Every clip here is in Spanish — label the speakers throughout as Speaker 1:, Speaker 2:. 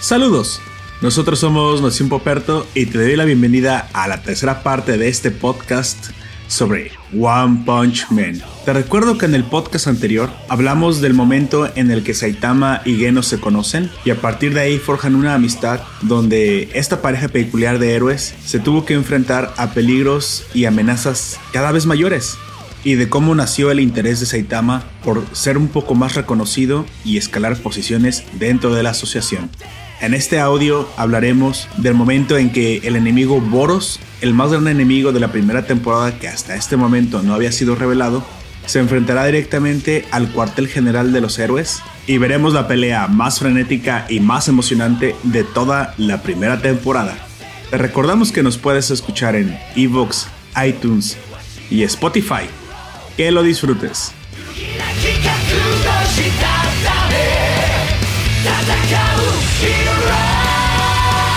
Speaker 1: Saludos. Nosotros somos Nación Poperto y te doy la bienvenida a la tercera parte de este podcast sobre One Punch Man. Te recuerdo que en el podcast anterior hablamos del momento en el que Saitama y Geno se conocen y a partir de ahí forjan una amistad donde esta pareja peculiar de héroes se tuvo que enfrentar a peligros y amenazas cada vez mayores y de cómo nació el interés de Saitama por ser un poco más reconocido y escalar posiciones dentro de la asociación. En este audio hablaremos del momento en que el enemigo Boros, el más gran enemigo de la primera temporada que hasta este momento no había sido revelado, se enfrentará directamente al cuartel general de los héroes y veremos la pelea más frenética y más emocionante de toda la primera temporada. Te recordamos que nos puedes escuchar en Evox, iTunes y Spotify. Que lo disfrutes.
Speaker 2: キラキ覚悟したため戦うヒーロー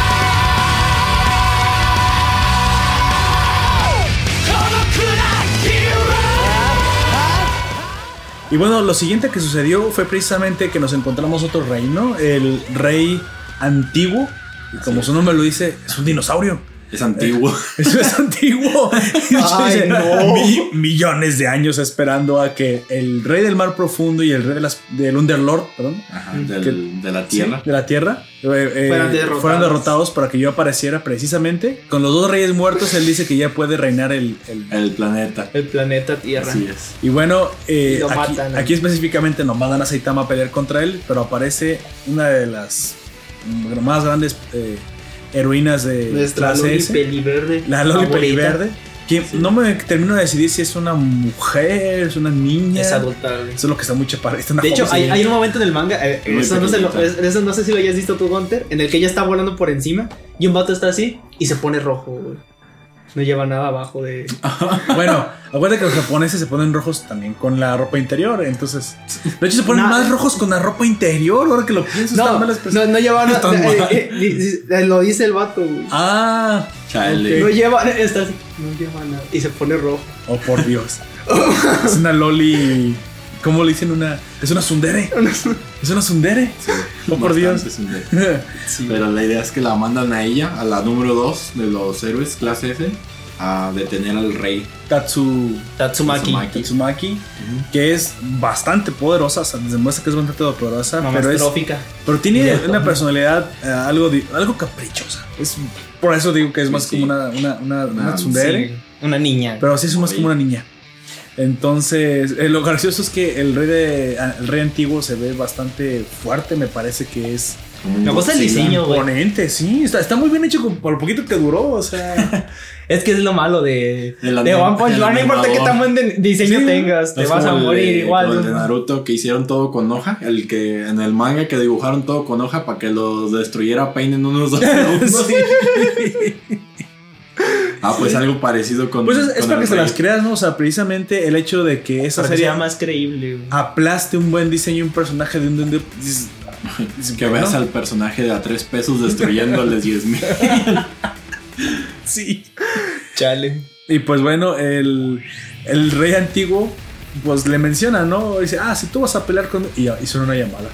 Speaker 3: Y bueno, lo siguiente que sucedió fue precisamente que nos encontramos otro reino, el rey antiguo. Y como su nombre lo dice, es un dinosaurio.
Speaker 4: Es antiguo.
Speaker 3: Eso es antiguo. Y de hecho
Speaker 4: Ay,
Speaker 3: dice,
Speaker 4: no.
Speaker 3: "Mi- millones de años esperando a que el rey del mar profundo y el rey de las- del Underlord, perdón,
Speaker 4: Ajá, del- de la
Speaker 3: sí,
Speaker 4: tierra.
Speaker 3: de la tierra, eh, eh,
Speaker 5: Fueran derrotados.
Speaker 3: fueran derrotados para que yo apareciera precisamente. Con los dos reyes muertos, él dice que ya puede reinar el- el
Speaker 4: El planeta.
Speaker 5: El planeta Tierra.
Speaker 4: Así es.
Speaker 3: Y bueno, eh,
Speaker 5: Y lo
Speaker 3: aquí,
Speaker 5: matan.
Speaker 3: aquí específicamente nos mandan a Saitama a pelear contra él, pero aparece una de las más grandes eh, heroínas de
Speaker 5: Nuestra
Speaker 3: clase
Speaker 5: Loli
Speaker 3: S,
Speaker 5: Peliverde.
Speaker 3: la Loli
Speaker 5: favorita.
Speaker 3: Peliverde, que no me termino de decidir si es una mujer, es una niña.
Speaker 5: Es adulta, güey.
Speaker 3: Eso es lo que está muy chaparrita. una
Speaker 5: De hecho, hay,
Speaker 3: jovencilla.
Speaker 5: hay un momento en el manga, eh,
Speaker 4: Muy
Speaker 5: eso, no sé, lo-
Speaker 4: pequeñita.
Speaker 5: eso no sé si lo hayas visto tú, Gunter, en el que ella está volando por encima y un vato está así y se pone rojo, güey. No lleva nada abajo de...
Speaker 3: Bueno, acuérdate que los japoneses se ponen rojos también con la ropa interior, entonces... De hecho, se ponen
Speaker 5: No.
Speaker 3: más rojos con la ropa interior, ahora que lo pienso,
Speaker 5: No,
Speaker 3: están
Speaker 5: no,
Speaker 3: mal expresados.
Speaker 5: no lleva nada...
Speaker 3: Están mal.
Speaker 5: eh, eh, eh, lo dice el vato, güey.
Speaker 3: Ah,
Speaker 4: Chale.
Speaker 5: No lleva... Está así, no lleva nada. Y se pone rojo.
Speaker 3: Oh, por Dios. es una loli. ¿Cómo le dicen una? Es una sundere. Es una sundere. Oh, por Dios.
Speaker 4: Bastante sin de- Pero la idea es que la mandan a ella, a la número 2 de los héroes, clase F, a detener al rey.
Speaker 3: Tatsu.
Speaker 5: Tatsumaki.
Speaker 4: Tatsumaki.
Speaker 3: Tatsumaki, que es bastante poderosa, o sea, demuestra que es bastante poderosa,
Speaker 5: Mamá
Speaker 3: pero es,
Speaker 5: estrófica.
Speaker 3: pero tiene
Speaker 5: Directo.
Speaker 3: una personalidad eh, algo, di- algo caprichosa. Es, por eso digo que es
Speaker 4: Sí,
Speaker 3: más
Speaker 4: sí.
Speaker 3: como una, una, una, una
Speaker 4: Ah,
Speaker 3: tsundere,
Speaker 5: Sí, una niña.
Speaker 3: pero sí es más como una niña. Entonces, eh, lo gracioso es que el rey de, ah, el rey antiguo se ve bastante fuerte, me parece que es
Speaker 4: Como un
Speaker 5: Me gusta el
Speaker 4: Godzilla.
Speaker 5: diseño, güey.
Speaker 3: Imponente, sí. Está, está muy bien hecho con- por lo poquito que duró. O sea,
Speaker 5: Es que es lo malo de,
Speaker 4: El
Speaker 5: de
Speaker 4: anim-
Speaker 5: One Punch
Speaker 4: el
Speaker 5: Man. No importa qué
Speaker 4: animador.
Speaker 5: tamaño de diseño
Speaker 3: Sí.
Speaker 5: tengas, te
Speaker 4: Es
Speaker 5: vas a
Speaker 4: como el de-
Speaker 5: morir igual.
Speaker 4: como El de
Speaker 5: ¿no?
Speaker 4: Naruto que hicieron todo con hoja, el que en el manga que dibujaron todo con hoja para que los destruyera Pain en unos dos segundos. Ah, pues algo parecido con.
Speaker 3: pues es, es
Speaker 4: con
Speaker 3: para
Speaker 4: el
Speaker 3: que se
Speaker 4: rey.
Speaker 3: las creas, ¿no? O sea, precisamente el hecho de que esa
Speaker 5: Para que
Speaker 3: serie
Speaker 5: sea más creíble. güey.
Speaker 3: aplaste un buen diseño y un personaje de un. De un de- dices- dices,
Speaker 4: Que
Speaker 3: bueno,
Speaker 4: veas al personaje de a tres pesos destruyéndoles 10 mil.
Speaker 3: Sí.
Speaker 5: Chale.
Speaker 3: Y pues bueno, el, el rey antiguo, pues le menciona, ¿no? Dice, ah, si tú vas a pelear con. Y hizo una llamada.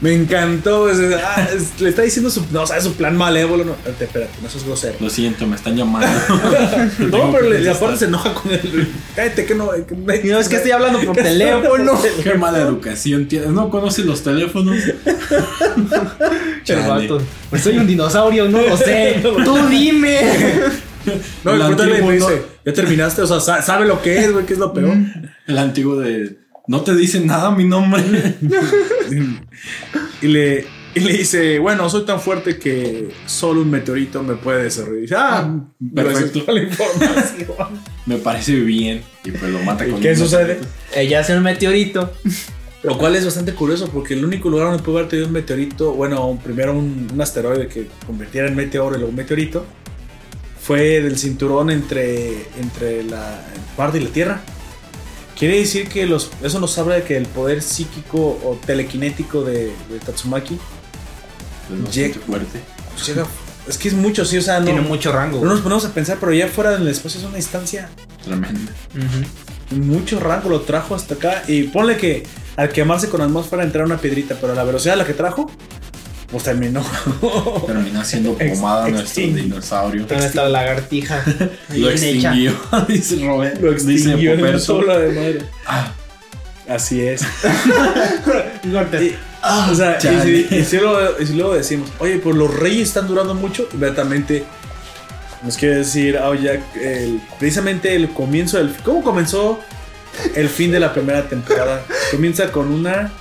Speaker 3: Me encantó. o sea, ah, es- le está diciendo su, no, o sea, su plan malévolo. No, espérate, espérate, no seas grosero.
Speaker 4: Lo siento, me están llamando.
Speaker 3: No, pero le, aparte se enoja con él. Cállate, que no. que no-
Speaker 5: No, es que estoy hablando por teléfono.
Speaker 4: Qué mala educación tienes. No conoces los teléfonos.
Speaker 5: Chale.
Speaker 4: Chale.
Speaker 5: vato, Pues soy un dinosaurio, no lo sé. Tú dime.
Speaker 3: No,
Speaker 4: El
Speaker 3: el pregúntale y
Speaker 4: antiguo
Speaker 3: me
Speaker 4: no-
Speaker 3: dice, ¿ya terminaste? O sea, sa- sabe lo que es, güey, que es lo peor.
Speaker 4: El antiguo de. No te dicen nada mi nombre.
Speaker 3: Y le, y le dice, bueno, soy tan fuerte que solo un meteorito me puede destruir. Y dice, Ah, gracias
Speaker 4: perfecto.
Speaker 3: por la información.
Speaker 4: Me parece bien. Y pues lo mata
Speaker 3: ¿Y
Speaker 4: con
Speaker 3: qué
Speaker 4: un-
Speaker 3: sucede?
Speaker 5: Ella es un meteorito.
Speaker 3: Lo cual es bastante curioso porque el único lugar donde pudo haber tenido un meteorito, bueno, primero un, un asteroide que convirtiera en meteoro y luego un meteorito, fue del cinturón entre, entre la parte y la Tierra. Quiere decir que los, eso nos habla de que el poder psíquico o telequinético de, de Tatsumaki
Speaker 4: Pues no,
Speaker 3: Jack.
Speaker 4: está fuerte.
Speaker 3: pues, llega. Es que es mucho, sí, o sea, no,
Speaker 5: Tiene mucho rango.
Speaker 3: no nos ponemos a pensar, pero ya fuera del espacio es una distancia
Speaker 4: Tremendo.
Speaker 5: Ujú.
Speaker 3: mucho rango lo trajo hasta acá. Y ponle que al quemarse con atmósfera entrara una piedrita, pero a la velocidad a la que trajo, Pues terminó.
Speaker 4: Terminó siendo pomada
Speaker 3: Ex-
Speaker 4: nuestro
Speaker 3: extinto.
Speaker 4: dinosaurio.
Speaker 5: Toda esta lagartija.
Speaker 4: Lo
Speaker 5: bien hecha.
Speaker 4: extinguió, dice Robert.
Speaker 3: Lo extinguió
Speaker 4: dice
Speaker 3: en un
Speaker 4: Poperto.
Speaker 3: soplo de madre. Así es.
Speaker 5: Cortes.
Speaker 3: Ah, O sea, y
Speaker 4: Chale.
Speaker 3: si, y si lo, y si luego decimos, oye, pues los reyes están durando mucho, inmediatamente nos quiere decir Aoyak el- precisamente el comienzo del... ¿Cómo comenzó el fin de la primera temporada? Comienza con una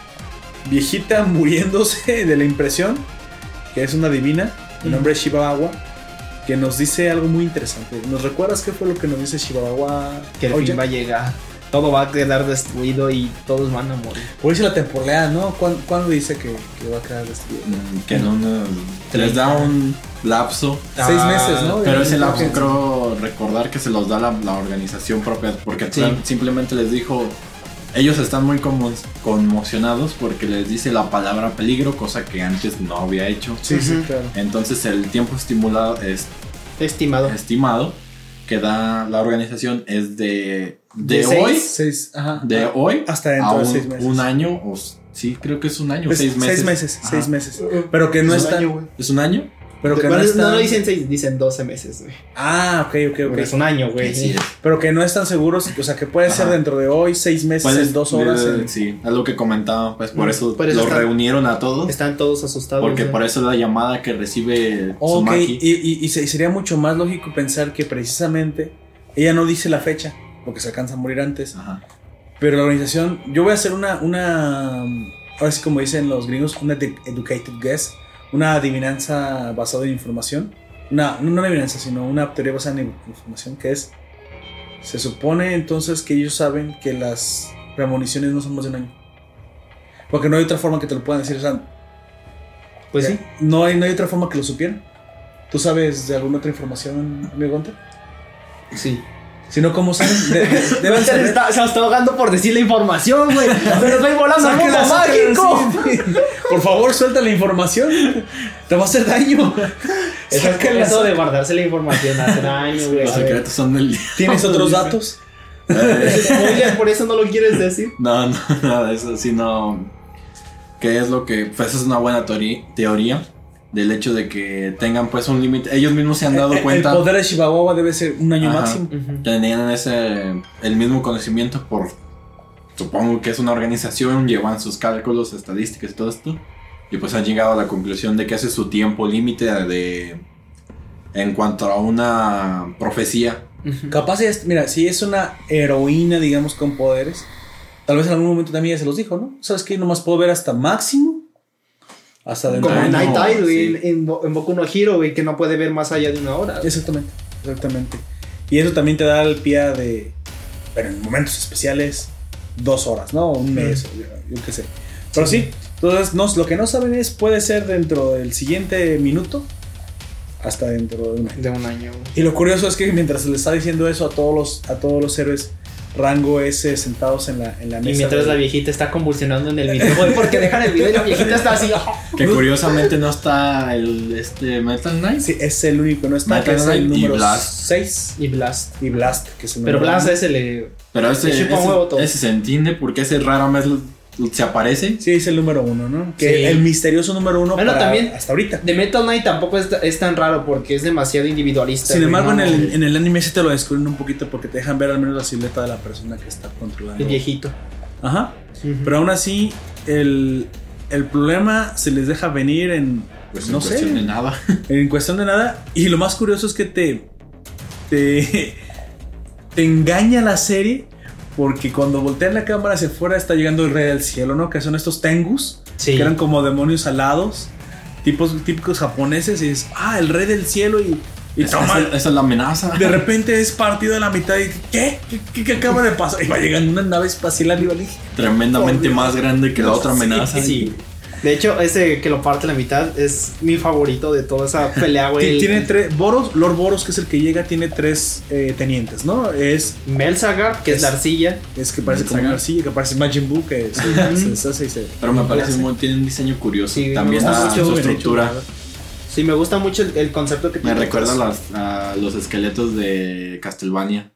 Speaker 3: viejita muriéndose de la impresión, que es una divina, el nombre es Shibawa, que nos dice algo muy interesante. ¿Nos recuerdas qué fue lo que nos dice Shibawa?
Speaker 5: Que el fin
Speaker 3: Aoyak?
Speaker 5: va a llegar. Todo va a quedar destruido y todos van a morir.
Speaker 3: Por eso la temporada, ¿no? ¿Cuándo, cuándo dice que, que va a este quedar destruido?
Speaker 4: Mm, Que en un. Les da un lapso.
Speaker 3: Seis meses, ¿no?
Speaker 4: Pero ese
Speaker 3: Yo creo
Speaker 4: lapso
Speaker 3: que-
Speaker 4: creo recordar que se los da la, la organización propia, porque
Speaker 5: Sí.
Speaker 4: Trump simplemente les dijo, ellos están muy conmo- conmocionados porque les dice la palabra peligro, cosa que antes no había hecho.
Speaker 3: Sí, sí,
Speaker 5: Ujú.
Speaker 3: claro.
Speaker 4: Entonces el tiempo estimulado es
Speaker 5: Estimado.
Speaker 4: estimado que da la organización es de, de,
Speaker 5: De seis.
Speaker 4: hoy,
Speaker 3: Seis, ajá.
Speaker 4: de
Speaker 3: Ah,
Speaker 4: hoy
Speaker 3: Hasta dentro
Speaker 4: a
Speaker 3: de
Speaker 4: un,
Speaker 3: seis meses.
Speaker 4: un año o s- sí creo que es un año,
Speaker 3: Es
Speaker 4: seis meses.
Speaker 3: Pues, Seis meses,
Speaker 4: Ajá.
Speaker 3: seis meses. Pero que no
Speaker 5: Es un
Speaker 3: está.
Speaker 5: año, güey.
Speaker 4: Es un año.
Speaker 3: Pero que
Speaker 5: Pero
Speaker 3: no
Speaker 5: no,
Speaker 3: está.
Speaker 5: no dicen seis, dicen 12 meses, güey.
Speaker 3: Ah, ok, ok,
Speaker 5: Porque Es
Speaker 3: ok.
Speaker 5: un año, güey.
Speaker 3: Pues
Speaker 4: Así es.
Speaker 3: Pero que no están seguros, o sea, que puede ser
Speaker 4: Ajá.
Speaker 3: dentro de hoy, seis meses,
Speaker 4: Puedes-
Speaker 3: en dos horas.
Speaker 4: eh,
Speaker 3: en-
Speaker 4: Sí, es lo que comentaba, pues por
Speaker 5: Mm,
Speaker 4: eso
Speaker 5: por eso
Speaker 4: los
Speaker 5: están-
Speaker 4: reunieron a todos.
Speaker 5: Están todos asustados.
Speaker 4: porque
Speaker 5: güey.
Speaker 4: por eso la llamada que recibe
Speaker 3: Ok,
Speaker 4: Tsumaki-
Speaker 3: y, y- y se- y sería mucho más lógico pensar que precisamente ella no dice la fecha, porque se alcanza a morir antes.
Speaker 4: Ajá.
Speaker 3: Pero la organización, yo voy a hacer una, una, mm, ahora sí como dicen los gringos, una de- educated guess, una adivinanza basada en información. Una, no una adivinanza, sino una teoría basada en información, que es, se supone entonces que ellos saben que las premoniciones no son más de un año. Porque no hay otra forma que te lo puedan decir, o sea, eh,
Speaker 5: Pues sí.
Speaker 3: no hay, no hay otra forma que lo supieran. ¿Tú sabes de alguna otra información, amigo Gonte?
Speaker 5: Sí. Pues
Speaker 3: Si no, ¿cómo saben? De- de- deben
Speaker 5: Se,
Speaker 3: saber.
Speaker 5: está, se está ahogando por decir la información, güey. Se nos va a ir volando al mundo
Speaker 3: Sáquenla, sáquenla,
Speaker 5: mágico.
Speaker 3: sí. Por favor, suelta la información. Te va a hacer daño.
Speaker 5: Eso,
Speaker 3: Sáquenla,
Speaker 5: eso de
Speaker 3: sáquenla.
Speaker 5: guardarse la información hace daño, güey.
Speaker 4: Los
Speaker 5: a ver.
Speaker 4: secretos son del.
Speaker 3: ¿Tienes otros datos?
Speaker 4: Eh,
Speaker 5: Spoiler, por eso no lo quieres decir.
Speaker 4: no, no, nada de eso, sino. Que es lo que. Pues es una buena teori- teoría. Del hecho de que tengan pues un límite. Ellos mismos se han dado
Speaker 3: El-
Speaker 4: cuenta.
Speaker 3: El poder de Chihuahua debe ser un año
Speaker 4: Ajá.
Speaker 3: máximo.
Speaker 4: Tenían ese. El mismo conocimiento por. Supongo que es una organización. Llevan sus cálculos, estadísticas y todo esto. Y pues han llegado a la conclusión de que ese es su tiempo límite de. En cuanto a una profecía.
Speaker 3: Capaz es, mira, si es una heroína, digamos, con poderes, tal vez en algún momento también ya se los dijo, ¿no? ¿Sabes qué? Nomás puedo ver hasta máximo. Hasta dentro
Speaker 5: Como
Speaker 4: Ah,
Speaker 3: de
Speaker 5: en
Speaker 4: no,
Speaker 5: Night Tide, güey,
Speaker 4: sí.
Speaker 5: en, en, Bo- en Boku no Hero, güey, que no puede ver más allá de una hora.
Speaker 3: Exactamente, exactamente. Y eso también te da el pie de, pero en momentos especiales, dos horas, ¿no? Un mes, yo, yo qué sé. Pero sí, entonces no, lo que no saben es, puede ser dentro del siguiente minuto hasta dentro de un mes.
Speaker 5: De un año, güey.
Speaker 3: Y lo curioso es que mientras se le está diciendo eso a todos los, a todos los héroes, rango S sentados en la, en la mesa.
Speaker 5: Y mientras
Speaker 3: de-
Speaker 5: la viejita está convulsionando en el video, güey, porque dejan el video y la viejita está así.
Speaker 4: Que curiosamente no está el este Metal Knight.
Speaker 3: Sí, es el único, no está, que es
Speaker 4: Metal
Speaker 3: el
Speaker 4: Knight y
Speaker 3: número
Speaker 4: Blast.
Speaker 3: 6
Speaker 5: Y Blast.
Speaker 3: y Blast, que es el
Speaker 5: Pero
Speaker 3: número
Speaker 5: Blast
Speaker 3: uno.
Speaker 5: ese le.
Speaker 4: Pero ese,
Speaker 5: Le
Speaker 4: ese,
Speaker 5: chupa huevo todo.
Speaker 4: ese se entiende porque ese rara vez l- se aparece.
Speaker 3: Sí, es el número uno, ¿no? Que
Speaker 5: Sí.
Speaker 3: el misterioso número uno
Speaker 5: Bueno,
Speaker 3: para-
Speaker 5: también-
Speaker 3: hasta ahorita.
Speaker 5: De Metal Knight tampoco es, es tan raro porque es demasiado individualista.
Speaker 3: Sin
Speaker 5: güey,
Speaker 3: embargo, en
Speaker 5: no,
Speaker 3: el, en el anime sí te lo descubren un poquito porque te dejan ver al menos la silueta de la persona que está controlando.
Speaker 5: El viejito.
Speaker 3: Ajá.
Speaker 5: Ujú.
Speaker 3: Pero aún así, el, el problema se les deja venir en,
Speaker 4: Pues
Speaker 3: no
Speaker 4: no
Speaker 3: sé,
Speaker 4: cuestión de nada.
Speaker 3: en cuestión de nada. Y lo más curioso es que te, te, te engaña la serie porque cuando voltean la cámara hacia afuera está llegando el rey del cielo, ¿no? Que son estos tengus.
Speaker 5: Sí.
Speaker 3: que eran como demonios alados, tipos típicos japoneses, y es, ah, el rey del cielo y, y
Speaker 4: Esa,
Speaker 3: toma.
Speaker 4: esa- esa es la amenaza.
Speaker 3: De repente es partido de la mitad y ¿qué? ¿Qué, qué- qué acaba de pasar? Y va llegando una nave espacial arriba. le dije,
Speaker 4: Tremendamente
Speaker 3: Por Dios.
Speaker 4: más grande que la otra
Speaker 3: Sí,
Speaker 4: amenaza.
Speaker 5: Sí. De hecho, ese que lo parte a la mitad es mi favorito de toda esa pelea, güey.
Speaker 3: "Ti-
Speaker 5: El-
Speaker 3: Tiene tres, Boros, Lord Boros, que es el que llega, tiene tres eh, tenientes, ¿no? Es,
Speaker 5: Melzagar, que es, la arcilla.
Speaker 3: es que parece como una arcilla, que parece Majin Buu, que se, se deshace y se...
Speaker 4: Pero me parece
Speaker 5: Sí.
Speaker 4: muy, tiene un diseño curioso.
Speaker 5: Sí,
Speaker 4: También
Speaker 5: me gusta
Speaker 4: la-
Speaker 5: mucho,
Speaker 4: su
Speaker 3: bien hecho,
Speaker 4: estructura.
Speaker 5: Sí, me gusta mucho el, el concepto que
Speaker 4: me
Speaker 5: tiene.
Speaker 4: recuerda a las- a los esqueletos de Castlevania.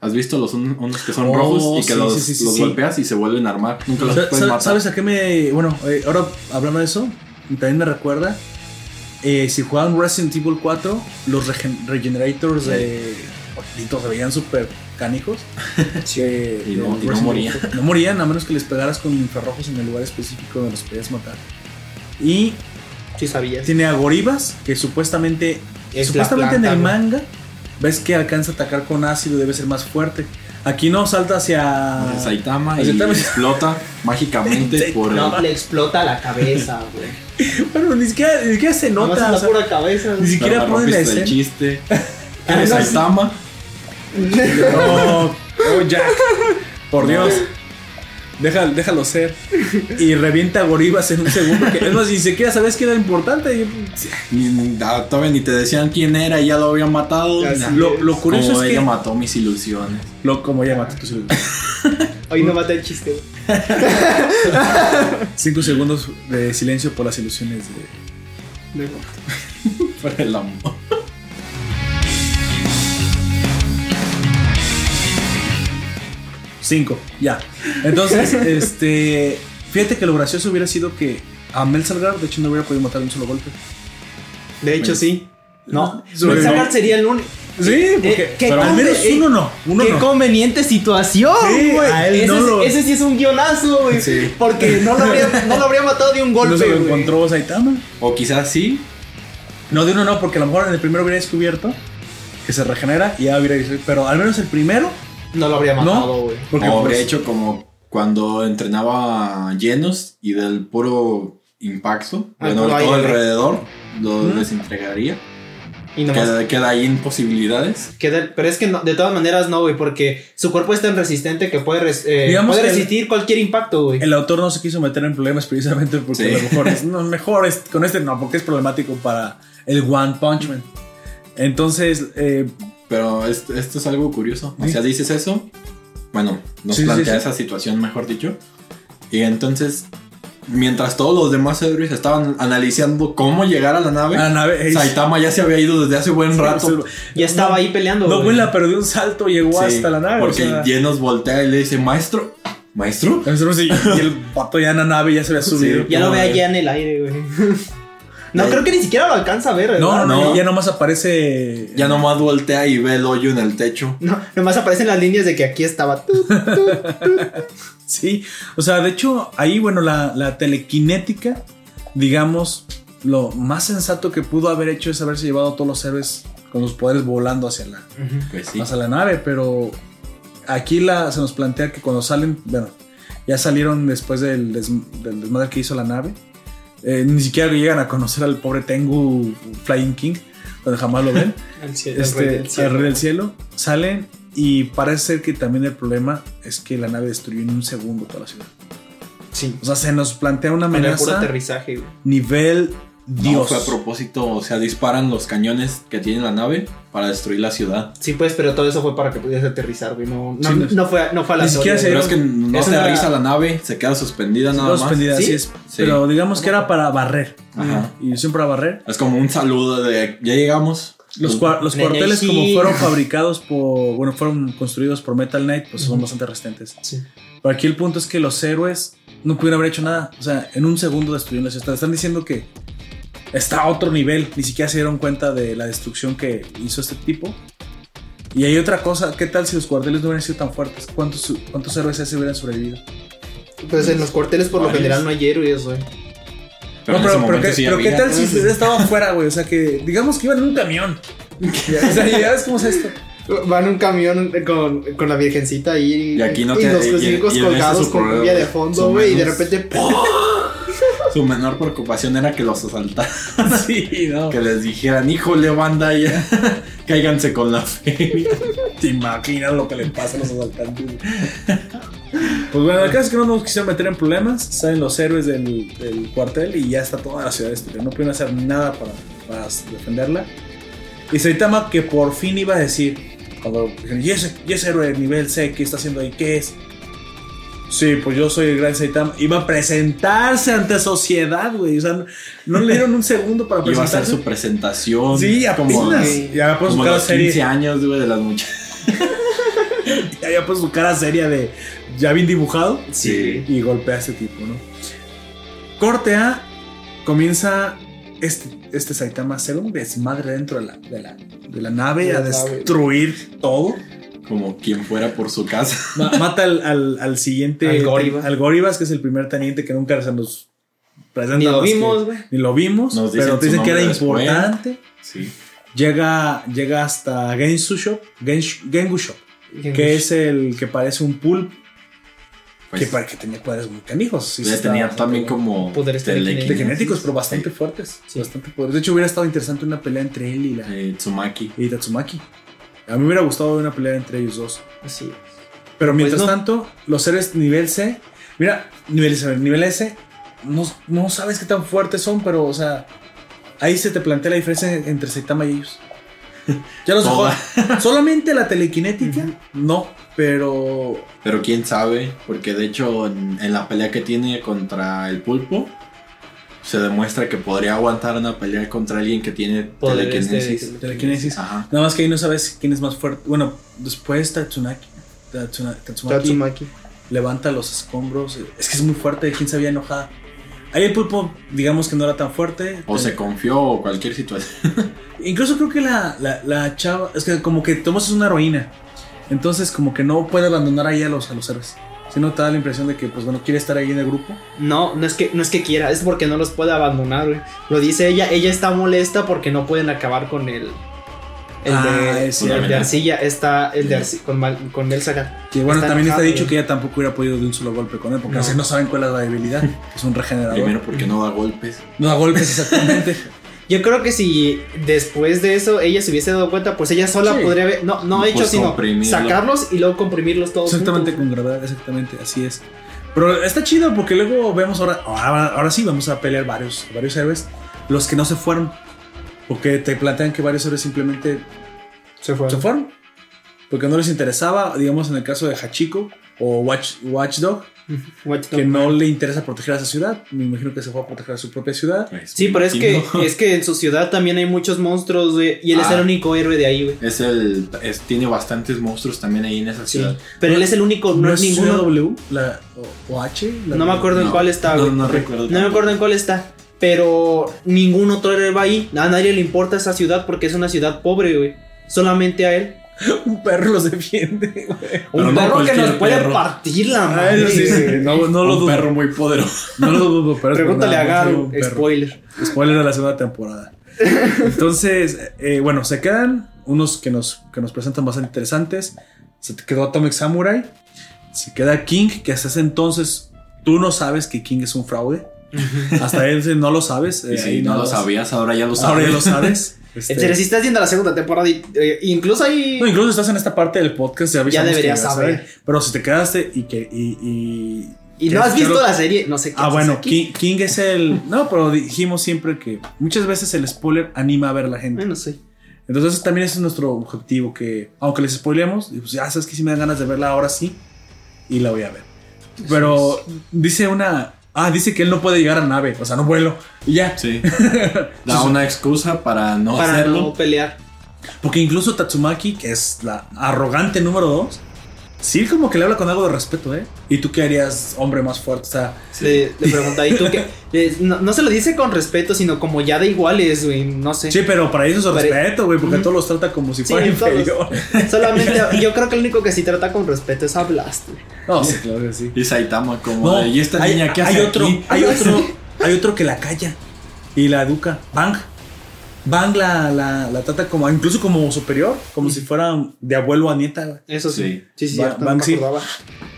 Speaker 4: ¿Has visto los un- unos que son
Speaker 3: Oh,
Speaker 4: rojos y que
Speaker 3: sí,
Speaker 4: los,
Speaker 3: sí, sí, sí,
Speaker 4: los
Speaker 3: sí.
Speaker 4: golpeas y se vuelven a armar? Nunca los
Speaker 3: Sa-
Speaker 4: puedes
Speaker 3: sa-
Speaker 4: matar.
Speaker 3: ¿Sabes a qué me...? Bueno, eh, ahora hablando de eso, también me recuerda. eh, si jugaban Resident Evil 4, los regen- regenerators de. malditos, se veían súper canijos. Que-
Speaker 4: Y
Speaker 3: del
Speaker 4: no- y no
Speaker 3: Eh, Resident
Speaker 4: morían.
Speaker 3: Evil 4. No morían, a menos que les pegaras con infrarrojos en el lugar específico donde los podías matar. Y
Speaker 5: Sí sabías.
Speaker 3: tiene a Goribas, que supuestamente,
Speaker 5: Es la
Speaker 3: supuestamente
Speaker 5: planta,
Speaker 3: en el
Speaker 5: güey.
Speaker 3: manga, ves que alcanza a atacar con ácido, debe ser más fuerte. Aquí no, salta hacia...
Speaker 4: de Saitama y
Speaker 3: Saitama.
Speaker 4: explota mágicamente por el-
Speaker 5: No, le explota la cabeza, güey.
Speaker 3: Pero ni siquiera, ni siquiera se
Speaker 5: Nomás
Speaker 3: nota.
Speaker 5: es
Speaker 3: o
Speaker 5: la
Speaker 3: sea,
Speaker 5: pura cabeza.
Speaker 3: ni
Speaker 5: güey.
Speaker 3: siquiera
Speaker 4: Pero
Speaker 3: ponen la
Speaker 4: rompiste el
Speaker 3: escena.
Speaker 4: chiste.
Speaker 5: Ah,
Speaker 4: De
Speaker 5: no, sí.
Speaker 4: Saitama.
Speaker 3: No, oh, Jack. Por Dios. Déjalo, déjalo ser. Y revienta a Goribas en un segundo. Que, es más, ni siquiera sabes que era importante. Yo-
Speaker 4: Ni- ni- ah, Todavía ni te decían quién era, ya lo habían matado.
Speaker 5: Ya
Speaker 4: Nah.
Speaker 5: sí.
Speaker 3: Lo, lo curioso
Speaker 4: Como
Speaker 3: es
Speaker 4: ella
Speaker 3: que...
Speaker 4: mató mis ilusiones.
Speaker 3: Lo, como ella mató tus
Speaker 5: Hoy no mata el chiste. güey.
Speaker 3: Cinco segundos de silencio por las ilusiones de...
Speaker 5: Luego.
Speaker 4: Por el amor.
Speaker 3: Cinco, ya. Entonces, este. Fíjate que lo gracioso hubiera sido que a Mel Salgar, de hecho, no hubiera podido matar de un solo golpe.
Speaker 5: De hecho,
Speaker 4: Pues,
Speaker 5: sí. No.
Speaker 3: Sobre-
Speaker 5: Sagat sería el único.
Speaker 3: Sí, porque.
Speaker 5: Eh, ¿qué
Speaker 3: pero al
Speaker 5: come?
Speaker 3: menos
Speaker 5: Eh,
Speaker 3: uno no. Uno
Speaker 5: ¡Qué
Speaker 3: no.
Speaker 5: conveniente situación,
Speaker 3: Sí,
Speaker 5: güey!
Speaker 3: a él
Speaker 5: ese,
Speaker 3: no
Speaker 5: sí-
Speaker 3: lo-
Speaker 5: ese sí es un guionazo, güey.
Speaker 4: Sí.
Speaker 5: Porque no lo, habría, no lo habría matado de un golpe,
Speaker 3: no se lo
Speaker 5: güey.
Speaker 3: encontró Saitama.
Speaker 4: O quizás sí.
Speaker 3: No, de uno no, porque a lo mejor en el primero hubiera descubierto que se regenera y ya hubiera dicho. Pero al menos el primero,
Speaker 5: No lo habría matado,
Speaker 3: no.
Speaker 5: güey.
Speaker 3: Porque
Speaker 4: o habría
Speaker 3: pues,
Speaker 4: hecho como cuando entrenaba a llenos y del puro impacto,
Speaker 5: Al
Speaker 4: bueno,
Speaker 5: puro
Speaker 4: todo
Speaker 5: aire.
Speaker 4: alrededor, lo
Speaker 3: Ujú.
Speaker 4: desintegraría.
Speaker 5: Y nomás.
Speaker 4: Queda, queda ahí imposibilidades.
Speaker 5: queda- pero es que no- de todas maneras no, güey, porque su cuerpo es tan resistente que puede, res- eh,
Speaker 3: Digamos que
Speaker 5: puede
Speaker 3: el-
Speaker 5: resistir cualquier impacto, güey.
Speaker 3: el autor no se quiso meter en problemas precisamente porque
Speaker 4: Sí.
Speaker 3: a lo mejor es, no, mejor es- con este no, porque es problemático para el One Punch Man. Entonces, eh,
Speaker 4: Pero esto, esto es algo curioso. O
Speaker 3: Sí.
Speaker 4: sea, dices eso. Bueno, nos
Speaker 3: Sí, sí,
Speaker 4: plantea
Speaker 3: sí.
Speaker 4: esa situación, mejor dicho. Y entonces, mientras todos los demás héroes estaban analizando cómo llegar a la nave,
Speaker 3: la nave.
Speaker 4: Saitama ya se había ido desde hace buen rato.
Speaker 5: Ya estaba ahí peleando,
Speaker 3: No,
Speaker 5: güey.
Speaker 3: güey, la perdió un salto, llegó
Speaker 4: Sí,
Speaker 3: hasta la nave.
Speaker 4: Porque
Speaker 3: o sea,
Speaker 4: Llenos voltea y le dice, maestro, maestro.
Speaker 3: nosotros sí, y el pato ya en la nave ya se había subido.
Speaker 5: ya lo ve
Speaker 4: güey.
Speaker 5: allá en el aire, güey. no,
Speaker 4: Ahí.
Speaker 5: creo que ni siquiera lo alcanza a ver, ¿verdad?
Speaker 3: no, no, no,
Speaker 4: No.
Speaker 3: ya nomás aparece.
Speaker 4: Ya nomás voltea y ve el hoyo en el techo.
Speaker 5: No, nomás aparecen las líneas de que aquí estaba. tú.
Speaker 3: Sí, o sea, de hecho, ahí, bueno, la, la telequinética, digamos, lo más sensato que pudo haber hecho es haberse llevado a todos los héroes con los poderes volando hacia la,
Speaker 4: Pues sí.
Speaker 3: hacia la nave, pero aquí la, se nos plantea que cuando salen, bueno, ya salieron después del, des- del desmadre que hizo la nave, eh, ni siquiera llegan a conocer al pobre Tengu Flying King, donde jamás lo ven,
Speaker 5: El cielo, el
Speaker 3: este,
Speaker 5: rey del cielo.
Speaker 3: el rey del cielo, salen y parece ser que también el problema es que la nave destruyó en un segundo toda la ciudad.
Speaker 5: Sí.
Speaker 3: O sea, se nos plantea una
Speaker 5: Con el puro
Speaker 3: amenaza
Speaker 5: aterrizaje, güey.
Speaker 3: nivel
Speaker 4: No
Speaker 3: Dios.
Speaker 4: fue a propósito, o sea, disparan los cañones que tiene la nave para destruir la ciudad.
Speaker 5: Sí, pues, pero todo eso fue para que pudieras aterrizar, güey. No, no,
Speaker 3: Sí, no-
Speaker 5: no fue, no fue a la
Speaker 3: Ni siquiera
Speaker 5: zona,
Speaker 3: se-
Speaker 4: Pero
Speaker 5: güey.
Speaker 4: es que no
Speaker 3: es
Speaker 4: se
Speaker 3: una-
Speaker 4: aterriza la nave, se queda suspendida nada
Speaker 3: Todos
Speaker 4: más.
Speaker 3: pendientes,
Speaker 5: ¿Sí?
Speaker 3: así es. Pero digamos que era para barrer.
Speaker 4: Ajá.
Speaker 3: Y siempre para barrer.
Speaker 4: Es como un saludo de ya llegamos. Pues,
Speaker 3: Los, cua- los
Speaker 5: Nene,
Speaker 3: cuarteles
Speaker 5: sí.
Speaker 3: como fueron fabricados por, bueno, fueron construidos por Metal Knight, pues son bastante resistentes.
Speaker 5: Sí.
Speaker 3: Pero aquí el punto es que los héroes no pudieron haber hecho nada. O sea, en un segundo destruyeron la ciudad. Están diciendo que está a otro nivel. Ni siquiera se dieron cuenta de la destrucción que hizo este tipo. Y hay otra cosa, ¿qué tal si los cuarteles no hubieran sido tan fuertes? ¿Cuántos, cuántos héroes ese hubieran sobrevivido?
Speaker 5: Pues en los cuarteles por lo
Speaker 4: Varios.
Speaker 5: general no hay héroes, güey.
Speaker 4: Pero,
Speaker 3: no,
Speaker 4: en
Speaker 3: pero,
Speaker 4: ese
Speaker 3: pero
Speaker 4: momento
Speaker 3: ¿qué,
Speaker 4: sí
Speaker 3: pero ¿qué
Speaker 4: había-
Speaker 3: tal si ustedes estaban fuera, güey? O sea, que digamos que iban en un camión. o sea, ya ves cómo es esto.
Speaker 5: Van en un camión con, con la virgencita ahí.
Speaker 4: Y aquí no
Speaker 5: y
Speaker 4: te-
Speaker 5: los
Speaker 4: y-
Speaker 5: crucifijos
Speaker 4: y- y en
Speaker 5: colgados
Speaker 4: ese
Speaker 5: con
Speaker 4: socorro,
Speaker 5: cumbia de
Speaker 4: güey,
Speaker 5: fondo,
Speaker 4: son
Speaker 5: güey. Y de
Speaker 4: menos-
Speaker 5: repente. ¡pum!
Speaker 4: Su menor preocupación era que los asaltaran.
Speaker 3: sí, no.
Speaker 4: Que les dijeran, híjole, banda, ya. Cáiganse con la feria.
Speaker 3: Te imaginas lo que le pasa a los asaltantes. Pues bueno, el caso es que no nos quisieron meter en problemas. Salen los héroes del, del cuartel y ya está toda la ciudad destruida. No pudieron hacer nada para, para defenderla. Y Saitama que por fin iba a decir, cuando dijeron, ¿y ese, y ese héroe de nivel C qué está haciendo ahí? ¿Qué es? Sí, pues yo soy el gran Saitama. Iba a presentarse ante sociedad, güey. O sea, no, no le dieron un segundo para
Speaker 4: Iba a hacer
Speaker 3: presentarse.
Speaker 4: su presentación.
Speaker 3: Sí,
Speaker 4: como,
Speaker 3: apenas.
Speaker 5: güey.
Speaker 3: Ya pues, me puso
Speaker 4: como
Speaker 3: su cara
Speaker 4: los 15
Speaker 3: seria.
Speaker 4: años, güey, de las muchachas.
Speaker 3: Ya había puesto su cara seria de ya bien dibujado.
Speaker 4: Sí.
Speaker 3: Y golpea a este tipo, ¿no? Corte A. comienza este, este Saitama a hacer un desmadre dentro de la, de la, de la nave,
Speaker 5: De la
Speaker 3: a
Speaker 5: nave.
Speaker 3: destruir todo.
Speaker 4: Como quien fuera por su casa.
Speaker 3: Ma- mata al, al- al siguiente.
Speaker 5: Al Goribas.
Speaker 3: al Goribas, que es el primer teniente que nunca se nos presenta.
Speaker 5: Ni lo
Speaker 3: más que-
Speaker 5: vimos, güey.
Speaker 3: Ni lo vimos,
Speaker 4: Nos dicen
Speaker 3: pero
Speaker 4: su
Speaker 3: dicen que era
Speaker 4: nombre después.
Speaker 3: importante.
Speaker 4: Sí.
Speaker 3: Llega, llega hasta Gensu Shop, Gensh- Gengu Shop, que es el que parece un pulpo,
Speaker 4: Pues,
Speaker 3: que, para, que tenía poderes muy canijos. sí,
Speaker 4: ya
Speaker 3: estaba
Speaker 4: tenía
Speaker 3: bastante
Speaker 4: también
Speaker 3: bueno.
Speaker 4: como
Speaker 5: Poderes
Speaker 4: telequinesis.
Speaker 3: este
Speaker 4: eh,
Speaker 3: De genéticos, pero bastante fuertes.
Speaker 5: Sí.
Speaker 3: Bastante poderes. De hecho, hubiera estado interesante una pelea entre él y, la,
Speaker 4: Eh, Tsumaki.
Speaker 3: y Tatsumaki. A mí me hubiera gustado ver una pelea entre ellos dos.
Speaker 5: Así.
Speaker 3: Pero
Speaker 4: Pues
Speaker 3: mientras
Speaker 5: no.
Speaker 3: tanto, los seres nivel C, mira, nivel S, nivel S, no, no sabes qué tan fuertes son, pero, o sea, ahí se te plantea la diferencia entre Saitama y ellos. Ya los
Speaker 4: Toda.
Speaker 3: jodan. Solamente la telequinética, no, pero
Speaker 4: Pero quién sabe, porque de hecho en, en la pelea que tiene contra el pulpo, se demuestra que podría aguantar una pelea contra alguien que tiene
Speaker 5: Poderes de-
Speaker 4: telequinesis.
Speaker 3: este telequinesis.
Speaker 4: Ajá.
Speaker 3: Nada más que ahí no sabes quién es más fuerte. Bueno, después Tatsunaki. Tatsuna- Tatsumaki
Speaker 5: Tatsumaki.
Speaker 3: levanta los escombros. Es que es muy fuerte. ¿Quién se había enojado? Ahí el pulpo, digamos que no era tan fuerte.
Speaker 4: O se confió o cualquier situación.
Speaker 3: Incluso creo que la, la, la chava, es que como que Tomás es una heroína. Entonces como que no puede abandonar ahí a los, a los héroes. Sino te da la impresión de que pues bueno, quiere estar ahí en el grupo.
Speaker 5: No, no es que no es que quiera, es porque no los puede abandonar, güey. Lo dice ella, ella está molesta porque no pueden acabar con el el
Speaker 3: Ah,
Speaker 5: de,
Speaker 3: es
Speaker 5: el de
Speaker 4: cierto.
Speaker 5: arcilla, está el de arci- con Mal- con el Sagat.
Speaker 3: Que bueno,
Speaker 5: Está
Speaker 3: también está
Speaker 5: enojado, eh.
Speaker 3: dicho
Speaker 5: güey.
Speaker 3: que ella tampoco hubiera podido de un solo golpe con él, porque
Speaker 5: No.
Speaker 3: así no saben cuál es la debilidad. Es un regenerador.
Speaker 4: Primero porque no da golpes.
Speaker 3: No da golpes exactamente.
Speaker 5: Yo creo que si después de eso ella se hubiese dado cuenta, pues ella sola
Speaker 3: Sí.
Speaker 5: podría haber no no
Speaker 4: Pues
Speaker 5: hecho sino
Speaker 4: comprimirlo.
Speaker 5: sacarlos y luego comprimirlos todos
Speaker 3: exactamente
Speaker 5: juntos.
Speaker 3: con gravedad, exactamente, así es. Pero está chido porque luego vemos ahora, ahora, ahora sí vamos a pelear varios, varios héroes, los que no se fueron. Porque te plantean que varios héroes simplemente
Speaker 5: Se fue.
Speaker 3: se fueron. Porque no les interesaba, digamos en el caso de Hachiko o Watch, Watchdog,
Speaker 5: Watch
Speaker 3: que
Speaker 5: Dogs.
Speaker 3: no le interesa proteger a esa ciudad. Me imagino que se fue a proteger a su propia ciudad.
Speaker 4: Pues,
Speaker 5: Sí, pero es
Speaker 4: sí,
Speaker 5: que
Speaker 4: no.
Speaker 5: es que en su ciudad también hay muchos monstruos, güey, y él es
Speaker 4: Ah.
Speaker 5: el único héroe de ahí, güey.
Speaker 4: Es el, es- tiene bastantes monstruos también ahí en esa
Speaker 5: Sí.
Speaker 4: ciudad.
Speaker 5: Pero él es el único, no, es ninguno.
Speaker 3: W, la, o, o H. la-
Speaker 5: No me acuerdo en
Speaker 4: No,
Speaker 5: cuál está,
Speaker 4: no,
Speaker 5: güey.
Speaker 4: no recuerdo
Speaker 5: No me
Speaker 4: tampoco.
Speaker 5: acuerdo en cuál está. Pero ningún otro héroe va ahí. A nadie le importa esa ciudad porque es una ciudad pobre, güey. Solamente a él.
Speaker 3: Un perro los defiende. güey.
Speaker 5: Un
Speaker 4: Pero no
Speaker 5: perro que
Speaker 4: cualquier
Speaker 5: nos puede
Speaker 4: perro.
Speaker 5: partir la
Speaker 3: Ah,
Speaker 5: madre.
Speaker 3: eso sí, sí,
Speaker 5: güey.
Speaker 3: no, no lo
Speaker 4: Un
Speaker 3: dudo.
Speaker 4: perro muy poderoso.
Speaker 3: No lo dudo, pero es
Speaker 5: Pregúntale a
Speaker 3: por nada,
Speaker 5: Garo. este,
Speaker 3: un perro.
Speaker 5: Spoiler.
Speaker 3: Spoiler de la segunda temporada. Entonces, eh, bueno, se quedan unos que nos, que nos presentan bastante interesantes. Se te quedó Atomic Samurai. Se queda King, que hasta ese entonces tú no sabes que King es un fraude. Hasta ese no lo sabes. eh,
Speaker 4: Y si
Speaker 3: ahí
Speaker 4: no
Speaker 3: nada más.
Speaker 4: lo sabías, ahora ya lo sabes.
Speaker 3: Ahora ya lo sabes. Este,
Speaker 5: En serio, si estás viendo la segunda temporada, y- eh, incluso ahí.
Speaker 3: no, incluso estás en esta parte del podcast. Ya, avisamos que
Speaker 5: deberías
Speaker 3: ibas a
Speaker 5: saber.
Speaker 3: ver. Pero si te quedaste y que. Y, y-
Speaker 5: y no
Speaker 3: quieres
Speaker 5: has visto
Speaker 3: escucharlo-
Speaker 5: la serie, no sé qué.
Speaker 3: Ah,
Speaker 5: haces
Speaker 3: bueno,
Speaker 5: aquí.
Speaker 3: King, King es el. No, pero dijimos siempre que muchas veces el spoiler anima a ver a la gente.
Speaker 5: Ay, no sé.
Speaker 3: Entonces ese también ese es nuestro objetivo, que aunque les spoilemos, pues ya sabes que si me dan ganas de verla ahora sí, y la voy a ver. Pero dice una... Ah, dice que él no puede llegar a nave, o sea, no vuelo. Y ya.
Speaker 4: Sí. Da una excusa para no
Speaker 5: Para
Speaker 4: hacerlo.
Speaker 5: no pelear.
Speaker 3: Porque incluso Tatsumaki, que es la arrogante número dos, sí como que le habla con algo de respeto, ¿eh? ¿Y tú qué harías, hombre más fuerte? O sea,
Speaker 5: Le, le pregunta, ¿y tú qué? Le- no, no se lo dice con respeto, sino como ya de iguales, güey. No sé.
Speaker 3: sí, pero para ellos es
Speaker 5: Para-
Speaker 3: respeto, güey, porque a
Speaker 5: Ujú.
Speaker 3: todos los trata como si
Speaker 5: Sí,
Speaker 3: fuera
Speaker 5: todos.
Speaker 3: inferior.
Speaker 5: Solamente, yo creo que el único que sí trata con respeto es a Blast. güey.
Speaker 3: No, sí, claro que sí.
Speaker 4: Y Saitama como de, ¿y esta
Speaker 3: hay,
Speaker 4: niña qué
Speaker 3: hay
Speaker 4: hace
Speaker 3: otro,
Speaker 4: aquí?"
Speaker 3: hay otro, hay otro que la calla y la educa. Bang. Bang la, la, la trata como, incluso como superior, como si fuera de abuelo a nieta. güey.
Speaker 5: Eso sí. Sí, sí,
Speaker 3: Ba-
Speaker 5: cierto,
Speaker 3: Banksy.
Speaker 5: no me acordaba.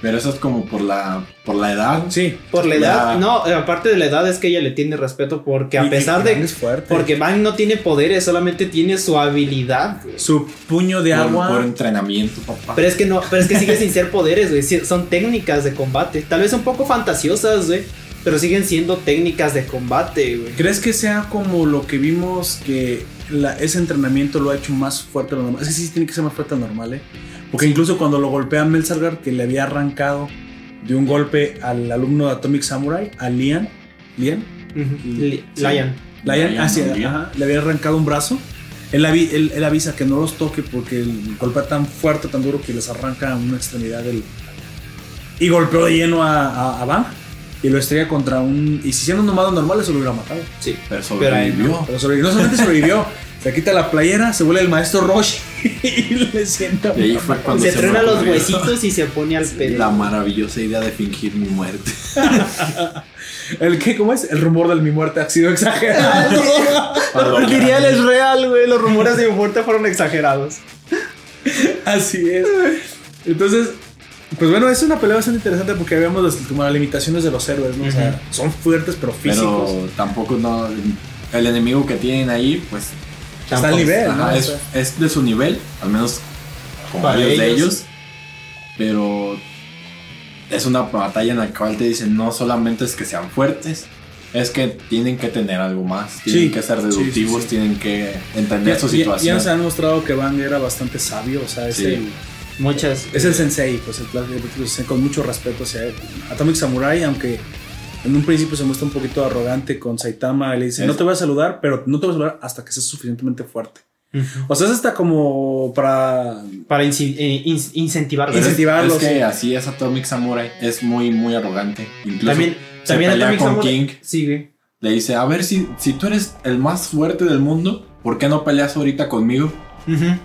Speaker 4: Pero eso es como por la, por la edad.
Speaker 3: Sí.
Speaker 5: Por la
Speaker 4: Ya.
Speaker 5: edad, no, eh, aparte de la edad es que ella le tiene respeto porque a
Speaker 3: Y-
Speaker 5: pesar
Speaker 3: y Bang
Speaker 5: de
Speaker 3: es fuerte.
Speaker 5: porque Bang no tiene poderes, solamente tiene su habilidad. güey.
Speaker 3: su puño de
Speaker 4: Por,
Speaker 3: agua.
Speaker 4: por entrenamiento, papá.
Speaker 5: Pero es que no, pero es que sigue sin ser poderes, güey, sí, son técnicas de combate, tal vez un poco fantasiosas, güey, pero siguen siendo técnicas de combate, güey.
Speaker 3: ¿Crees que sea como lo que vimos que la- ese entrenamiento lo ha hecho más fuerte de lo normal? Es que sí tiene que ser más fuerte de lo normal, ¿eh? Porque incluso cuando lo golpea a Melzargar, que le había arrancado de un golpe al alumno de Atomic Samurai, a Lian. ¿Lian?
Speaker 5: Ujú, Li-
Speaker 3: Sí.
Speaker 5: Lion.
Speaker 3: Lion,
Speaker 4: Lion,
Speaker 3: ah, sí,
Speaker 4: ¿no? Lion.
Speaker 3: ajá, le había arrancado un brazo. Él, avi- él- él avisa que no los toque porque el golpea tan fuerte, tan duro que les arranca una extremidad del. Y golpeó de lleno a, a, a Bang. y lo estrella contra un. Y si hicieran un nomado normal, eso lo hubiera matado.
Speaker 5: Sí.
Speaker 4: Pero
Speaker 5: Pero ahí no.
Speaker 4: sobrevivió.
Speaker 3: Pero sobrevivió, no solamente sobrevivió, se quita la playera, se vuelve el maestro Roshi y le sienta.
Speaker 4: Y ahí fue cuando
Speaker 5: Se
Speaker 4: me
Speaker 5: truena los
Speaker 4: ocurrió
Speaker 5: huesitos y se pone al pedo.
Speaker 4: La maravillosa idea de fingir mi muerte.
Speaker 3: ¿El qué? ¿Cómo es? El rumor de mi muerte ha sido exagerado.
Speaker 5: Diría él es real, güey. Los rumores de mi muerte fueron exagerados.
Speaker 3: Así es. Entonces, pues bueno, es una pelea bastante interesante porque habíamos las, como las limitaciones de los héroes, ¿no? O sea, son fuertes pero físicos.
Speaker 4: Pero tampoco no. El enemigo que tienen ahí, pues.
Speaker 3: está al nivel, ¿no?
Speaker 4: ajá,
Speaker 3: O
Speaker 4: es,
Speaker 3: sea,
Speaker 4: es de su nivel, al menos con
Speaker 5: Para
Speaker 4: varios de
Speaker 5: ellos.
Speaker 4: ellos. Pero es una batalla en la cual te dicen no solamente es que sean fuertes, es que tienen que tener algo más, tienen
Speaker 3: Sí,
Speaker 4: que ser
Speaker 3: sí, sí,
Speaker 4: deductivos,
Speaker 3: sí.
Speaker 4: tienen que entender su
Speaker 3: ya- ya,
Speaker 4: situación.
Speaker 3: nos han mostrado que Bang era bastante sabio, o sea, es,
Speaker 4: Sí.
Speaker 3: el,
Speaker 5: Muchas.
Speaker 3: es el sensei, pues el plan de- pues, con mucho respeto hacia él. Atomic Samurai, aunque en un principio se muestra un poquito arrogante con Saitama, le dice,
Speaker 4: Es-
Speaker 3: no te voy a saludar, pero no te voy a saludar hasta que seas suficientemente fuerte. O sea, es hasta como para...
Speaker 5: Para inci- eh, in- incentivar.
Speaker 4: Pero es-
Speaker 3: incentivarlos.
Speaker 4: Es, que así es Atomic Samurai, es muy, muy arrogante. Incluso
Speaker 5: También,
Speaker 4: se
Speaker 5: también
Speaker 4: pelea
Speaker 5: Atomic
Speaker 4: con
Speaker 5: Samurai-
Speaker 4: King.
Speaker 5: Sí, güey.
Speaker 4: Le dice, a ver, si, si tú eres el más fuerte del mundo, ¿por qué no peleas ahorita conmigo?
Speaker 5: Ujú.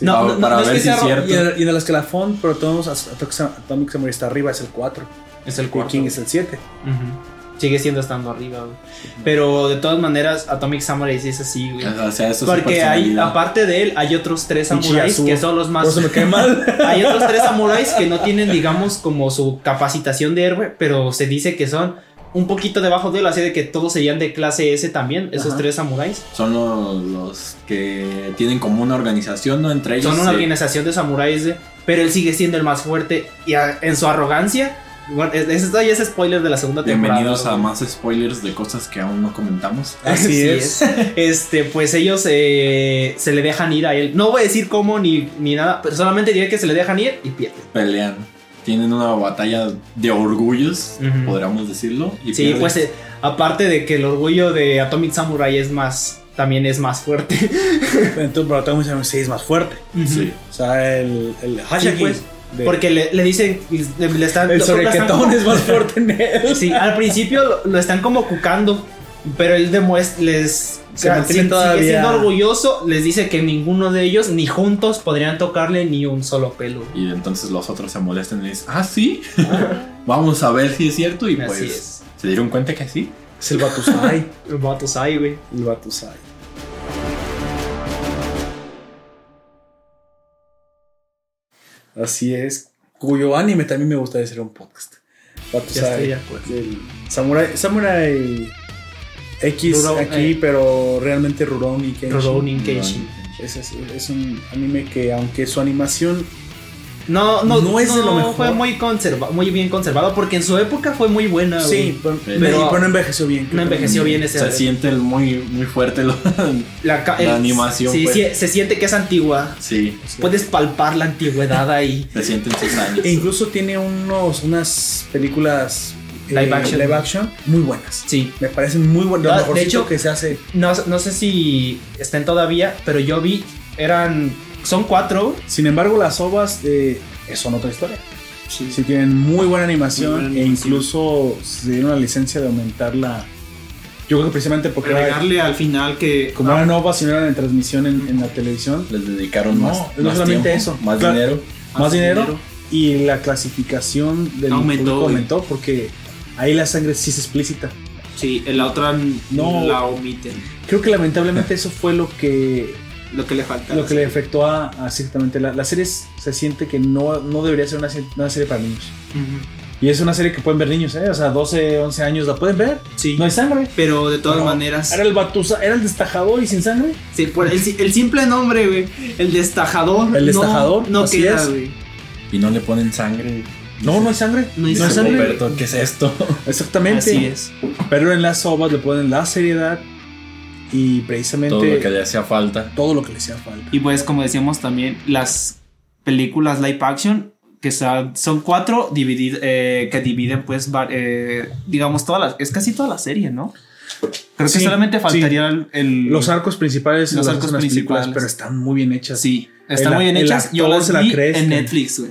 Speaker 5: No,
Speaker 4: para
Speaker 5: no, no,
Speaker 4: para
Speaker 5: no es
Speaker 4: ver
Speaker 5: que
Speaker 4: si
Speaker 5: sea
Speaker 4: es
Speaker 5: ro-
Speaker 4: cierto.
Speaker 3: Y en, y en el escalafón, pero todos Atomic Samurai está arriba, es el 4.
Speaker 5: Es el
Speaker 3: Y
Speaker 5: cuarto.
Speaker 3: King es el 7.
Speaker 5: Ujú. Sigue siendo estando arriba, güey. Pero de todas maneras, Atomic Samurai sí es así, güey.
Speaker 4: O sea, eso es su
Speaker 5: Porque hay,
Speaker 4: personalidad.
Speaker 5: aparte de él, hay otros tres
Speaker 3: Pinche
Speaker 5: samuráis
Speaker 3: Yasuo.
Speaker 5: que son los
Speaker 3: Por
Speaker 5: más.
Speaker 3: eso me cae mal.
Speaker 5: Hay otros tres samuráis que no tienen, digamos, como su capacitación de héroe, pero se dice que son un poquito debajo de él, así de que todos serían de clase S también, esos
Speaker 3: Ajá.
Speaker 5: tres samuráis.
Speaker 4: Son los, los que tienen como una organización, ¿no? Entre ellos. eh,
Speaker 5: Son una
Speaker 4: se-
Speaker 5: organización de samuráis, eh, pero él sigue siendo el más fuerte y a- en su arrogancia. Bueno, es- es- esto ya es spoiler de la segunda temporada.
Speaker 4: Bienvenidos a
Speaker 5: güey.
Speaker 4: más spoilers de cosas que aún no comentamos.
Speaker 3: Así es.
Speaker 5: Este, pues ellos eh, se le dejan ir a él. No voy a decir cómo ni, ni nada, pero solamente diré que se le dejan ir y pierden.
Speaker 4: Pelean. Tienen una batalla de orgullos,
Speaker 5: Ujú.
Speaker 4: podríamos decirlo. Y
Speaker 5: Sí,
Speaker 4: pierden.
Speaker 5: pues eh, aparte de que el orgullo de Atomic Samurai es más, también es más fuerte.
Speaker 3: Entonces, pero Atomic Samurai sí es más fuerte.
Speaker 4: Sí.
Speaker 3: O sea, el, el Hashaki.
Speaker 5: pues,
Speaker 3: de-
Speaker 5: Porque le, le dicen, le, le están...
Speaker 3: el
Speaker 5: lo- lo están
Speaker 3: sobrequetón
Speaker 5: como-
Speaker 3: es más fuerte en él.
Speaker 5: Sí, al principio lo, lo están como cucando, pero él demuestra, les...
Speaker 3: Se
Speaker 5: ca-
Speaker 3: mantiene
Speaker 5: sin-
Speaker 3: todavía-
Speaker 5: Sigue siendo orgulloso, les dice que ninguno de ellos, ni juntos, podrían tocarle ni un solo pelo.
Speaker 4: Y entonces los otros se molestan y dicen, ah, sí. Vamos a ver si es cierto. Y
Speaker 5: Ah. Así
Speaker 4: pues
Speaker 5: es.
Speaker 4: se dieron cuenta que sí.
Speaker 3: Es el Batusai.
Speaker 5: El vato sabe, güey.
Speaker 3: El Batusai. Así es. Cuyo anime también me gustaría hacer un podcast.
Speaker 5: Ya estoy de
Speaker 3: Batusai.
Speaker 5: acuerdo.
Speaker 3: El Samurai, Samurai X
Speaker 5: Rurouni.
Speaker 3: aquí, pero realmente Rurouni Kenshin.
Speaker 5: Rurouni Kenshin.
Speaker 3: Es, es- es un anime que, aunque su animación
Speaker 5: No, no,
Speaker 3: No es de lo mejor.
Speaker 5: Fue muy, conserva muy bien conservado porque en su época fue muy buena.
Speaker 3: Sí,
Speaker 5: güey.
Speaker 3: pero,
Speaker 4: Pero-
Speaker 3: pero- pero no envejeció bien.
Speaker 5: Ah, No envejeció bien ese.
Speaker 4: Se sienten muy, muy fuerte. Lo...
Speaker 5: la, ca-
Speaker 4: la animación,
Speaker 5: Sí,
Speaker 4: pues.
Speaker 5: sí, se siente que es antigua.
Speaker 4: sí,
Speaker 5: Puedes palpar la antigüedad ahí.
Speaker 4: se sienten sus años.
Speaker 3: E incluso tiene unos, unas películas eh,
Speaker 5: Live action.
Speaker 3: live action muy buenas.
Speaker 5: Sí.
Speaker 3: Me parecen muy buenas. Lo
Speaker 5: Ah, de
Speaker 3: mejorcito
Speaker 5: hecho-
Speaker 3: que se hace.
Speaker 5: No, no sé si estén todavía, pero yo vi, eran, son cuatro.
Speaker 3: Sin embargo, las ovas eh, son otra historia.
Speaker 5: Sí.
Speaker 3: Sí, tienen muy buena animación
Speaker 5: Muy buena
Speaker 3: e
Speaker 5: animación.
Speaker 3: incluso se dieron la licencia de aumentarla. Yo creo que precisamente porque era-
Speaker 5: al final que... Ah.
Speaker 3: como eran ovas y no eran en transmisión en, en la televisión,
Speaker 4: Les dedicaron
Speaker 3: No,
Speaker 4: más.
Speaker 3: no
Speaker 4: más
Speaker 3: solamente
Speaker 4: tiempo,
Speaker 3: eso.
Speaker 4: Más
Speaker 3: Claro.
Speaker 4: dinero.
Speaker 5: Ah,
Speaker 3: más dinero, y la clasificación del
Speaker 6: Aumentó,
Speaker 3: público
Speaker 6: güey.
Speaker 3: aumentó porque ahí la sangre sí es explícita.
Speaker 6: Sí, en la otra n-
Speaker 3: No.
Speaker 6: la omiten.
Speaker 3: Creo que lamentablemente eso fue lo que
Speaker 6: Lo que le falta.
Speaker 3: lo que le afectó a, a ciertamente la, la serie es- se siente que no, no debería ser una, se- una serie para niños.
Speaker 6: Ujú.
Speaker 3: Y es una serie que pueden ver niños, ¿eh? O sea, 12, 11 años la pueden ver.
Speaker 6: Sí.
Speaker 3: No hay sangre.
Speaker 6: Pero de todas
Speaker 3: No.
Speaker 6: maneras.
Speaker 3: Era el Batusa, era el destajador y sin sangre.
Speaker 6: sí, por el, el simple nombre, güey. El destajador.
Speaker 3: El
Speaker 6: no-
Speaker 3: destajador,
Speaker 6: No,
Speaker 3: así
Speaker 6: queda,
Speaker 3: es.
Speaker 6: güey.
Speaker 4: Y no le ponen sangre.
Speaker 3: No, no hay sangre.
Speaker 6: No hay
Speaker 4: Dice
Speaker 3: No hay
Speaker 6: sangre.
Speaker 3: sangre.
Speaker 4: Roberto, ¿qué es esto?
Speaker 3: Exactamente.
Speaker 6: Así es.
Speaker 3: Pero en las obras le ponen la seriedad y precisamente
Speaker 4: Todo lo que le hacía falta.
Speaker 3: todo lo que le hacía falta.
Speaker 6: Y pues, como decíamos también, las películas live action, que son, son cuatro, dividir, eh, que dividen, pues, va- eh, digamos, todas las. Es casi toda la serie, ¿no? Creo
Speaker 3: Sí,
Speaker 6: que solamente
Speaker 3: sí.
Speaker 6: faltaría el, el-
Speaker 3: Los arcos principales
Speaker 6: Los
Speaker 3: los
Speaker 6: arcos
Speaker 3: arcos en las películas,
Speaker 6: principales.
Speaker 3: pero están muy bien hechas.
Speaker 6: Sí, están
Speaker 3: El-
Speaker 6: muy bien
Speaker 3: el
Speaker 6: hechas. Yo
Speaker 3: actor
Speaker 6: las
Speaker 3: se la
Speaker 6: vi
Speaker 3: crece.
Speaker 6: en Netflix, güey.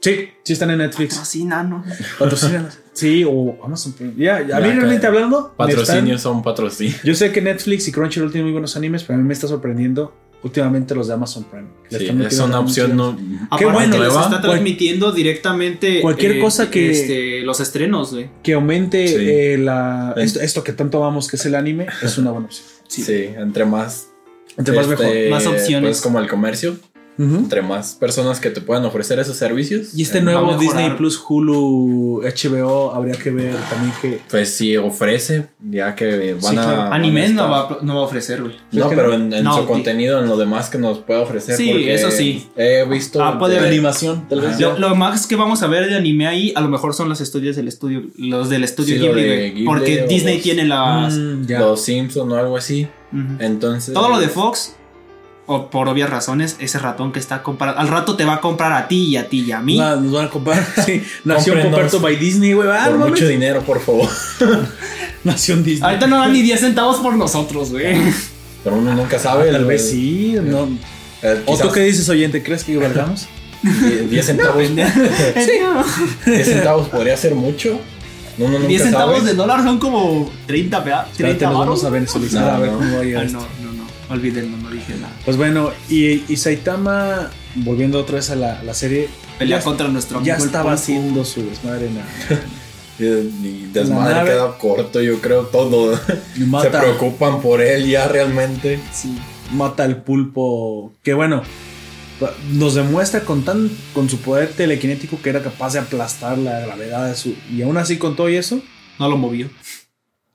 Speaker 3: Sí, sí están en Netflix.
Speaker 5: Así, nano.
Speaker 3: Patrocínanos. Sí, o Amazon Prime. Ya, ya, a mí
Speaker 4: Ya,
Speaker 3: realmente
Speaker 4: caray.
Speaker 3: hablando. me
Speaker 4: Patrocinios son patrocinios.
Speaker 3: están- yo sé que Netflix y Crunchyroll tienen muy buenos animes, pero a mí me está sorprendiendo últimamente los de Amazon Prime. Le
Speaker 4: Sí,
Speaker 3: están
Speaker 4: es
Speaker 3: metiendo Ah,
Speaker 4: una
Speaker 3: anuncios.
Speaker 4: opción no.
Speaker 3: Qué
Speaker 5: Aparte
Speaker 3: bueno,
Speaker 5: que los
Speaker 4: ¿verdad?
Speaker 5: está transmitiendo directamente
Speaker 6: eh,
Speaker 3: cualquier cosa que-
Speaker 5: este, los estrenos, güey.
Speaker 3: Que aumente
Speaker 4: Sí.
Speaker 3: eh, la,
Speaker 4: Sí.
Speaker 3: esto, esto que tanto amamos, que es el anime, es una buena opción.
Speaker 4: Sí. entre más.
Speaker 3: Entre más
Speaker 4: este,
Speaker 3: mejor.
Speaker 5: Más opciones.
Speaker 4: Pues como el comercio,
Speaker 3: Ujú.
Speaker 4: entre más personas que te puedan ofrecer esos servicios.
Speaker 3: Y este
Speaker 4: eh,
Speaker 3: nuevo
Speaker 5: mejorar.
Speaker 3: Disney Plus, Hulu, HBO, habría que ver también que.
Speaker 4: Pues sí, ofrece, ya que van
Speaker 3: Sí,
Speaker 4: a.
Speaker 3: claro.
Speaker 4: van a
Speaker 5: Animes no
Speaker 4: estar-
Speaker 5: va, a- no va a ofrecer, güey.
Speaker 4: No,
Speaker 3: Es que
Speaker 4: pero
Speaker 3: no.
Speaker 4: en, en
Speaker 5: No,
Speaker 4: su
Speaker 5: di-
Speaker 4: contenido, en lo demás que nos puede ofrecer.
Speaker 5: Sí,
Speaker 4: porque
Speaker 5: eso sí.
Speaker 4: He visto
Speaker 5: Ah, puede
Speaker 4: de-
Speaker 5: haber-
Speaker 4: animación, tal vez.
Speaker 5: Lo, lo más que vamos a ver de anime ahí, a lo mejor son los estudios del estudio, los del estudio
Speaker 4: Sí, lo
Speaker 5: Ghibli,
Speaker 4: de
Speaker 5: güey,
Speaker 4: Ghibli
Speaker 5: porque
Speaker 4: o
Speaker 5: Disney
Speaker 4: los-
Speaker 5: tiene las
Speaker 3: Mm, ya.
Speaker 4: Los Simpson o algo así.
Speaker 5: Ujú.
Speaker 4: Entonces.
Speaker 5: todo lo de Fox. O por obvias razones, ese ratón que está comprando. Al rato te va a comprar a ti y a ti y a mí.
Speaker 3: Ah, nos van a comprar. Sí, Nación
Speaker 4: Cómprenos.
Speaker 3: Poperto by Disney, güey. Ah,
Speaker 4: Por
Speaker 3: no
Speaker 4: mucho
Speaker 3: mames.
Speaker 4: dinero, por favor.
Speaker 3: Nación Disney.
Speaker 5: Ahorita no dan ni 10 centavos por nosotros, güey.
Speaker 4: Pero uno nunca sabe.
Speaker 3: Ah, Tal
Speaker 4: el-
Speaker 3: vez sí. No.
Speaker 4: eh,
Speaker 3: ¿O tú
Speaker 4: quizás
Speaker 3: qué dices, oyente? ¿Crees que valgamos?
Speaker 4: 10
Speaker 5: pues,
Speaker 4: centavos. 10 centavos podría ser mucho. No, no, nunca
Speaker 5: 10 centavos
Speaker 4: sabe.
Speaker 5: de dólar son como 30, ¿verdad? 30
Speaker 3: Ahorita nos
Speaker 5: varos.
Speaker 3: vamos a venezolar.
Speaker 4: No,
Speaker 3: a ver
Speaker 4: no.
Speaker 3: cómo va a
Speaker 5: Ah,
Speaker 3: llegar este esto.
Speaker 5: no, no, no. Olvídenlo, no dije nada.
Speaker 3: Pues bueno, y, y Saitama, volviendo otra vez a la, la serie,
Speaker 5: Pelea
Speaker 3: Ya-
Speaker 5: contra nuestro
Speaker 3: ya
Speaker 5: amigo el
Speaker 3: estaba
Speaker 5: pulpo.
Speaker 3: haciendo su desmadre. en la-
Speaker 4: Y, y desmadre
Speaker 3: La nave.
Speaker 4: queda corto, yo creo, todo. Se
Speaker 3: Mata,
Speaker 4: preocupan por él ya realmente.
Speaker 5: Sí.
Speaker 3: mata al pulpo. Que bueno, nos demuestra con, tan, con su poder telequinético que era capaz de aplastar la gravedad de su. Y aún así, con todo y eso.
Speaker 5: No lo movió.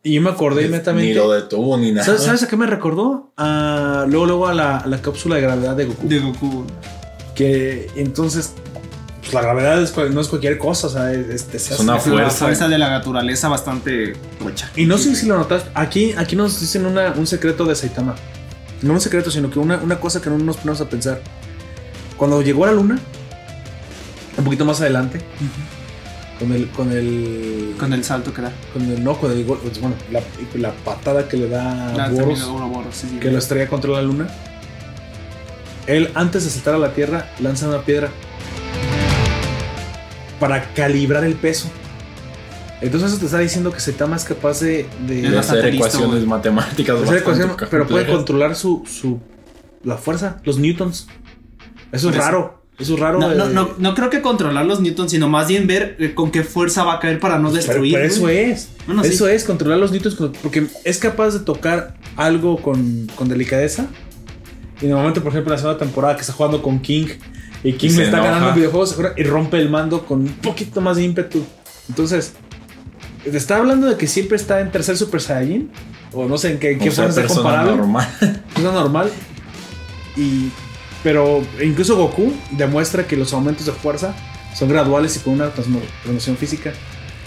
Speaker 3: Y yo me acordé
Speaker 4: Ni
Speaker 3: inmediatamente.
Speaker 4: lo detuvo ni nada.
Speaker 3: ¿Sabes, sabes a qué me recordó? A- luego, luego a la, a la cápsula de gravedad de Goku.
Speaker 5: De Goku.
Speaker 3: que entonces, pues, la gravedad es cual- no es cualquier cosa, o sea, es, es- es-
Speaker 4: Es una
Speaker 5: Es
Speaker 4: fuerza.
Speaker 5: la fuerza de la naturaleza bastante tocha.
Speaker 3: Y no sé si lo notaste, aquí, aquí nos dicen una- un secreto de Saitama. No un secreto, sino que una, una cosa que no nos ponemos a pensar. Cuando llegó a la luna, un poquito más adelante, con el... Con el,
Speaker 5: Con el salto que da.
Speaker 3: con el- no, con el gol- pues, bueno, la, la patada que le da
Speaker 5: Da
Speaker 3: Ah, Boros.
Speaker 5: Ah, también Ouroboros, sí, sí.
Speaker 3: que lo estrella contra la luna. Él, antes de saltar a la Tierra, lanza una piedra para calibrar el peso. Entonces eso te está diciendo que Saitama es capaz de, de-
Speaker 4: De
Speaker 5: Es
Speaker 4: hacer
Speaker 5: bastante listo,
Speaker 4: ecuaciones
Speaker 5: güey.
Speaker 4: matemáticas.
Speaker 3: hacer ecuación,
Speaker 4: bastante
Speaker 3: pero puede
Speaker 4: complejas.
Speaker 3: controlar su, su la fuerza, los newtons. Eso
Speaker 5: Por
Speaker 3: es
Speaker 5: eso.
Speaker 3: raro, eso es raro.
Speaker 5: No, no,
Speaker 3: eh,
Speaker 5: no, no creo que controlar los Newton, sino más bien ver eh, con qué fuerza va a caer para no
Speaker 3: pero-
Speaker 5: destruir.
Speaker 3: pero eso
Speaker 5: güey.
Speaker 3: es,
Speaker 5: Bueno, sí.
Speaker 3: eso es controlar los newtons con- porque es capaz de tocar algo con, con delicadeza. Y en el momento, por ejemplo, en la segunda temporada que está jugando con King y King
Speaker 4: Y
Speaker 3: le
Speaker 4: se
Speaker 3: está
Speaker 4: enoja.
Speaker 3: ganando videojuegos se acuerda, y rompe el mando con un poquito más de ímpetu. Entonces, te está hablando de que siempre está en tercer Super Saiyajin o no sé en qué, en qué
Speaker 4: O sea,
Speaker 3: forma está
Speaker 4: persona
Speaker 3: comparable.
Speaker 4: normal.
Speaker 3: Persona normal. Y pero incluso Goku demuestra que los aumentos de fuerza son graduales y con una transmo- transmutación física.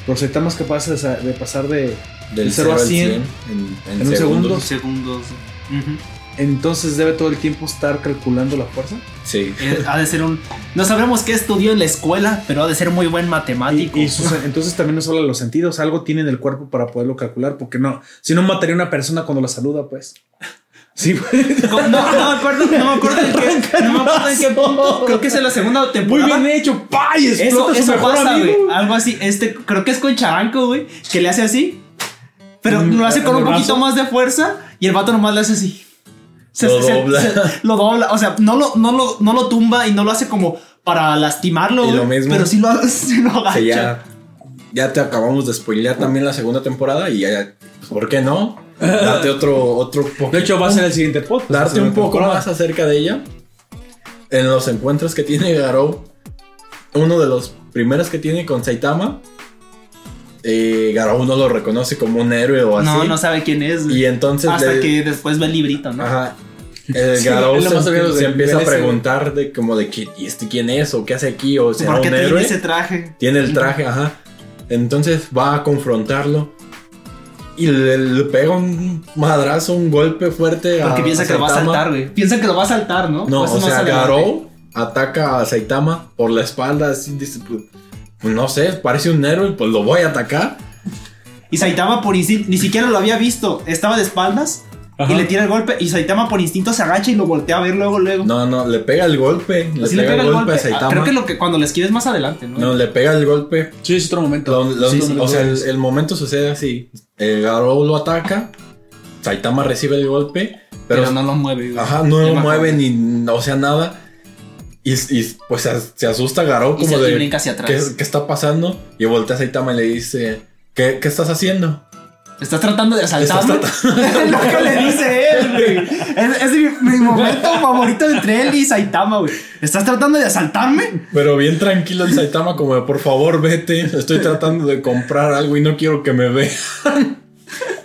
Speaker 3: Pero Saitama es capaz de, sa- de pasar de,
Speaker 4: Del
Speaker 3: cero
Speaker 4: 0
Speaker 3: a
Speaker 4: al 100
Speaker 3: 100
Speaker 4: en, en
Speaker 3: en un segundo.
Speaker 4: segundos.
Speaker 5: Segundos. Ujú.
Speaker 3: Entonces debe todo el tiempo estar calculando la fuerza.
Speaker 4: Sí.
Speaker 5: Eh, ha de ser un. No sabemos qué estudió en la escuela, pero ha de ser muy buen
Speaker 3: Y,
Speaker 5: matemático.
Speaker 3: y sus- entonces también no solo los sentidos, algo tiene en el cuerpo para poderlo calcular, porque no, si no mataría a una persona cuando la saluda, pues. Sí, güey.
Speaker 5: No, no me acuerdo, no me acuerdo en qué, no me acuerdo en qué punto. Creo que es en la segunda
Speaker 3: muy
Speaker 5: temporada.
Speaker 3: bien hecho, ¡pay!
Speaker 5: Eso,
Speaker 3: Explota su
Speaker 5: eso
Speaker 3: mejor
Speaker 5: pasa, güey.
Speaker 3: amigo.
Speaker 5: Algo así. Este, creo que es con Charanco, güey. Que le hace así. Pero
Speaker 3: Mm,
Speaker 5: lo hace con
Speaker 3: ¿en
Speaker 5: un
Speaker 3: el
Speaker 5: poquito
Speaker 3: brazo?
Speaker 5: más de fuerza. Y el vato nomás le hace así.
Speaker 4: Lo dobla.
Speaker 5: lo dobla. O sea, no lo, no, lo, no lo tumba y no lo hace como para lastimarlo.
Speaker 4: Y lo
Speaker 5: güey,
Speaker 4: mismo.
Speaker 5: Pero sí lo, sí lo agacha.
Speaker 4: que ya, ya te acabamos de spoilear también la segunda temporada y ya, ya, pues, ¿por qué no? Darte otro, otro poco.
Speaker 3: De hecho, va a ser el siguiente podcast.
Speaker 4: darte un poco
Speaker 3: temporada.
Speaker 4: más acerca de ella. En los encuentros que tiene Garou, uno de los primeros que tiene con Saitama, eh, Garou no lo reconoce como un héroe o así.
Speaker 5: No, no sabe quién es. güey.
Speaker 4: Y entonces
Speaker 5: Hasta
Speaker 4: le-
Speaker 5: que después ve el librito, ¿no?
Speaker 4: Ajá. El
Speaker 3: Sí,
Speaker 4: Garou
Speaker 3: es lo
Speaker 4: se,
Speaker 3: más obvio
Speaker 4: se
Speaker 3: de-
Speaker 4: empieza
Speaker 3: de
Speaker 4: a
Speaker 3: ese-
Speaker 5: ¿eh?
Speaker 4: preguntar de como de qué, ¿y este quién es? o qué hace aquí, o será
Speaker 5: ¿Por qué
Speaker 4: un
Speaker 5: tiene
Speaker 4: héroe.
Speaker 5: ese traje?
Speaker 4: Tiene el traje, ajá. Entonces va a confrontarlo. Y le, le pega un madrazo, un golpe fuerte Ah, a
Speaker 5: Porque piensa que lo va a
Speaker 4: Saitama.
Speaker 5: saltar, güey. Piensa que lo va a saltar, ¿no?
Speaker 4: No,
Speaker 5: Pues
Speaker 4: o
Speaker 5: más
Speaker 4: sea,
Speaker 5: adelante.
Speaker 4: Garou ataca a Saitama por la espalda. Así, dice, pues, no sé, parece un héroe, pues lo voy a atacar.
Speaker 5: Y Saitama por insi- ni siquiera lo había visto. Estaba de espaldas.
Speaker 3: Ajá.
Speaker 5: y le tira el golpe y Saitama por instinto se agacha y lo voltea a ver luego, luego.
Speaker 4: No, no, le pega el golpe. Le,
Speaker 5: Así
Speaker 4: pega, el golpe, a Saitama.
Speaker 5: Ah, Creo que lo que cuando les quieres más adelante, ¿no?
Speaker 4: No, le pega el golpe.
Speaker 3: Sí, es otro momento.
Speaker 4: Lo- lo-
Speaker 5: Sí, sí,
Speaker 4: o sea, el,
Speaker 5: sí.
Speaker 4: el momento sucede así. El Garou lo ataca. Saitama recibe el golpe.
Speaker 5: pero,
Speaker 4: Pero,
Speaker 5: no lo mueve. güey.
Speaker 4: ajá, no
Speaker 5: Ya
Speaker 4: lo
Speaker 5: me
Speaker 4: mueve
Speaker 5: acuerdo.
Speaker 4: ni, o sea, nada. Y, y, pues se- se asusta Garou
Speaker 5: Y se
Speaker 4: como
Speaker 5: y
Speaker 4: de...
Speaker 5: brinca hacia atrás.
Speaker 4: ¿qué, qué está pasando? Y voltea a Saitama y le dice, ¿qué, qué estás haciendo?
Speaker 5: Estás tratando de asaltarme.
Speaker 4: Estás
Speaker 5: es lo que le dice él, güey. Es, es mi, mi momento favorito entre él y Saitama, güey. ¿Estás tratando de asaltarme?
Speaker 4: Pero bien tranquilo el Saitama como de, por favor, vete. Estoy tratando de comprar algo y no quiero que me vea.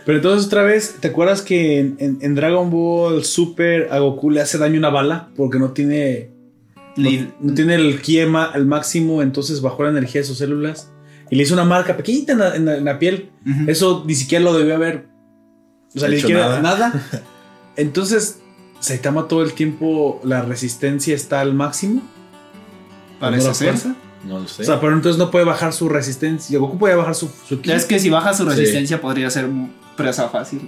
Speaker 3: Pero entonces otra vez, ¿te acuerdas que en, en- en Dragon Ball Super a Goku le hace daño una bala? Porque no tiene,
Speaker 5: Li-
Speaker 3: no tiene el ki ma- al máximo, entonces bajó la energía de sus células. Y le hizo una marca pequeñita en la, en la- en la piel.
Speaker 5: Ujú.
Speaker 3: Eso ni siquiera lo debió haber. O sea, ni
Speaker 4: Hecho
Speaker 3: siquiera
Speaker 4: nada.
Speaker 3: nada. Entonces, Saitama todo el tiempo la resistencia está al máximo.
Speaker 5: Parece
Speaker 3: ¿No la
Speaker 5: ser.
Speaker 3: fuerza?
Speaker 4: No lo sé.
Speaker 3: O sea, pero entonces no puede bajar su resistencia. Goku podía bajar su, su ki.
Speaker 5: Es que si baja su
Speaker 4: Sí.
Speaker 5: resistencia podría ser presa fácil.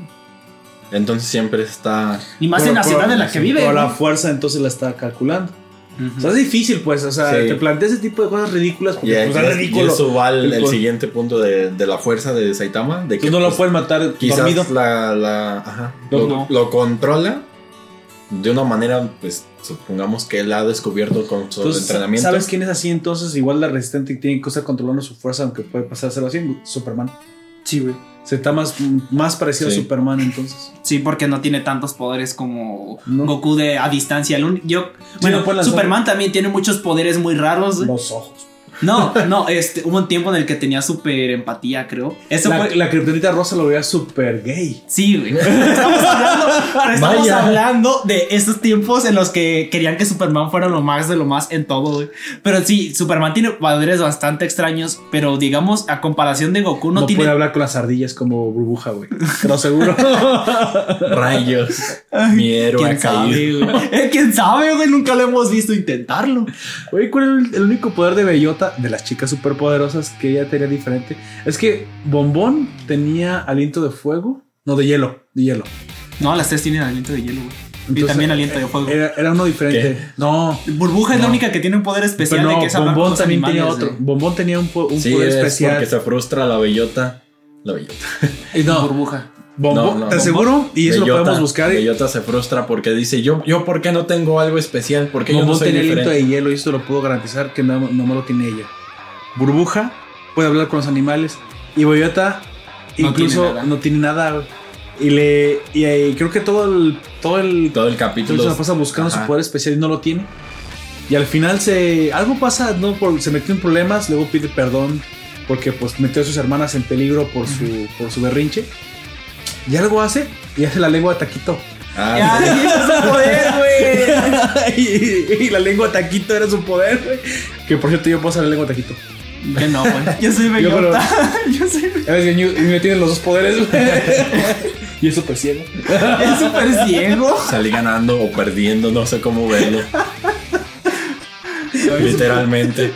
Speaker 4: Entonces siempre está...
Speaker 5: Y más
Speaker 3: Pero-
Speaker 5: en la
Speaker 3: pero-
Speaker 5: ciudad en la que vive.
Speaker 3: Pero la
Speaker 5: güey.
Speaker 3: fuerza entonces la está calculando.
Speaker 5: Ujú.
Speaker 3: O sea, es difícil, pues. O sea,
Speaker 4: Sí.
Speaker 3: te plantea ese tipo de cosas ridículas
Speaker 4: Y,
Speaker 3: porque pues,
Speaker 4: y-
Speaker 3: es
Speaker 4: y
Speaker 3: ridículo.
Speaker 4: eso va al
Speaker 3: El
Speaker 4: el
Speaker 3: col-
Speaker 4: siguiente punto de, de la fuerza de Saitama. De que
Speaker 3: Tú no lo
Speaker 4: pues,
Speaker 3: puedes matar
Speaker 4: quizás
Speaker 3: dormido.
Speaker 4: la, la- ajá,
Speaker 3: No,
Speaker 4: lo,
Speaker 5: no.
Speaker 4: lo controla de una manera, pues supongamos que él ha descubierto con su
Speaker 3: Entonces,
Speaker 4: entrenamiento.
Speaker 3: ¿sabes quién es así? Entonces, igual la resistente tiene que estar controlando su fuerza, aunque puede pasar a ser así. Superman.
Speaker 5: Sí, güey.
Speaker 3: Se está más, más parecido
Speaker 4: Sí.
Speaker 3: a Superman, entonces.
Speaker 5: Sí, porque no tiene tantos poderes como
Speaker 3: No.
Speaker 5: Goku de a distancia. El un- Yo, bueno,
Speaker 3: no puede lanzar-
Speaker 5: Superman también tiene muchos poderes muy raros. güey.
Speaker 3: Los ojos.
Speaker 5: No, no, este, hubo un tiempo en el que tenía super empatía, creo. Eso
Speaker 3: La,
Speaker 5: fue.
Speaker 3: la kriptonita rosa lo veía super gay.
Speaker 5: Sí, güey. Estamos hablando, pero estamos
Speaker 4: Vaya.
Speaker 5: hablando de esos tiempos en los que querían que Superman fuera lo más de lo más en todo, güey. Pero sí, Superman tiene poderes bastante extraños, pero digamos, a comparación de Goku, no,
Speaker 3: No,
Speaker 5: tiene.
Speaker 3: puede hablar con las ardillas como burbuja, güey. Te lo aseguro.
Speaker 4: Rayos. Mi héroe ha
Speaker 5: ¿Quién sabe,
Speaker 4: caído.
Speaker 5: güey? Eh, ¿Quién sabe, güey? Nunca lo hemos visto intentarlo.
Speaker 3: Oye, ¿cuál es el único poder de Bellota de las chicas superpoderosas que ella tenía diferente? Es que Bombón tenía aliento de fuego. No, de hielo, de hielo.
Speaker 5: No, las tres tienen aliento de hielo, güey. y
Speaker 3: Entonces,
Speaker 5: también aliento de fuego.
Speaker 3: Era, era uno diferente. No,
Speaker 5: Burbuja es la única que tiene un poder especial
Speaker 3: pero
Speaker 5: de que
Speaker 3: no,
Speaker 5: es hablar con
Speaker 3: Bombón
Speaker 5: los
Speaker 3: también tenía
Speaker 5: animales,
Speaker 3: otro.
Speaker 5: güey.
Speaker 3: Bombón tenía un, po- un
Speaker 4: Sí,
Speaker 3: poder
Speaker 4: es
Speaker 3: especial.
Speaker 4: porque se frustra la bellota. La bellota.
Speaker 3: Y Eh, no,
Speaker 5: Burbuja.
Speaker 3: Bombón,
Speaker 4: No, no,
Speaker 3: te
Speaker 4: Bombón.
Speaker 3: aseguro, y eso
Speaker 4: Bellota-
Speaker 3: lo podemos buscar. ¿eh?
Speaker 4: Bellota se frustra porque dice, yo, yo ¿por qué no tengo algo especial? Porque yo
Speaker 3: Bombón
Speaker 4: no soy
Speaker 3: tenía aliento
Speaker 4: diferente.
Speaker 3: de hielo y esto lo puedo garantizar que no, no me lo tiene ella. Burbuja puede hablar con los animales y Boyota
Speaker 5: No
Speaker 3: incluso
Speaker 5: tiene nada.
Speaker 3: no tiene nada. güey. Y le y, eh, creo que todo el todo el
Speaker 4: Todo el
Speaker 3: todo
Speaker 4: capítulo.
Speaker 3: se la pasa buscando
Speaker 4: Ajá.
Speaker 3: su poder especial y no lo tiene. Y al final se algo pasa, no por, se metió en problemas, luego pide perdón porque pues metió a sus hermanas en peligro por su por su berrinche. Y algo hace y hace la lengua de taquito.
Speaker 4: Ah,
Speaker 5: Ya,
Speaker 4: sí.
Speaker 5: sí, eso es un poder, güey.
Speaker 3: y, y la lengua taquito era su poder, güey. Que por cierto, yo puedo hacer la lengua taquito.
Speaker 5: Que no, güey. Yo soy
Speaker 3: Yo, pero-
Speaker 5: bellota. Yo soy bellota.
Speaker 3: Ya ves que Ñu- Ñu tiene los dos poderes, güey. y es súper ciego.
Speaker 5: Es súper ciego.
Speaker 4: Salí ganando o perdiendo, no sé cómo verlo. Literalmente.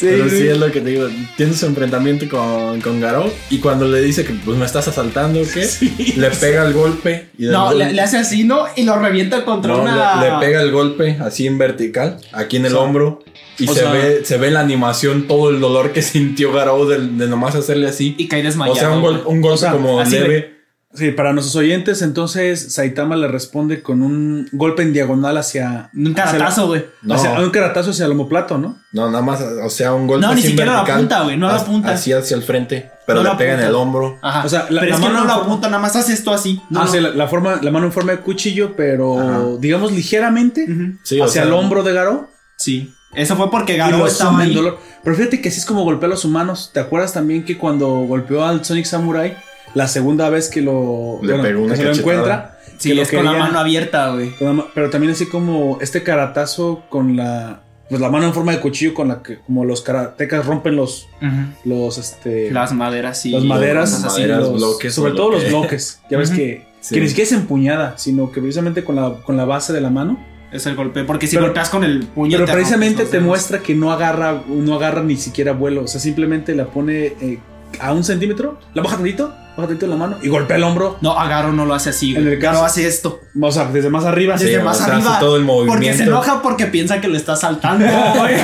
Speaker 4: Pero sí es lo que te digo. Tiene su enfrentamiento con, con Garou. Y cuando le dice que pues me estás asaltando o qué, le pega el golpe. Y de
Speaker 5: No,
Speaker 4: nuevo-
Speaker 5: le, le hace así, ¿no? Y lo revienta contra
Speaker 4: no,
Speaker 5: una.
Speaker 4: le, le pega el golpe así en vertical, aquí en el hombro. Y
Speaker 5: o
Speaker 4: se
Speaker 5: sea-
Speaker 4: ve, se ve en la animación todo el dolor que sintió Garou de, de nomás hacerle así.
Speaker 5: Y cae
Speaker 4: o
Speaker 5: desmayado.
Speaker 4: sea, un, gol-
Speaker 5: güey.
Speaker 4: un golpe
Speaker 3: sea,
Speaker 4: como
Speaker 5: así
Speaker 4: leve.
Speaker 3: Sí, para nuestros oyentes, entonces Saitama le responde con un golpe en diagonal hacia.
Speaker 5: Un caratazo, güey.
Speaker 4: No.
Speaker 3: hacia- un caratazo hacia el homoplato, ¿no?
Speaker 4: No, nada más, o sea, un golpe
Speaker 5: No, ni
Speaker 4: así
Speaker 5: siquiera la
Speaker 4: vertical,
Speaker 5: apunta, güey, no la
Speaker 4: as-
Speaker 5: apunta.
Speaker 4: Así hacia el frente, pero
Speaker 5: No Ah. la
Speaker 4: le pega en
Speaker 5: apunta.
Speaker 4: el hombro.
Speaker 5: Ajá.
Speaker 3: O sea, la-
Speaker 5: pero
Speaker 3: la
Speaker 5: es que
Speaker 3: mano
Speaker 5: no lo
Speaker 3: en forma-
Speaker 5: apunta, nada más hace esto así. No,
Speaker 3: Ah,
Speaker 5: no.
Speaker 3: sí, la, la forma, la mano en forma de cuchillo, pero
Speaker 4: Ajá.
Speaker 3: digamos ligeramente
Speaker 5: Ujú.
Speaker 4: Sí, o
Speaker 3: hacia
Speaker 4: sea,
Speaker 3: el hombro de Garo.
Speaker 5: Sí. Eso fue porque
Speaker 3: y
Speaker 5: Garou
Speaker 3: lo
Speaker 5: estaba
Speaker 3: sumen
Speaker 5: ahí.
Speaker 3: dolor. Pero fíjate que así es como golpea a los humanos. ¿Te acuerdas también que cuando golpeó al Sonic Samurai, la segunda vez que lo,
Speaker 4: Le pegó una
Speaker 3: que se lo
Speaker 4: cachetada.
Speaker 3: encuentra?
Speaker 5: Sí,
Speaker 3: que lo
Speaker 5: es con la
Speaker 3: quería-
Speaker 5: mano abierta, güey.
Speaker 3: con la ma- Pero también así como este caratazo con la. Pues la mano en forma de cuchillo con la que como los karatecas rompen los.
Speaker 5: Ujú.
Speaker 3: los este.
Speaker 5: Las maderas y
Speaker 3: las maderas,
Speaker 5: cosas así.
Speaker 4: maderas,
Speaker 3: los-
Speaker 4: bloques,
Speaker 3: sobre
Speaker 4: o
Speaker 3: todo
Speaker 4: lo
Speaker 3: los
Speaker 4: que-
Speaker 3: bloques. Ya ves
Speaker 5: Ujú.
Speaker 3: que,
Speaker 4: Sí.
Speaker 3: que ni siquiera es empuñada, sino que precisamente con la, con la base de la mano.
Speaker 5: Es el golpe. Porque si
Speaker 3: Pero-
Speaker 5: golpeas con el puño.
Speaker 3: Pero
Speaker 5: te rompes
Speaker 3: precisamente
Speaker 5: los
Speaker 3: te
Speaker 5: dedos.
Speaker 3: muestra que no agarra, no agarra ni siquiera vuelo. O sea, simplemente la pone eh, a un centímetro, la baja tantito, baja tantito la mano y golpea el hombro.
Speaker 5: No, Agaro no lo hace así.
Speaker 3: En
Speaker 5: güey.
Speaker 3: el caso-
Speaker 5: no hace esto.
Speaker 3: O sea, desde más arriba.
Speaker 5: Desde
Speaker 4: o
Speaker 5: más
Speaker 4: sea, hace
Speaker 5: arriba.
Speaker 4: todo el
Speaker 5: Porque se
Speaker 4: movimiento.
Speaker 5: enoja porque piensa que lo está saltando. güey.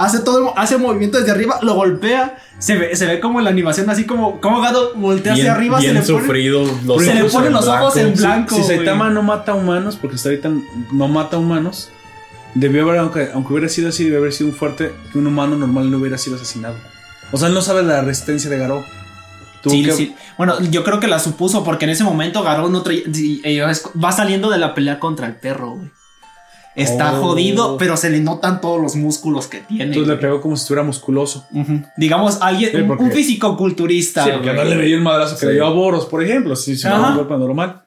Speaker 5: hace todo el mo- hace movimiento desde arriba, lo golpea. Se ve, se ve como en la animación, así como, como Gato voltea
Speaker 4: Bien,
Speaker 5: hacia arriba, se
Speaker 4: bien
Speaker 5: le pone.
Speaker 4: sufrido. los
Speaker 5: se le
Speaker 4: ojos
Speaker 5: ponen
Speaker 4: en
Speaker 5: los ojos en
Speaker 4: blanco.
Speaker 5: blanco.
Speaker 3: Si
Speaker 5: güey.
Speaker 3: Saitama no mata humanos, porque hasta ahorita no mata humanos, debió haber, aunque, aunque hubiera sido así, debió haber sido un fuerte que un humano normal no hubiera sido asesinado. O sea, él no sabe la resistencia de Garou. Tuvo
Speaker 5: Sí,
Speaker 3: que-
Speaker 5: sí. Bueno, yo creo que la supuso porque en ese momento Garou no traía- sí, eh, es- va saliendo de la pelea contra el perro, güey. Está
Speaker 3: Oh.
Speaker 5: jodido, pero se le notan todos los músculos que tiene.
Speaker 3: Entonces le
Speaker 5: güey.
Speaker 3: pegó como si estuviera musculoso.
Speaker 5: Ujú. Digamos, alguien,
Speaker 3: Sí,
Speaker 5: un-
Speaker 3: porque-
Speaker 5: un físico culturista.
Speaker 3: Que no le veía un madrazo que le dio a Boros, por ejemplo. Si se
Speaker 5: Ajá.
Speaker 3: un golpe normal.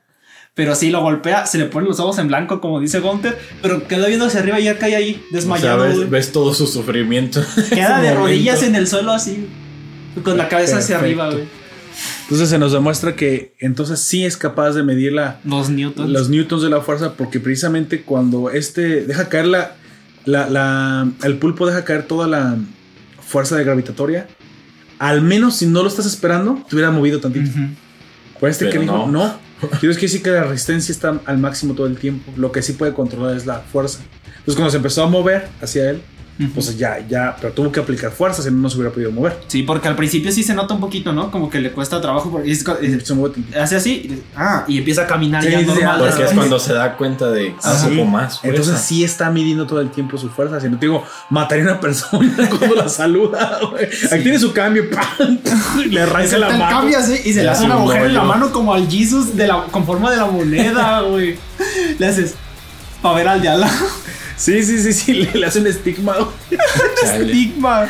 Speaker 5: Pero sí lo golpea, se le ponen los ojos en blanco, como dice Gunter, pero queda viendo hacia arriba y ya cae ahí,
Speaker 4: O sea,
Speaker 5: desmayado. güey.
Speaker 4: ves, ves todo su sufrimiento.
Speaker 5: queda de
Speaker 4: momento.
Speaker 5: rodillas en el suelo así, con la cabeza hacia
Speaker 3: Perfecto.
Speaker 5: arriba, güey.
Speaker 3: Entonces se nos demuestra que entonces sí es capaz de medir la,
Speaker 5: Los Newtons.
Speaker 3: los newtons de la fuerza porque precisamente cuando este deja caer la, la, la- el pulpo deja caer toda la fuerza de gravitatoria al menos si no lo estás esperando te hubiera movido tantito
Speaker 5: Ujú.
Speaker 3: por este que
Speaker 4: Pero
Speaker 3: dijo
Speaker 4: no.
Speaker 3: no tienes que decir que la resistencia está al máximo todo el tiempo lo que sí puede controlar es la fuerza entonces cuando se empezó a mover hacia él
Speaker 5: Ujú.
Speaker 3: pues ya ya pero tuvo que aplicar fuerza si no no se hubiera podido mover
Speaker 5: Sí, porque al principio sí se nota un poquito, ¿no? Como que le cuesta trabajo porque es- es-
Speaker 3: se mueve tantito.
Speaker 5: hace así y, ah, y empieza a caminar
Speaker 3: Sí,
Speaker 5: ya
Speaker 3: sí,
Speaker 5: normal.
Speaker 4: Porque es
Speaker 5: después.
Speaker 4: cuando se da cuenta de
Speaker 3: Ah,
Speaker 4: un
Speaker 3: sí.
Speaker 4: poco más. fuerza.
Speaker 3: Entonces sí está midiendo todo el tiempo su fuerza. Si no te digo, mataría a una persona cuando la saluda. güey. Aquí tiene su cambio. ¡pam! Y le arranca la
Speaker 5: Tal
Speaker 3: mano.
Speaker 5: cambio así y se le
Speaker 4: Ya
Speaker 5: hace
Speaker 4: se
Speaker 5: una
Speaker 4: un
Speaker 5: agujero en la
Speaker 4: hoyo.
Speaker 5: mano como al Jesus de la, con forma de la moneda, güey. Le haces para ver al de al lado.
Speaker 3: Sí, sí, sí, sí. Le, le hace un estigma. güey.
Speaker 4: Chale.
Speaker 5: Stigma.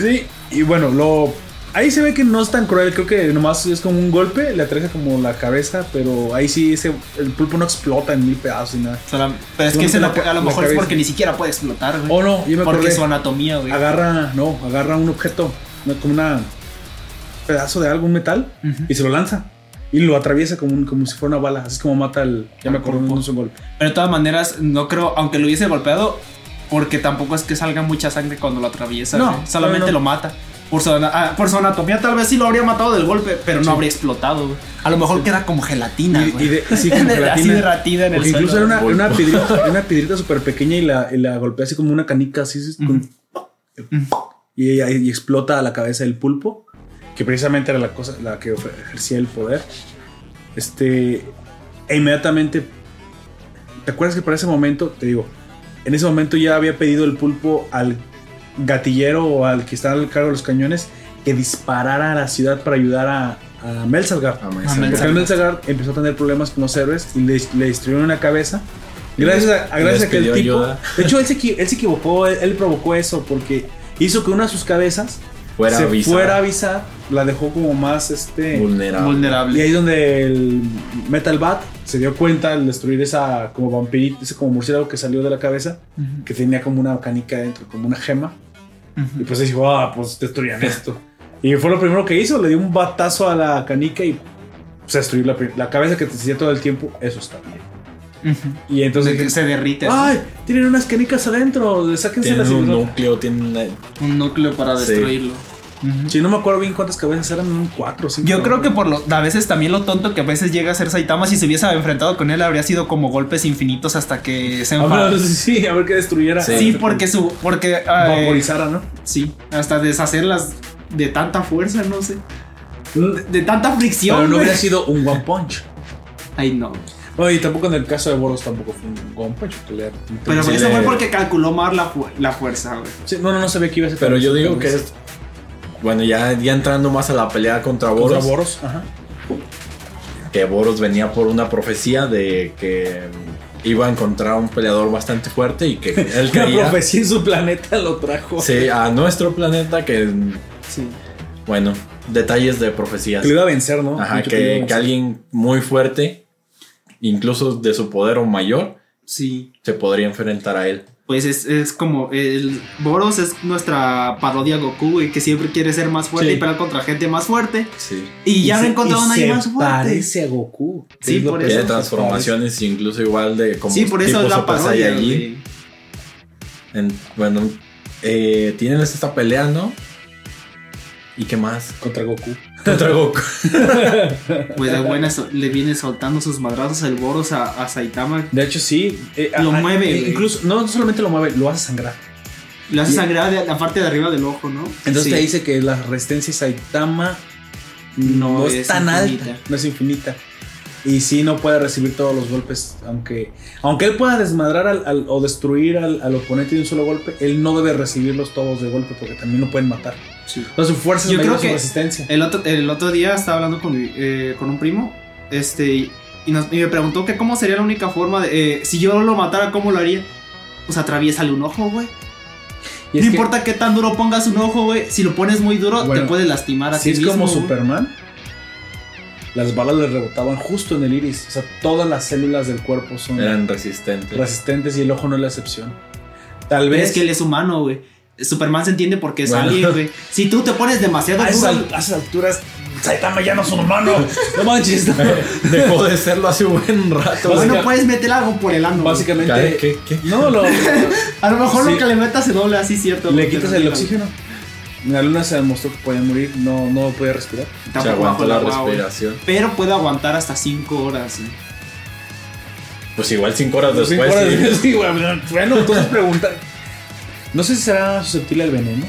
Speaker 3: Sí. Y bueno, lo. Ahí se ve que no es tan cruel, creo que nomás es como un golpe, le atraviesa como la cabeza, pero ahí sí ese, el pulpo no explota en mil pedazos ni nada.
Speaker 5: Solam- pero es
Speaker 3: Solamente
Speaker 5: que ese no
Speaker 3: la
Speaker 5: pu-
Speaker 3: ca-
Speaker 5: a
Speaker 3: la
Speaker 5: lo mejor es
Speaker 3: cabeza.
Speaker 5: porque ni siquiera puede explotar, güey.
Speaker 3: Oh no, yo me
Speaker 5: porque
Speaker 3: acordé.
Speaker 5: su anatomía, güey.
Speaker 3: Agarra, no, agarra un objeto, no, como una pedazo de algo, un metal,
Speaker 5: Ujú.
Speaker 3: y se lo lanza. Y lo atraviesa como, un- como si fuera una bala. Así es como mata al. Ya
Speaker 5: Ah,
Speaker 3: me acuerdo, no es un golpe.
Speaker 5: Pero de todas maneras, no creo, aunque lo hubiese golpeado, porque tampoco es que salga mucha sangre cuando lo atraviesa.
Speaker 3: No,
Speaker 5: güey. solamente
Speaker 3: no, no.
Speaker 5: lo mata. Por su, ana- ah, por su anatomía tal vez sí lo habría matado del golpe, pero no habría explotado. güey. A lo mejor queda como gelatina.
Speaker 3: Y,
Speaker 5: güey.
Speaker 3: y de, sí, como
Speaker 5: Así
Speaker 3: gelatina.
Speaker 5: de ratida en el
Speaker 3: Porque incluso era
Speaker 5: suelo.
Speaker 3: una, era una piedrita, una piedrita súper pequeña y la, y la golpea así como una canica, así. con-
Speaker 5: Mm.
Speaker 3: y, ella- y explota a la cabeza del pulpo, que precisamente era la cosa la que ofre- ejercía el poder. Este. E inmediatamente. ¿Te acuerdas que para ese momento, te digo, en ese momento ya había pedido el pulpo al gatillero o al que estaba al cargo de los cañones que disparara a la ciudad para ayudar a, a Melsalgar.
Speaker 4: Ah, maestra.
Speaker 5: Amén.
Speaker 3: Porque Arnold Sagar empezó a tener problemas con los héroes y le, le destruyeron una cabeza. Gracias a, a-
Speaker 4: Les-
Speaker 3: gracias a que el
Speaker 4: les pidió
Speaker 3: tipo.
Speaker 4: ayuda.
Speaker 3: De hecho, él se, equi- él se equivocó, él, él provocó eso porque hizo que una de sus cabezas
Speaker 4: Fuera
Speaker 3: se
Speaker 4: avisada.
Speaker 3: fuera a avisar, la dejó como más este.
Speaker 4: vulnerable.
Speaker 3: Y
Speaker 5: vulnerable.
Speaker 3: ahí es donde el Metal Bat se dio cuenta al destruir esa como vampirita, ese como murciélago que salió de la cabeza, que tenía como una canica dentro, como una gema. Y pues ahí dijo, ah, pues destruyan esto. y fue lo primero que hizo, le dio un batazo a la canica y se destruyó la, pri- la cabeza que te hacía todo el tiempo. Eso está bien. Y entonces
Speaker 5: Entonces
Speaker 3: dije,
Speaker 5: se derrite.
Speaker 3: ay, tienen unas canicas adentro,
Speaker 4: Tiene
Speaker 3: sáquenselas. y
Speaker 4: un
Speaker 3: no-
Speaker 4: núcleo, tiene una.
Speaker 5: Un núcleo para
Speaker 4: Sí.
Speaker 5: destruirlo.
Speaker 3: Sí, no me acuerdo bien cuántas cabezas eran, un cuatro o cinco.
Speaker 5: Yo creo que por lo, a veces también lo tonto que a veces llega a ser Saitama, si se hubiese enfrentado con él, habría sido como golpes infinitos hasta que se
Speaker 3: A ver,
Speaker 5: enfadara.
Speaker 3: sí, a ver que destruyera.
Speaker 5: Sí, porque su. Porque. ah, eh,
Speaker 3: Vaporizara, ¿no?
Speaker 5: Sí, hasta deshacerlas de tanta fuerza, no sé. De, de tanta fricción.
Speaker 3: Pero no
Speaker 5: güey.
Speaker 3: hubiera sido un One Punch.
Speaker 5: Ay, no.
Speaker 3: No, y tampoco en el caso de Boros tampoco fue un One Punch. que le-
Speaker 5: Pero
Speaker 4: Sí,
Speaker 5: eso
Speaker 4: le-
Speaker 3: eh,
Speaker 5: fue porque calculó mal la, fu- la fuerza, güey.
Speaker 3: Sí, no, no, no sabía que iba a ser.
Speaker 4: Pero
Speaker 3: tan-
Speaker 4: yo digo
Speaker 3: tan-
Speaker 4: que es. Bueno, ya, ya entrando más a la pelea contra
Speaker 3: Contra
Speaker 4: Boros,
Speaker 3: Boros. Ajá.
Speaker 4: que Boros venía por una profecía de que mm, iba a encontrar un peleador bastante fuerte y que él
Speaker 3: La
Speaker 4: creía
Speaker 3: profecía en su planeta lo trajo.
Speaker 4: sí, a nuestro planeta que, mm,
Speaker 5: Sí.
Speaker 4: bueno, detalles de profecías.
Speaker 3: Que lo iba a vencer, ¿no?
Speaker 4: Ajá,
Speaker 3: Mucho lo iba a
Speaker 4: que, que
Speaker 3: vencer.
Speaker 4: alguien muy fuerte, incluso de su poder o mayor,
Speaker 5: Sí.
Speaker 4: se podría enfrentar a él.
Speaker 5: Pues es, es como. El Boros es nuestra parodia Goku, güey, que siempre quiere ser más fuerte
Speaker 3: Sí.
Speaker 5: y pelear contra gente más fuerte.
Speaker 4: Sí.
Speaker 5: Y, ya no
Speaker 3: se-
Speaker 5: ha encontrado
Speaker 3: y
Speaker 5: a nadie
Speaker 3: se
Speaker 5: más fuerte.
Speaker 3: Parece a Goku.
Speaker 5: Sí,
Speaker 3: Es lo
Speaker 5: por
Speaker 3: que
Speaker 5: eso
Speaker 4: Tiene
Speaker 3: se
Speaker 4: transformaciones incluso igual de como
Speaker 5: Sí, por eso
Speaker 4: tipo
Speaker 5: es la
Speaker 4: Super
Speaker 5: parodia.
Speaker 4: Saiyajin.
Speaker 5: güey.
Speaker 4: En- bueno, eh, tienen esta pelea, ¿no? ¿Y qué más?
Speaker 3: Contra Goku.
Speaker 4: Contra Goku.
Speaker 5: Pues de buenas le viene soltando sus madrazos el Boros a, a Saitama.
Speaker 3: De hecho, sí. eh,
Speaker 5: Lo
Speaker 3: ah,
Speaker 5: mueve,
Speaker 3: eh,
Speaker 5: güey.
Speaker 3: Incluso, no solamente lo mueve, lo hace sangrar.
Speaker 5: Le hace
Speaker 3: Y-
Speaker 5: sangrar de- la parte de arriba del ojo, ¿no?
Speaker 3: Entonces
Speaker 5: Sí.
Speaker 3: te dice que la resistencia de Saitama no, es, tan
Speaker 5: infinita.
Speaker 3: alta, no es infinita. Y sí, no puede recibir todos los golpes, aunque, aunque él pueda desmadrar al, al- o destruir al, al oponente de un solo golpe, él no debe recibirlos todos de golpe porque también lo pueden matar.
Speaker 5: Sí.
Speaker 3: Entonces su fuerza es
Speaker 5: Yo
Speaker 3: mayor
Speaker 5: creo
Speaker 3: a su
Speaker 5: que- eh,
Speaker 3: resistencia.
Speaker 5: El otro, el otro día estaba hablando con, mi- eh, con un primo este, y, nos- y me preguntó que cómo sería la única forma de... eh, si yo lo matara, ¿cómo lo haría? Pues atraviesale un ojo, güey.
Speaker 3: Y
Speaker 5: No
Speaker 3: es que
Speaker 5: importa qué tan duro pongas un ojo, güey. Si lo pones muy duro,
Speaker 3: Bueno,
Speaker 5: te puede lastimar a
Speaker 3: si
Speaker 5: ti
Speaker 3: es
Speaker 5: mismo,
Speaker 3: como
Speaker 5: güey.
Speaker 3: Superman, las balas le rebotaban justo en el iris. O sea, todas las células del cuerpo son
Speaker 4: Eran resistentes.
Speaker 3: resistentes y el ojo no es la excepción. Tal
Speaker 5: Pero
Speaker 3: vez
Speaker 5: es que él es humano, güey. Superman se entiende porque es
Speaker 3: Bueno. Ah,
Speaker 5: alguien, güey. Si tú te pones demasiado
Speaker 3: a, esas,
Speaker 5: duro...
Speaker 3: a esas alturas Saitama ya no es un humano. No manches. no.
Speaker 4: Dejó de serlo hace buen rato.
Speaker 5: Bueno,
Speaker 3: básica-
Speaker 5: puedes meter algo por el ano. güey.
Speaker 3: Básicamente.
Speaker 4: ¿Qué? ¿Qué?
Speaker 3: No, lo,
Speaker 5: A lo mejor
Speaker 3: Sí.
Speaker 5: lo que le metas se dobla así, ¿cierto?
Speaker 3: le
Speaker 5: Porque
Speaker 3: quitas
Speaker 5: no
Speaker 3: el
Speaker 5: digan.
Speaker 3: oxígeno. La luna se demostró que podía morir, no, no podía respirar.
Speaker 4: Se
Speaker 5: Tampoco bajo
Speaker 4: aguantó
Speaker 5: el
Speaker 4: la
Speaker 5: agua, güey.
Speaker 4: respiración.
Speaker 5: Pero puede aguantar hasta 5 horas, güey.
Speaker 4: Pues igual cinco horas
Speaker 3: Cinco
Speaker 4: después.
Speaker 3: horas
Speaker 4: sí.
Speaker 3: después, sí, güey, bueno, entonces pregunta. No sé si será susceptible al veneno.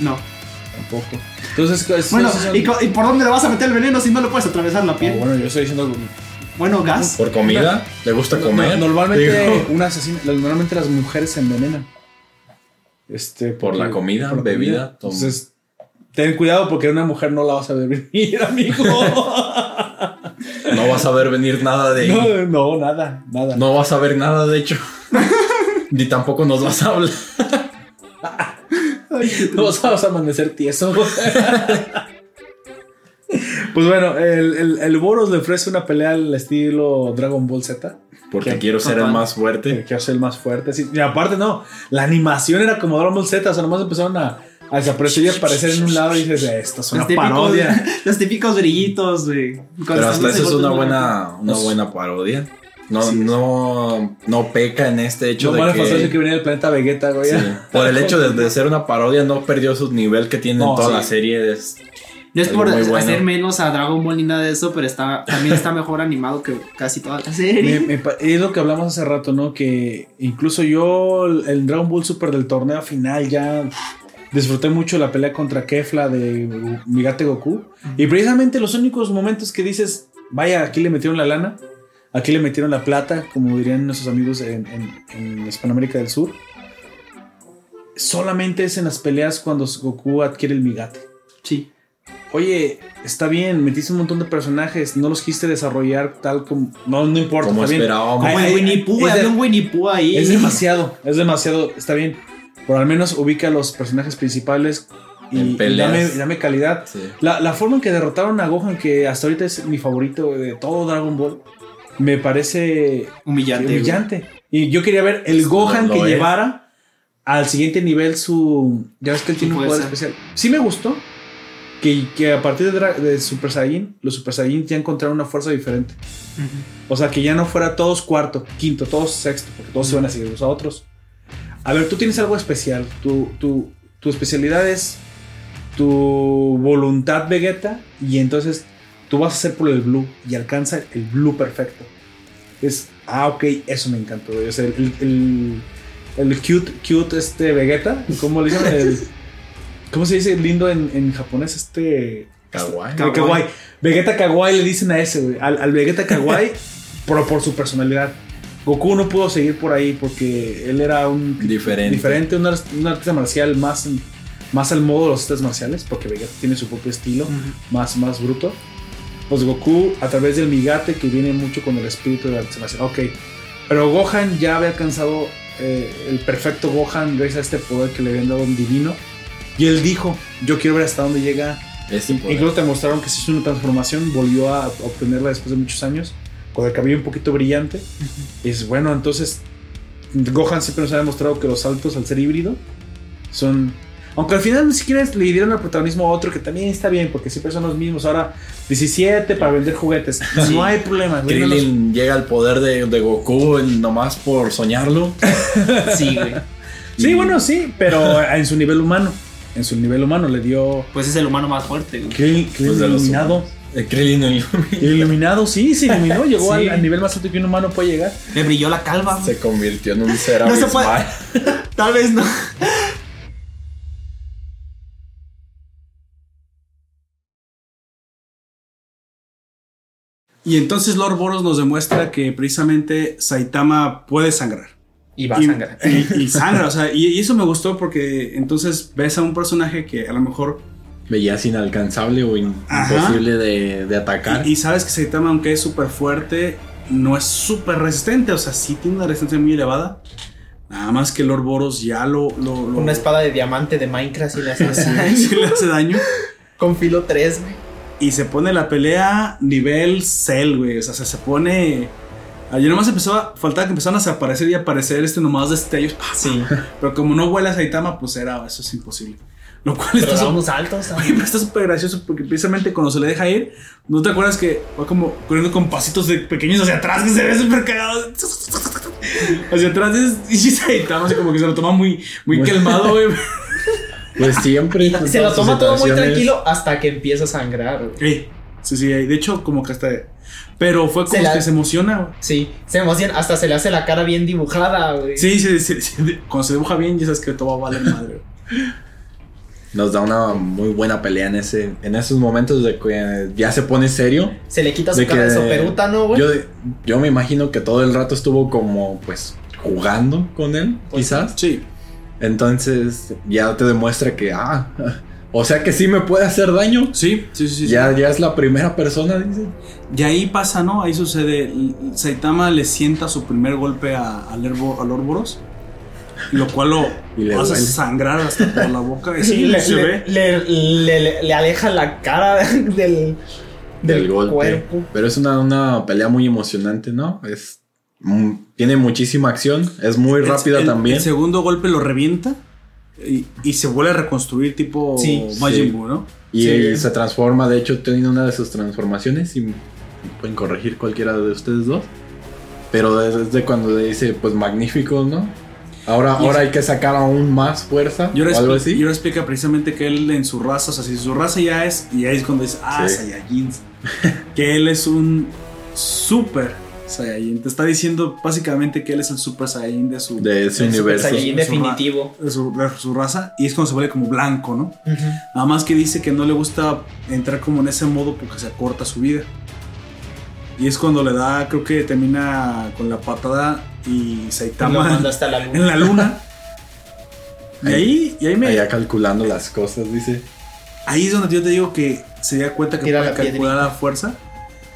Speaker 5: No.
Speaker 3: Tampoco. Entonces, es-
Speaker 5: Bueno,
Speaker 3: es- es-
Speaker 5: ¿y, co- y por dónde le vas a meter el veneno si no le puedes atravesar la
Speaker 3: Ah,
Speaker 5: piel?
Speaker 3: bueno, yo estoy diciendo.
Speaker 5: Bueno, gas.
Speaker 4: ¿Por comida? ¿Le gusta comer?
Speaker 3: No, normalmente,
Speaker 4: Digo,
Speaker 3: una asesina, normalmente las mujeres se envenenan. Este,
Speaker 4: Por la comida, bebida, tom-
Speaker 3: Entonces, ten cuidado porque una mujer no la vas a beber, amigo.
Speaker 4: no vas a ver venir nada de ahí.
Speaker 3: no, no, nada, nada.
Speaker 4: No vas a ver nada, de hecho. Ni tampoco nos vas a hablar.
Speaker 3: No vas a vas a amanecer tieso. pues bueno, el, el, el Boros le ofrece una pelea al estilo Dragon Ball Z.
Speaker 4: Porque
Speaker 3: ¿Qué?
Speaker 4: quiero ser el
Speaker 5: Ajá.
Speaker 4: más fuerte.
Speaker 3: Que que hace el más fuerte. sí. Y aparte, no, la animación era como Dragon Ball Z. O sea, nomás empezaron a, a desaparecer y aparecer en un lado y dices, esto es una parodia.
Speaker 5: los típicos brillitos, güey. Cuando
Speaker 4: Pero
Speaker 5: estás
Speaker 4: hasta eso es
Speaker 5: golpeando
Speaker 4: una
Speaker 5: la cara.
Speaker 4: buena, una buena parodia. No, no, no peca en este
Speaker 3: Yo
Speaker 4: hecho de
Speaker 3: me
Speaker 4: que,
Speaker 3: que venía del planeta Vegeta, güey.
Speaker 4: sí, por el hecho de, de ser una parodia no perdió su nivel que tiene
Speaker 3: No,
Speaker 4: en toda
Speaker 3: sí.
Speaker 4: la serie. Es-
Speaker 5: No es
Speaker 4: Algo
Speaker 5: por
Speaker 4: muy
Speaker 5: hacer
Speaker 4: bueno.
Speaker 5: menos a Dragon Ball ni nada de eso, pero está, también está mejor animado que casi toda la
Speaker 3: Me-
Speaker 5: serie.
Speaker 3: me pa- es lo que hablamos hace rato, ¿no? Que incluso yo, el- el Dragon Ball Super del torneo final, ya disfruté mucho la pelea contra Kefla de Migate Goku. Y precisamente los únicos momentos que dices, vaya, aquí le metieron la lana, aquí le metieron la plata, como dirían nuestros amigos en, en- en Hispanoamérica del Sur. Solamente es en las peleas cuando Goku adquiere el Migate.
Speaker 5: Sí.
Speaker 3: Oye, está bien, metiste un montón de personajes, no los quisiste desarrollar tal como. No, no importa,
Speaker 4: Como
Speaker 3: está bien.
Speaker 4: esperábamos.
Speaker 3: Ay,
Speaker 5: Como
Speaker 3: ay,
Speaker 5: el Winnie
Speaker 3: es
Speaker 5: Pooh,
Speaker 3: de-
Speaker 5: había un Winnie Pooh ahí.
Speaker 3: es demasiado, es demasiado, está bien. Pero al menos ubica a los personajes principales y,
Speaker 4: En
Speaker 3: y
Speaker 4: peleas.
Speaker 3: dame, dame calidad.
Speaker 4: sí.
Speaker 3: La, la forma en que derrotaron a Gohan, que hasta ahorita es mi favorito de todo Dragon Ball, me parece
Speaker 5: humillante. güey.
Speaker 3: brillante. Y yo quería ver el Gohan
Speaker 4: lo
Speaker 3: que
Speaker 4: es.
Speaker 3: llevara al siguiente nivel su. Ya ves que él
Speaker 5: Su
Speaker 3: tiene un poder
Speaker 5: fuerza.
Speaker 3: especial. Sí me gustó que, que a partir de, Dra- de Super Saiyan, los Super Saiyan ya encontraron una fuerza diferente.
Speaker 5: Ujú.
Speaker 3: O sea, que ya no fuera todos cuarto, quinto, todos sexto, porque todos se van a seguir unos a otros. A ver, tú tienes algo especial. Tu, tu, tu especialidad es tu voluntad Vegeta y entonces tú vas a hacer por el blue y alcanza el blue perfecto. Es, ah, ok, eso me encantó. güey. O sea, el, el, el cute, cute este Vegeta, ¿cómo le llaman? El- ¿Cómo se dice lindo en, en japonés? Este...
Speaker 4: Kawaii.
Speaker 3: Kawaii.
Speaker 5: Kawaii.
Speaker 3: Vegeta Kawaii le dicen a ese, güey. Al, al Vegeta Kawaii, pero por su personalidad. Goku no pudo seguir por ahí porque él era un
Speaker 4: Diferente.
Speaker 3: diferente un, ar- un artista marcial más, en- más al modo de los artes marciales, porque Vegeta tiene su propio estilo, más, más bruto. Pues Goku, a través del Migate, que viene mucho con el espíritu del arte marcial. Ok, pero Gohan ya había alcanzado eh, el perfecto Gohan gracias a este poder que le habían dado un divino. Y él dijo, yo quiero ver hasta dónde llega
Speaker 4: Es importante.
Speaker 3: Incluso te mostraron que se hizo una transformación, volvió a obtenerla después de muchos años, con el cabello un poquito brillante. Y es bueno, entonces Gohan siempre nos ha demostrado que los saltos al ser híbrido son... Aunque al final ni siquiera le dieron el protagonismo a otro, que también está bien, porque siempre son los mismos. Ahora 17 para vender juguetes. No hay problema. güey, no los-
Speaker 4: Krillin llega al poder de, de Goku en- nomás por soñarlo.
Speaker 5: Sí, güey.
Speaker 3: Sí, bueno, sí, pero en su nivel humano.
Speaker 7: en su nivel humano. Le dio
Speaker 8: Pues es el humano más fuerte, güey.
Speaker 7: Krill,
Speaker 4: Pues de los
Speaker 7: iluminado.
Speaker 4: El Krillin el-
Speaker 7: Iluminado, sí, se iluminó. Llegó
Speaker 8: Sí.
Speaker 7: al, al nivel más alto que un humano puede llegar.
Speaker 8: Le brilló la calva. güey.
Speaker 4: se convirtió en un ser
Speaker 8: No se
Speaker 4: abismal.
Speaker 8: Tal vez no.
Speaker 3: Y entonces Lord Boros nos demuestra que precisamente Saitama puede sangrar.
Speaker 5: Y va a
Speaker 3: y,
Speaker 5: sangrar.
Speaker 3: Y, y sangra, o sea, y, y eso me gustó porque entonces ves a un personaje que a lo mejor.
Speaker 4: Veías inalcanzable o in-
Speaker 3: Ajá.
Speaker 4: imposible de, de atacar.
Speaker 3: Y, y sabes que Saitama, aunque es súper fuerte, no es súper resistente, o sea, sí tiene una resistencia muy elevada. Nada más que Lord Boros ya lo. lo, lo-
Speaker 5: Una espada de diamante de Minecraft y le hace
Speaker 3: sí,
Speaker 5: así.
Speaker 3: sí le hace daño.
Speaker 5: Con filo 3, güey.
Speaker 3: Y se pone la pelea nivel cel, güey. O sea, se, se pone. Ayer nomás empezaba, faltaba que empezaran a desaparecer y aparecer este nomás destellos. pa, pa,
Speaker 5: Sí.
Speaker 3: Pero como no vuela Saitama, pues era, eso es imposible. Lo cual
Speaker 5: Pero
Speaker 3: está
Speaker 5: da
Speaker 3: su-
Speaker 5: unos saltos.
Speaker 3: Oye, pero está súper gracioso porque precisamente cuando se le deja ir, ¿no te acuerdas que va como corriendo con pasitos de pequeños hacia atrás que se ve súper cagado? Hacia atrás es- y Saitama así como que se lo toma muy, muy calmado, güey.
Speaker 4: Pues siempre. pues,
Speaker 5: Se lo
Speaker 4: todas sus
Speaker 5: toma todo muy
Speaker 4: situaciones-
Speaker 5: tranquilo hasta que empieza a sangrar, güey.
Speaker 3: Ey, Sí, sí, de hecho como que hasta... Pero fue como
Speaker 5: Se la-
Speaker 3: que se emociona, güey.
Speaker 5: Sí, se emociona, hasta se le hace la cara bien dibujada, güey.
Speaker 3: Sí, sí, sí, sí, cuando se dibuja bien ya sabes que todo va a valer madre. güey.
Speaker 4: Nos da una muy buena pelea en ese en esos momentos de que ya se pone serio.
Speaker 5: Se le quita su
Speaker 4: De
Speaker 5: cara de
Speaker 4: que-
Speaker 5: soperútano, güey.
Speaker 4: Yo, yo me imagino que todo el rato estuvo como pues jugando con él, quizás.
Speaker 3: Pues Sí.
Speaker 4: Entonces ya te demuestra que, ah, o sea que sí me puede hacer daño.
Speaker 3: Sí, sí, sí. sí.
Speaker 4: Ya, ya es la primera persona, dice.
Speaker 3: Y ahí pasa, ¿no? Ahí sucede. L- Saitama le sienta su primer golpe a, a, Lerbo- a Lord Boros, Lo cual lo
Speaker 4: Y le
Speaker 3: hace
Speaker 4: duele.
Speaker 3: sangrar hasta por la boca. Y sí,
Speaker 5: le,
Speaker 3: se
Speaker 5: le-
Speaker 3: ve.
Speaker 5: le- le- le- le aleja la cara del, del,
Speaker 4: del golpe.
Speaker 5: cuerpo.
Speaker 4: Pero es una, una pelea muy emocionante, ¿no? Es mm, tiene muchísima acción, es muy
Speaker 3: El-
Speaker 4: rápida
Speaker 3: el-
Speaker 4: también.
Speaker 3: El segundo golpe lo revienta y, y se vuelve a reconstruir, tipo
Speaker 5: Sí,
Speaker 3: Majin
Speaker 4: sí.
Speaker 3: Buu, ¿no?
Speaker 4: y
Speaker 5: sí.
Speaker 4: él se transforma, de hecho, tiene una de sus transformaciones y pueden corregir cualquiera de ustedes dos. Pero desde cuando le dice, pues magnífico, ¿no? Ahora,
Speaker 3: Y
Speaker 4: ahora hay que sacar aún más fuerza
Speaker 3: Y ahora,
Speaker 4: o algo
Speaker 3: expli-
Speaker 4: así.
Speaker 3: y ahora explica precisamente que él en su raza, o sea, si su raza ya es, y ahí es cuando dice, ah,
Speaker 4: Sí.
Speaker 3: Saiyajin, que él es un super Saiyajin. Te está diciendo básicamente que él es el super Saiyajin de su,
Speaker 4: de ese
Speaker 5: Del Super
Speaker 4: universo.
Speaker 5: Saiyajin
Speaker 3: es un ra-
Speaker 5: definitivo.
Speaker 3: de su, de su raza, y es cuando se vuelve como blanco, ¿no? Nada más que dice que no le gusta entrar como en ese modo porque se acorta su vida. Y es cuando le da, creo que termina con la patada y
Speaker 5: Y Lo manda
Speaker 3: Saitama
Speaker 5: hasta la
Speaker 3: en
Speaker 5: luna.
Speaker 3: la luna. Y ahí, y ahí me,
Speaker 4: Allá calculando las cosas, dice.
Speaker 3: Ahí es donde yo te digo que se da cuenta que
Speaker 5: Tira
Speaker 3: puede
Speaker 5: la
Speaker 3: calcular
Speaker 5: piedrita.
Speaker 3: la fuerza.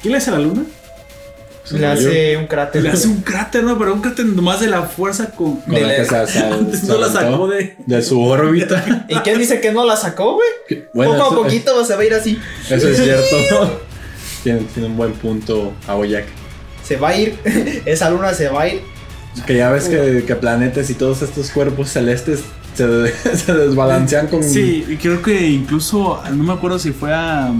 Speaker 3: ¿Qué le hace a la luna?
Speaker 4: Pues,
Speaker 5: Le hace un cráter.
Speaker 3: Le hace un cráter, ¿no? Pero un cráter más de la fuerza con.
Speaker 4: Con
Speaker 3: de
Speaker 4: la
Speaker 3: la-
Speaker 4: que se- se- se
Speaker 3: no la
Speaker 4: aventó
Speaker 3: sacó de.
Speaker 4: de su órbita.
Speaker 5: ¿Y quién dice que no la sacó, güey?
Speaker 4: Bueno,
Speaker 5: Poco a
Speaker 4: eso-
Speaker 5: poquito se va a ir así.
Speaker 4: Eso es cierto. tiene, tiene un buen punto Aoyak.
Speaker 5: Se va a ir. Esa luna se va a ir.
Speaker 4: Que ya ves que, que planetas y todos estos cuerpos celestes se, de- se desbalancean con.
Speaker 3: Sí, y creo que incluso. No me acuerdo si fue a.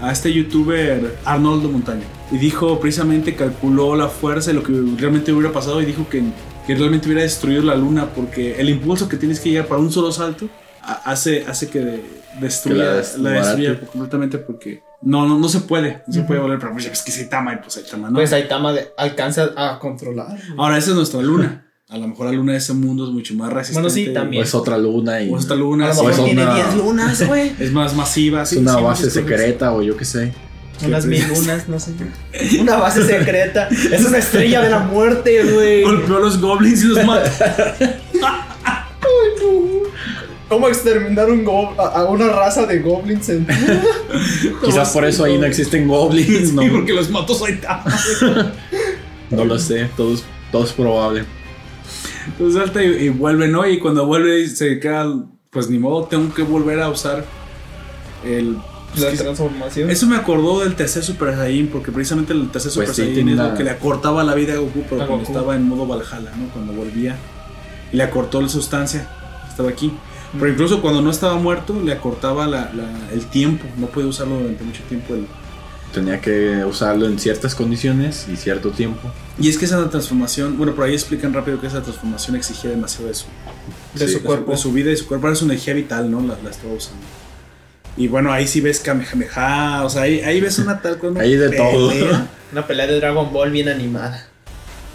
Speaker 3: A este youtuber Arnoldo Montaña. Y dijo precisamente, calculó la fuerza y lo que realmente hubiera pasado. Y dijo que, que realmente hubiera destruido la luna. Porque el impulso que tienes que llegar para un solo salto a- hace, hace que de- destruya,
Speaker 4: la
Speaker 3: la,
Speaker 4: des-
Speaker 3: destruya
Speaker 4: barate.
Speaker 3: completamente. Porque no, no, no se puede. No se puede volver. Pero pues, es que Saitama y pues Saitama, ¿no?
Speaker 5: Pues Saitama de- alcanza a controlar.
Speaker 3: Ahora, esa es nuestra luna. A lo mejor la luna de ese mundo es mucho más resistente.
Speaker 5: Bueno, sí, también.
Speaker 4: O es pues, otra luna y.
Speaker 3: O esta
Speaker 5: A
Speaker 3: luna
Speaker 5: lo
Speaker 3: es,
Speaker 5: mejor
Speaker 4: eso
Speaker 5: tiene
Speaker 4: una-
Speaker 5: 10 lunas, güey.
Speaker 3: es más masiva.
Speaker 4: es
Speaker 3: sí,
Speaker 4: una
Speaker 3: sí,
Speaker 4: base
Speaker 3: muchas cosas.
Speaker 4: secreta o yo qué sé.
Speaker 5: Unas
Speaker 3: Sí,
Speaker 5: mil lunas, no sé. Una base secreta. Es una estrella de la muerte, güey.
Speaker 3: Golpeó a los goblins y los mató.
Speaker 5: ¿Cómo exterminar un go- a a una raza de goblins en
Speaker 4: Quizás por eso ahí no existen goblins. No,
Speaker 3: Sí, porque los mató Saitama.
Speaker 4: no lo sé. Todo es, todo es probable.
Speaker 3: Entonces salta y, y vuelve, ¿no? Y cuando vuelve se queda, pues ni modo, tengo que volver a usar el...
Speaker 5: la
Speaker 3: es que-
Speaker 5: transformación?
Speaker 3: eso me acordó del tercer Super Saiyan, porque precisamente el tercer Super
Speaker 4: Pues sí,
Speaker 3: Saiyan
Speaker 4: tiene
Speaker 3: es lo
Speaker 4: una-
Speaker 3: que le acortaba la vida a Goku, pero
Speaker 5: A
Speaker 3: cuando
Speaker 5: Goku.
Speaker 3: estaba en modo Valhalla, ¿no? Cuando volvía, y le acortó la sustancia, que estaba aquí. Pero
Speaker 5: Mm.
Speaker 3: incluso cuando no estaba muerto, le acortaba la- la- el tiempo, no podía usarlo durante mucho tiempo. el-
Speaker 4: Tenía que usarlo en ciertas condiciones y cierto tiempo.
Speaker 3: Y es que esa transformación, bueno, por ahí explican rápido que esa transformación exigía demasiado de su, de
Speaker 9: Sí,
Speaker 3: su cuerpo. De su vida y su cuerpo. Ahora Es una energía vital, ¿no? La, la estaba usando. Y bueno, ahí sí ves Kamehameha. O sea, ahí, ahí ves una tal cosa.
Speaker 4: Ahí de todo.
Speaker 5: Una pelea de Dragon Ball bien animada.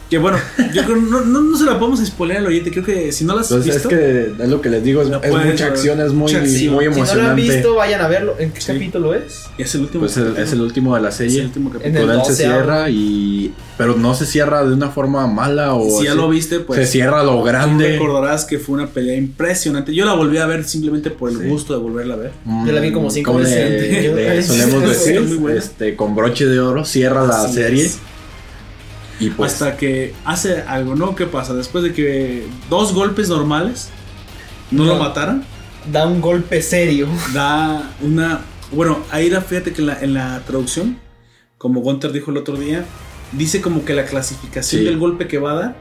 Speaker 3: Que bueno, yo creo no, no, no se la podemos spoiler al oyente. Creo que si no la has
Speaker 4: Entonces
Speaker 3: visto.
Speaker 4: Pues es que es lo que les digo, es,
Speaker 3: No
Speaker 4: es
Speaker 3: puedes
Speaker 4: mucha
Speaker 3: ver.
Speaker 4: acción, es muy,
Speaker 3: Mucha acción.
Speaker 4: muy
Speaker 5: Si no lo han
Speaker 4: emocionante.
Speaker 5: visto, vayan a verlo. ¿En qué
Speaker 3: Sí.
Speaker 5: capítulo es?
Speaker 3: Es el último.
Speaker 4: Pues el-
Speaker 3: capítulo.
Speaker 4: es el último de la
Speaker 3: Es el
Speaker 4: serie.
Speaker 3: último capítulo.
Speaker 5: En el
Speaker 4: Con él se
Speaker 5: 12 ahora.
Speaker 4: cierra y. Pero no se cierra de una forma mala o.
Speaker 3: si ya
Speaker 4: así.
Speaker 3: lo viste, pues.
Speaker 4: Oh, se cierra a lo grande.
Speaker 3: Recordarás que fue una pelea impresionante. Yo la volví a ver simplemente por el
Speaker 4: Sí.
Speaker 3: gusto de volverla a ver.
Speaker 4: Mm,
Speaker 5: Yo la vi como cinco
Speaker 4: le-
Speaker 5: veces. Yo-
Speaker 4: le solemos
Speaker 5: Sí,
Speaker 4: decir,
Speaker 3: muy buena.
Speaker 4: este, con broche de oro, cierra la
Speaker 3: Así
Speaker 4: serie.
Speaker 3: es.
Speaker 4: Y pues.
Speaker 3: Hasta que hace algo, ¿no? ¿Qué pasa? Después de que dos golpes normales no, lo
Speaker 5: No.
Speaker 3: mataran,
Speaker 5: Da un golpe serio.
Speaker 3: da una. Bueno, ahí la fíjate que en la, en la traducción, como Gunter dijo el otro día, dice como que la clasificación
Speaker 4: Sí.
Speaker 3: del golpe que va a dar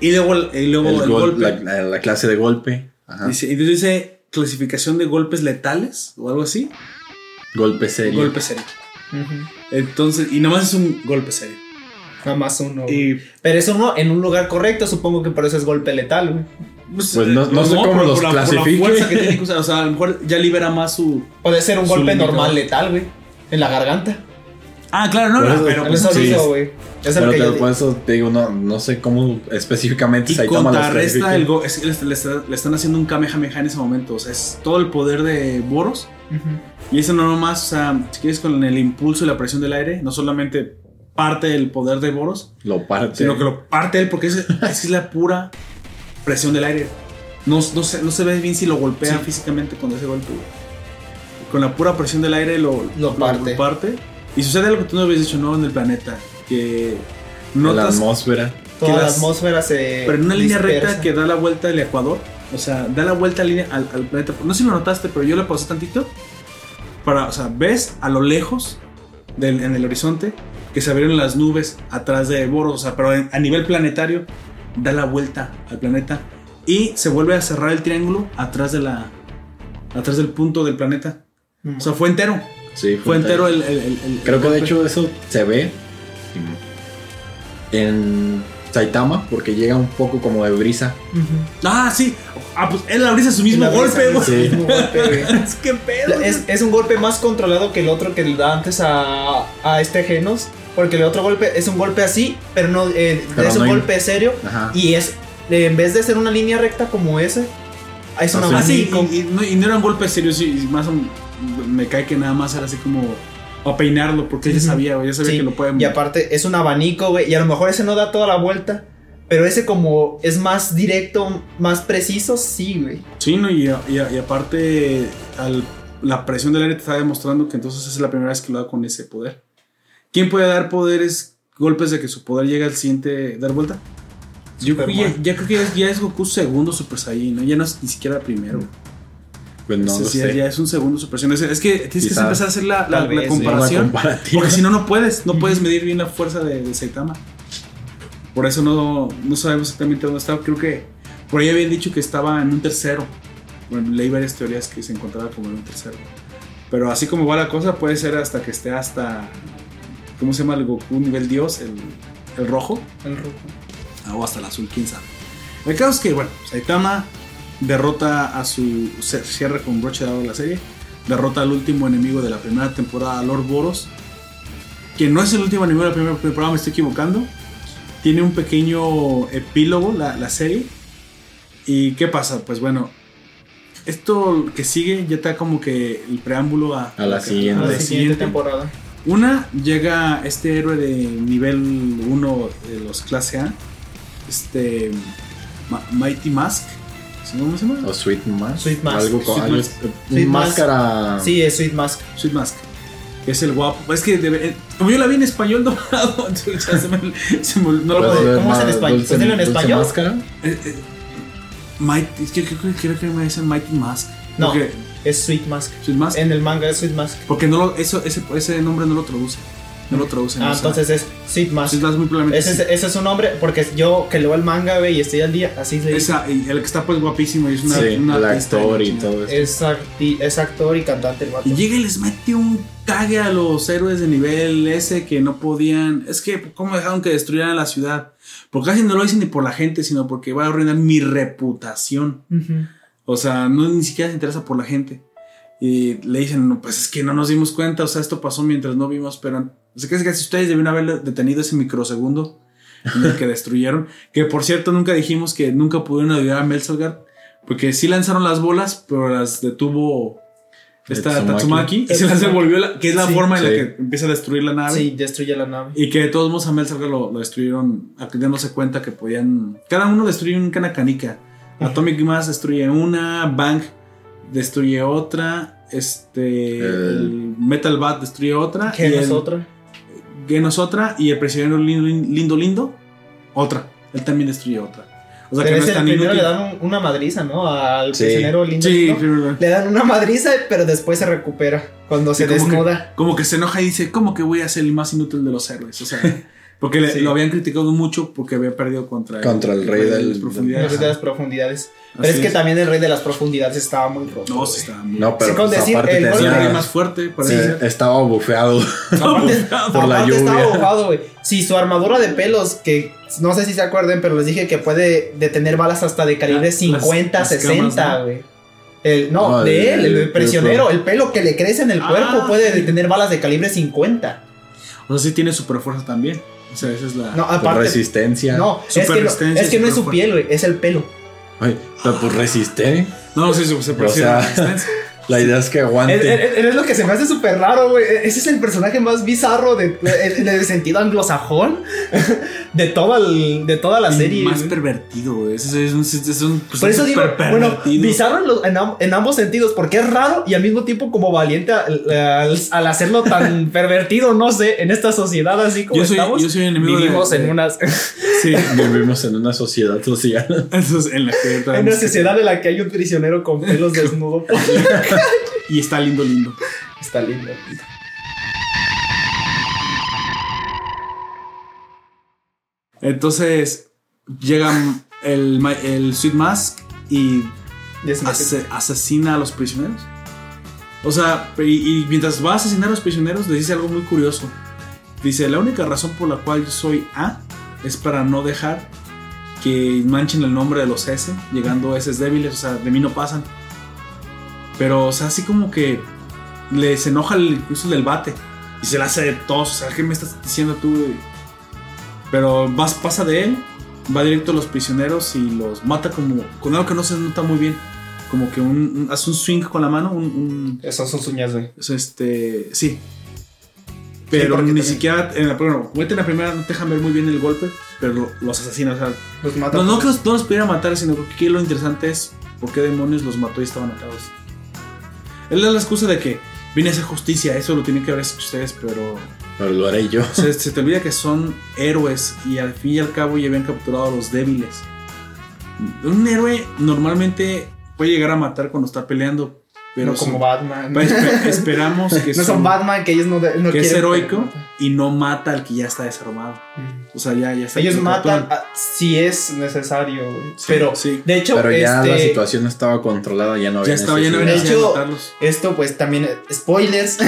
Speaker 3: y luego, el- y luego el,
Speaker 4: el gol-
Speaker 3: golpe.
Speaker 4: la, la- la clase de golpe. Ajá.
Speaker 3: Dice, y dice clasificación de golpes letales o algo así.
Speaker 4: Golpe serio.
Speaker 3: Golpe serio. Entonces, y nomás es un golpe serio.
Speaker 5: Nada más uno. güey.
Speaker 3: Y
Speaker 5: Pero eso no, en un lugar correcto, supongo que por eso es golpe letal, güey.
Speaker 4: Pues no- no sé cómo
Speaker 3: por-
Speaker 4: los
Speaker 3: eh, por la- por la
Speaker 4: clasifique.
Speaker 3: fuerza que tiene que usar, o sea, a lo mejor ya libera más su.
Speaker 5: Puede ser un
Speaker 3: Su
Speaker 5: golpe
Speaker 3: limitador.
Speaker 5: normal letal, güey. En la garganta.
Speaker 3: Ah, claro, no,
Speaker 4: Por
Speaker 3: no,
Speaker 4: eso-
Speaker 3: pero
Speaker 5: Pero
Speaker 3: pues,
Speaker 5: eso
Speaker 4: sí.
Speaker 5: digo, güey. Es el
Speaker 4: Pero
Speaker 5: que
Speaker 4: te-
Speaker 5: yo digo.
Speaker 4: por eso te digo, no, no sé cómo específicamente
Speaker 5: pues,
Speaker 3: y
Speaker 4: Saitama los
Speaker 3: contrarresta
Speaker 4: clasifica.
Speaker 3: el go- es- le, le está- le están haciendo un Kamehameha en ese momento. O sea, es todo el poder de Boros. Y eso no nomás, o sea, si quieres con el impulso y la presión del aire, no solamente parte el poder de Boros,
Speaker 4: Lo parte.
Speaker 3: sino que lo parte él porque ese- esa es la pura presión del aire. No, no, se, no se ve bien si lo golpea físicamente con ese golpe. güey. Con la pura presión del aire lo,
Speaker 5: Lo parte.
Speaker 3: Y sucede lo que tú no habías dicho, ¿no? En el planeta. Que
Speaker 4: en la
Speaker 3: notas,
Speaker 4: atmósfera.
Speaker 5: Toda
Speaker 3: que
Speaker 5: la
Speaker 3: las-
Speaker 5: atmósfera se.
Speaker 3: pero en una línea
Speaker 5: dispersa.
Speaker 3: recta que da la vuelta del Ecuador. O sea, da la vuelta al, línea- al, al planeta. No sé si lo notaste, pero yo le pausé tantito. Para, o sea, ves a lo lejos del- en el horizonte que se abrieron las nubes atrás de Boros. O sea, pero en- a nivel planetario da la vuelta al planeta y se vuelve a cerrar el triángulo atrás de la atrás del punto del planeta. O sea, fue entero.
Speaker 4: Sí,
Speaker 3: Fue entero
Speaker 4: tal.
Speaker 3: el, el- el- el-
Speaker 4: Creo que de
Speaker 3: el-
Speaker 4: hecho eso se ve en Saitama porque llega un poco como de brisa.
Speaker 5: Ujú.
Speaker 3: Ah, sí. Ah, pues él abrió su mismo
Speaker 5: La brisa,
Speaker 3: golpe, güey.
Speaker 5: sí, mismo golpe, güey.
Speaker 3: Es que pedo.
Speaker 5: Es, es un golpe más controlado que el otro que le da antes a, a este Genos. Porque el otro golpe es un golpe así, pero no eh,
Speaker 4: Pero
Speaker 5: es
Speaker 4: no
Speaker 5: un
Speaker 4: hay-
Speaker 5: golpe serio.
Speaker 4: Ajá.
Speaker 5: Y es, eh, en vez de ser una línea recta como ese, es una
Speaker 3: Ah, sí,
Speaker 5: abanico.
Speaker 3: y, y no, y no eran golpes serios, y y más un- me cae que nada más era así como para peinarlo, porque él ya
Speaker 5: Ujú.
Speaker 3: sabía, güey, ya sabía
Speaker 5: Sí,
Speaker 3: que lo pueden
Speaker 5: Y aparte es un abanico, güey. Y a lo mejor ese no da toda la vuelta. Pero ese como es más directo, más preciso, sí, güey.
Speaker 3: Sí, ¿no? y, a- y a- y aparte al- la presión del aire te está demostrando que entonces es la primera vez que lo da con ese poder. ¿Quién puede dar poderes, golpes de que su poder llega al siguiente dar vuelta? Yo creo que ya,
Speaker 4: Superman.
Speaker 3: ya creo que ya es, ya es Goku segundo Super Saiyan, ¿no? ya no es ni siquiera primero.
Speaker 4: Pues no
Speaker 3: O sea,
Speaker 4: lo
Speaker 3: sí,
Speaker 4: sé.
Speaker 3: Ya es un segundo Super Saiyan. Es, es que tienes
Speaker 4: Quizás.
Speaker 3: que empezar a hacer la, la-
Speaker 5: Tal
Speaker 3: la
Speaker 5: vez,
Speaker 3: comparación.
Speaker 4: Una comparativa.
Speaker 3: Porque si no, no puedes. No puedes medir bien la fuerza de, de Saitama. Por eso no, no sabemos exactamente dónde estaba. Creo que por ahí habían dicho que estaba en un tercero. Bueno, leí varias teorías que se encontraba como en un tercero. Pero así como va la cosa, puede ser hasta que esté hasta. ¿Cómo se llama el Goku nivel Dios? El, el rojo. Ah, O hasta el azul, quién sabe. El caso es que, bueno, Saitama derrota a su. se- cierra con broche de oro la serie. Derrota al último enemigo de la primera temporada, Lord Boros. Que no es el último enemigo de la primera temporada, me estoy equivocando. Tiene un pequeño epílogo la, la serie. ¿Y qué pasa? Pues bueno, esto que sigue ya está como que el preámbulo a,
Speaker 4: A la siguiente.
Speaker 5: A
Speaker 3: a
Speaker 5: la
Speaker 3: Ah, la
Speaker 5: siguiente
Speaker 3: siguiente.
Speaker 5: temporada.
Speaker 3: Una, llega este héroe de nivel 1 de los clase A. Este. Ma- Mighty Mask. ¿sí? ¿Cómo se llama?
Speaker 4: O Sweet Mask.
Speaker 5: Sweet Mask.
Speaker 4: Algo con
Speaker 3: Sweet
Speaker 4: algo-
Speaker 3: Mask.
Speaker 4: un
Speaker 5: Sweet Mask.
Speaker 4: máscara.
Speaker 5: Sí, es Sweet Mask.
Speaker 3: Sweet Mask. que Es el guapo. Es que debe- eh, como yo la vi en español doblado, entonces ya se me- se me- no lo
Speaker 4: Pues,
Speaker 5: ¿Cómo
Speaker 3: puedo-
Speaker 5: se-
Speaker 4: eh,
Speaker 5: cómo se en
Speaker 4: ma-
Speaker 5: español?
Speaker 4: dulce-
Speaker 5: ¿Es en
Speaker 4: dulce
Speaker 5: español?
Speaker 4: máscara.
Speaker 3: eh, eh, Mighty- es que creo que, creo que me dicen Mighty Mask.
Speaker 5: No.
Speaker 3: Porque,
Speaker 5: Es Sweet Mask.
Speaker 3: Sweet Mask.
Speaker 5: En el manga es Sweet Mask.
Speaker 3: Porque no lo, eso, ese, ese nombre no lo traduce. No lo traducen.
Speaker 5: Ah,
Speaker 3: o sea,
Speaker 5: entonces es Sid
Speaker 3: Sid
Speaker 5: Mask.
Speaker 3: Max muy probablemente.
Speaker 5: Ese es,
Speaker 3: sí.
Speaker 5: ese es su nombre, porque yo que leo el manga, güey, y estoy al día, así le digo.
Speaker 3: Esa, y el que está pues guapísimo y es una,
Speaker 4: Sí,
Speaker 3: una
Speaker 4: el
Speaker 3: artista
Speaker 4: actor y
Speaker 3: chingada.
Speaker 4: todo eso.
Speaker 5: Es, acti- es actor y cantante el vato.
Speaker 3: Y llega y les mete un cague a los héroes de nivel ese que no podían. Es que, ¿cómo dejaron que destruyeran la ciudad? Porque casi no lo dicen ni por la gente, sino porque va a arruinar mi reputación.
Speaker 5: Ujú.
Speaker 3: O sea, no ni siquiera se interesa por la gente. Y le dicen, no, pues es que no nos dimos cuenta, o sea, esto pasó mientras no vimos, pero... O sea, casi casi ustedes debieron haber detenido ese microsegundo en el que destruyeron. Que por cierto, nunca dijimos que nunca pudieron ayudar a Melsalgar, porque sí lanzaron las bolas, pero las detuvo esta
Speaker 4: Tatsumaki.
Speaker 3: Tatsumaki. Y se las devolvió, la- que es la
Speaker 5: Sí,
Speaker 3: forma en la
Speaker 4: sí.
Speaker 3: que empieza a destruir la nave.
Speaker 5: Sí, destruye la nave.
Speaker 3: Y que de todos modos a Melsalgar lo, lo destruyeron al dándose cuenta que podían. Cada uno destruye un canacanica. Atomic Mass destruye una, Bang destruye otra, este. el Metal Bat destruye otra.
Speaker 5: Que
Speaker 3: y el-
Speaker 5: nosotros.
Speaker 3: Genos otra. Y el prisionero lindo lindo, lindo, otra. Él también destruye otra. O sea
Speaker 5: Pero
Speaker 3: que no
Speaker 5: ese
Speaker 3: es tan
Speaker 5: primero
Speaker 3: inútil.
Speaker 5: le dan un- una madriza, ¿no? Al
Speaker 4: Sí.
Speaker 5: prisionero lindo.
Speaker 3: Sí,
Speaker 5: ¿no?
Speaker 3: pero-
Speaker 5: Le dan una madriza, pero después se recupera cuando
Speaker 3: Sí,
Speaker 5: se
Speaker 3: como que-
Speaker 5: desnuda.
Speaker 3: como que se enoja y dice, ¿cómo que voy a ser el más inútil de los héroes? O sea, porque le-
Speaker 5: Sí.
Speaker 3: lo habían criticado mucho porque había perdido contra
Speaker 4: Contra el rey
Speaker 3: de
Speaker 4: del-
Speaker 3: las
Speaker 5: El
Speaker 3: profundidades.
Speaker 5: rey de las profundidades. Pero es
Speaker 3: Así
Speaker 5: que también el rey de las profundidades estaba muy roto.
Speaker 3: No,
Speaker 5: güey.
Speaker 3: sí estaba muy...
Speaker 4: No, pero
Speaker 5: Sí, con
Speaker 4: pues,
Speaker 5: decir,
Speaker 4: aparte
Speaker 5: el
Speaker 3: Es
Speaker 5: golpe
Speaker 3: el
Speaker 5: Ah.
Speaker 3: rey
Speaker 4: tenía,
Speaker 3: más fuerte,
Speaker 4: sí,
Speaker 3: parece. pues,
Speaker 4: estaba bufeado.
Speaker 5: Aparte,
Speaker 4: Por la
Speaker 5: aparte estaba
Speaker 4: lluvia.
Speaker 5: mojado, güey. Sí, su armadura de pelos, que no sé si se acuerden, pero les dije que puede detener balas hasta de calibre
Speaker 3: Las-
Speaker 5: 50,
Speaker 3: las
Speaker 5: 60,
Speaker 3: camas, ¿no?
Speaker 5: güey. El- no,
Speaker 4: No,
Speaker 5: de
Speaker 4: el-
Speaker 5: él, el,
Speaker 4: el-
Speaker 5: prisionero, el pelo que le crece en el
Speaker 3: Ah,
Speaker 5: cuerpo puede
Speaker 3: sí.
Speaker 5: detener balas de calibre 50.
Speaker 3: O sea, sí tiene super fuerza también. O sea, esa es la...
Speaker 5: No,
Speaker 4: Con
Speaker 5: aparte.
Speaker 4: resistencia.
Speaker 5: No, es que
Speaker 3: Super
Speaker 5: no,
Speaker 3: resistencia,
Speaker 5: es que no es
Speaker 3: super
Speaker 5: su piel, güey, es el pelo.
Speaker 4: Ay, pero pues resiste.
Speaker 3: No, sí, se, se
Speaker 4: O sea, La idea es que
Speaker 5: Es,
Speaker 4: aguante.
Speaker 5: es- es lo que se me hace súper raro, güey. E, Ese es el personaje más bizarro de, en el sentido anglosajón de, todo el- de toda la serie.
Speaker 3: más
Speaker 5: güey.
Speaker 3: pervertido, güey. Ese Es un, es un pues,
Speaker 5: Por eso
Speaker 3: un
Speaker 5: digo,
Speaker 3: super
Speaker 5: bueno,
Speaker 3: pervertido.
Speaker 5: bizarro en, los- en am- en ambos sentidos, porque es raro y al mismo tiempo como valiente al, al- al hacerlo tan pervertido, no sé, en esta sociedad así como
Speaker 3: Yo soy,
Speaker 5: estamos.
Speaker 3: yo soy enemigo de-
Speaker 5: Vivimos en, unas,
Speaker 3: Sí,
Speaker 4: Vivimos en una sociedad social.
Speaker 3: eso es en la que
Speaker 5: en una sociedad en la que hay un prisionero con pelos desnudo.
Speaker 3: Y está lindo, lindo.
Speaker 5: Está lindo.
Speaker 3: Entonces, llega el, ma- el Sweet Mask y
Speaker 5: Y es
Speaker 3: ase- asesina a los prisioneros. O sea, y, y mientras va a asesinar a los prisioneros, les dice algo muy curioso. Dice, la única razón por la cual yo soy A es para no dejar que manchen el nombre de los S, llegando a S débiles, o sea, de mí no pasan. Pero, o sea, así como que les enoja el incluso del bate y se la hace de todos. O sea, ¿qué me estás diciendo tú? güey? Pero vas, pasa de él, va directo a los prisioneros y los mata como con algo que no se nota muy bien. Como que un, un- hace un swing con la mano, un, un-
Speaker 5: Esos son suñas, güey.
Speaker 3: o sea, este, sí. Pero
Speaker 5: porque
Speaker 3: ni
Speaker 5: también-
Speaker 3: siquiera, en la, bueno, como en la primera no te dejan ver muy bien el golpe, pero lo- los asesina, o sea,
Speaker 5: Los matan.
Speaker 3: no, no que los, no los pudiera matar, sino que aquí lo interesante es por qué demonios los mató y estaban atados. Él da la excusa de que vine a hacer justicia, eso lo tienen que haber hecho ustedes, pero
Speaker 4: Pero lo haré yo.
Speaker 3: se, se te olvida que son héroes y al fin y al cabo ya habían capturado a los débiles. Un héroe normalmente puede llegar a matar cuando está peleando, pero
Speaker 5: No como
Speaker 3: son-
Speaker 5: Batman.
Speaker 3: pues, espe- esperamos que,
Speaker 5: No son Batman, que ellos no, de- no
Speaker 3: que es
Speaker 5: quieren-
Speaker 3: heroico Mm. y no mata al que ya está desarmado. O sea, ya, ya está.
Speaker 5: Ellos
Speaker 3: lo
Speaker 5: matan
Speaker 3: capturan.
Speaker 5: a- si es necesario, güey.
Speaker 3: Sí,
Speaker 5: pero,
Speaker 3: sí.
Speaker 5: de hecho,
Speaker 4: Pero ya la
Speaker 5: este,
Speaker 4: situación estaba controlada, ya no había
Speaker 3: ya estaba ya no
Speaker 4: necesidad.
Speaker 3: había
Speaker 5: De
Speaker 3: necesidad de
Speaker 5: hecho,
Speaker 3: matarlos.
Speaker 5: Esto pues también eh, spoilers.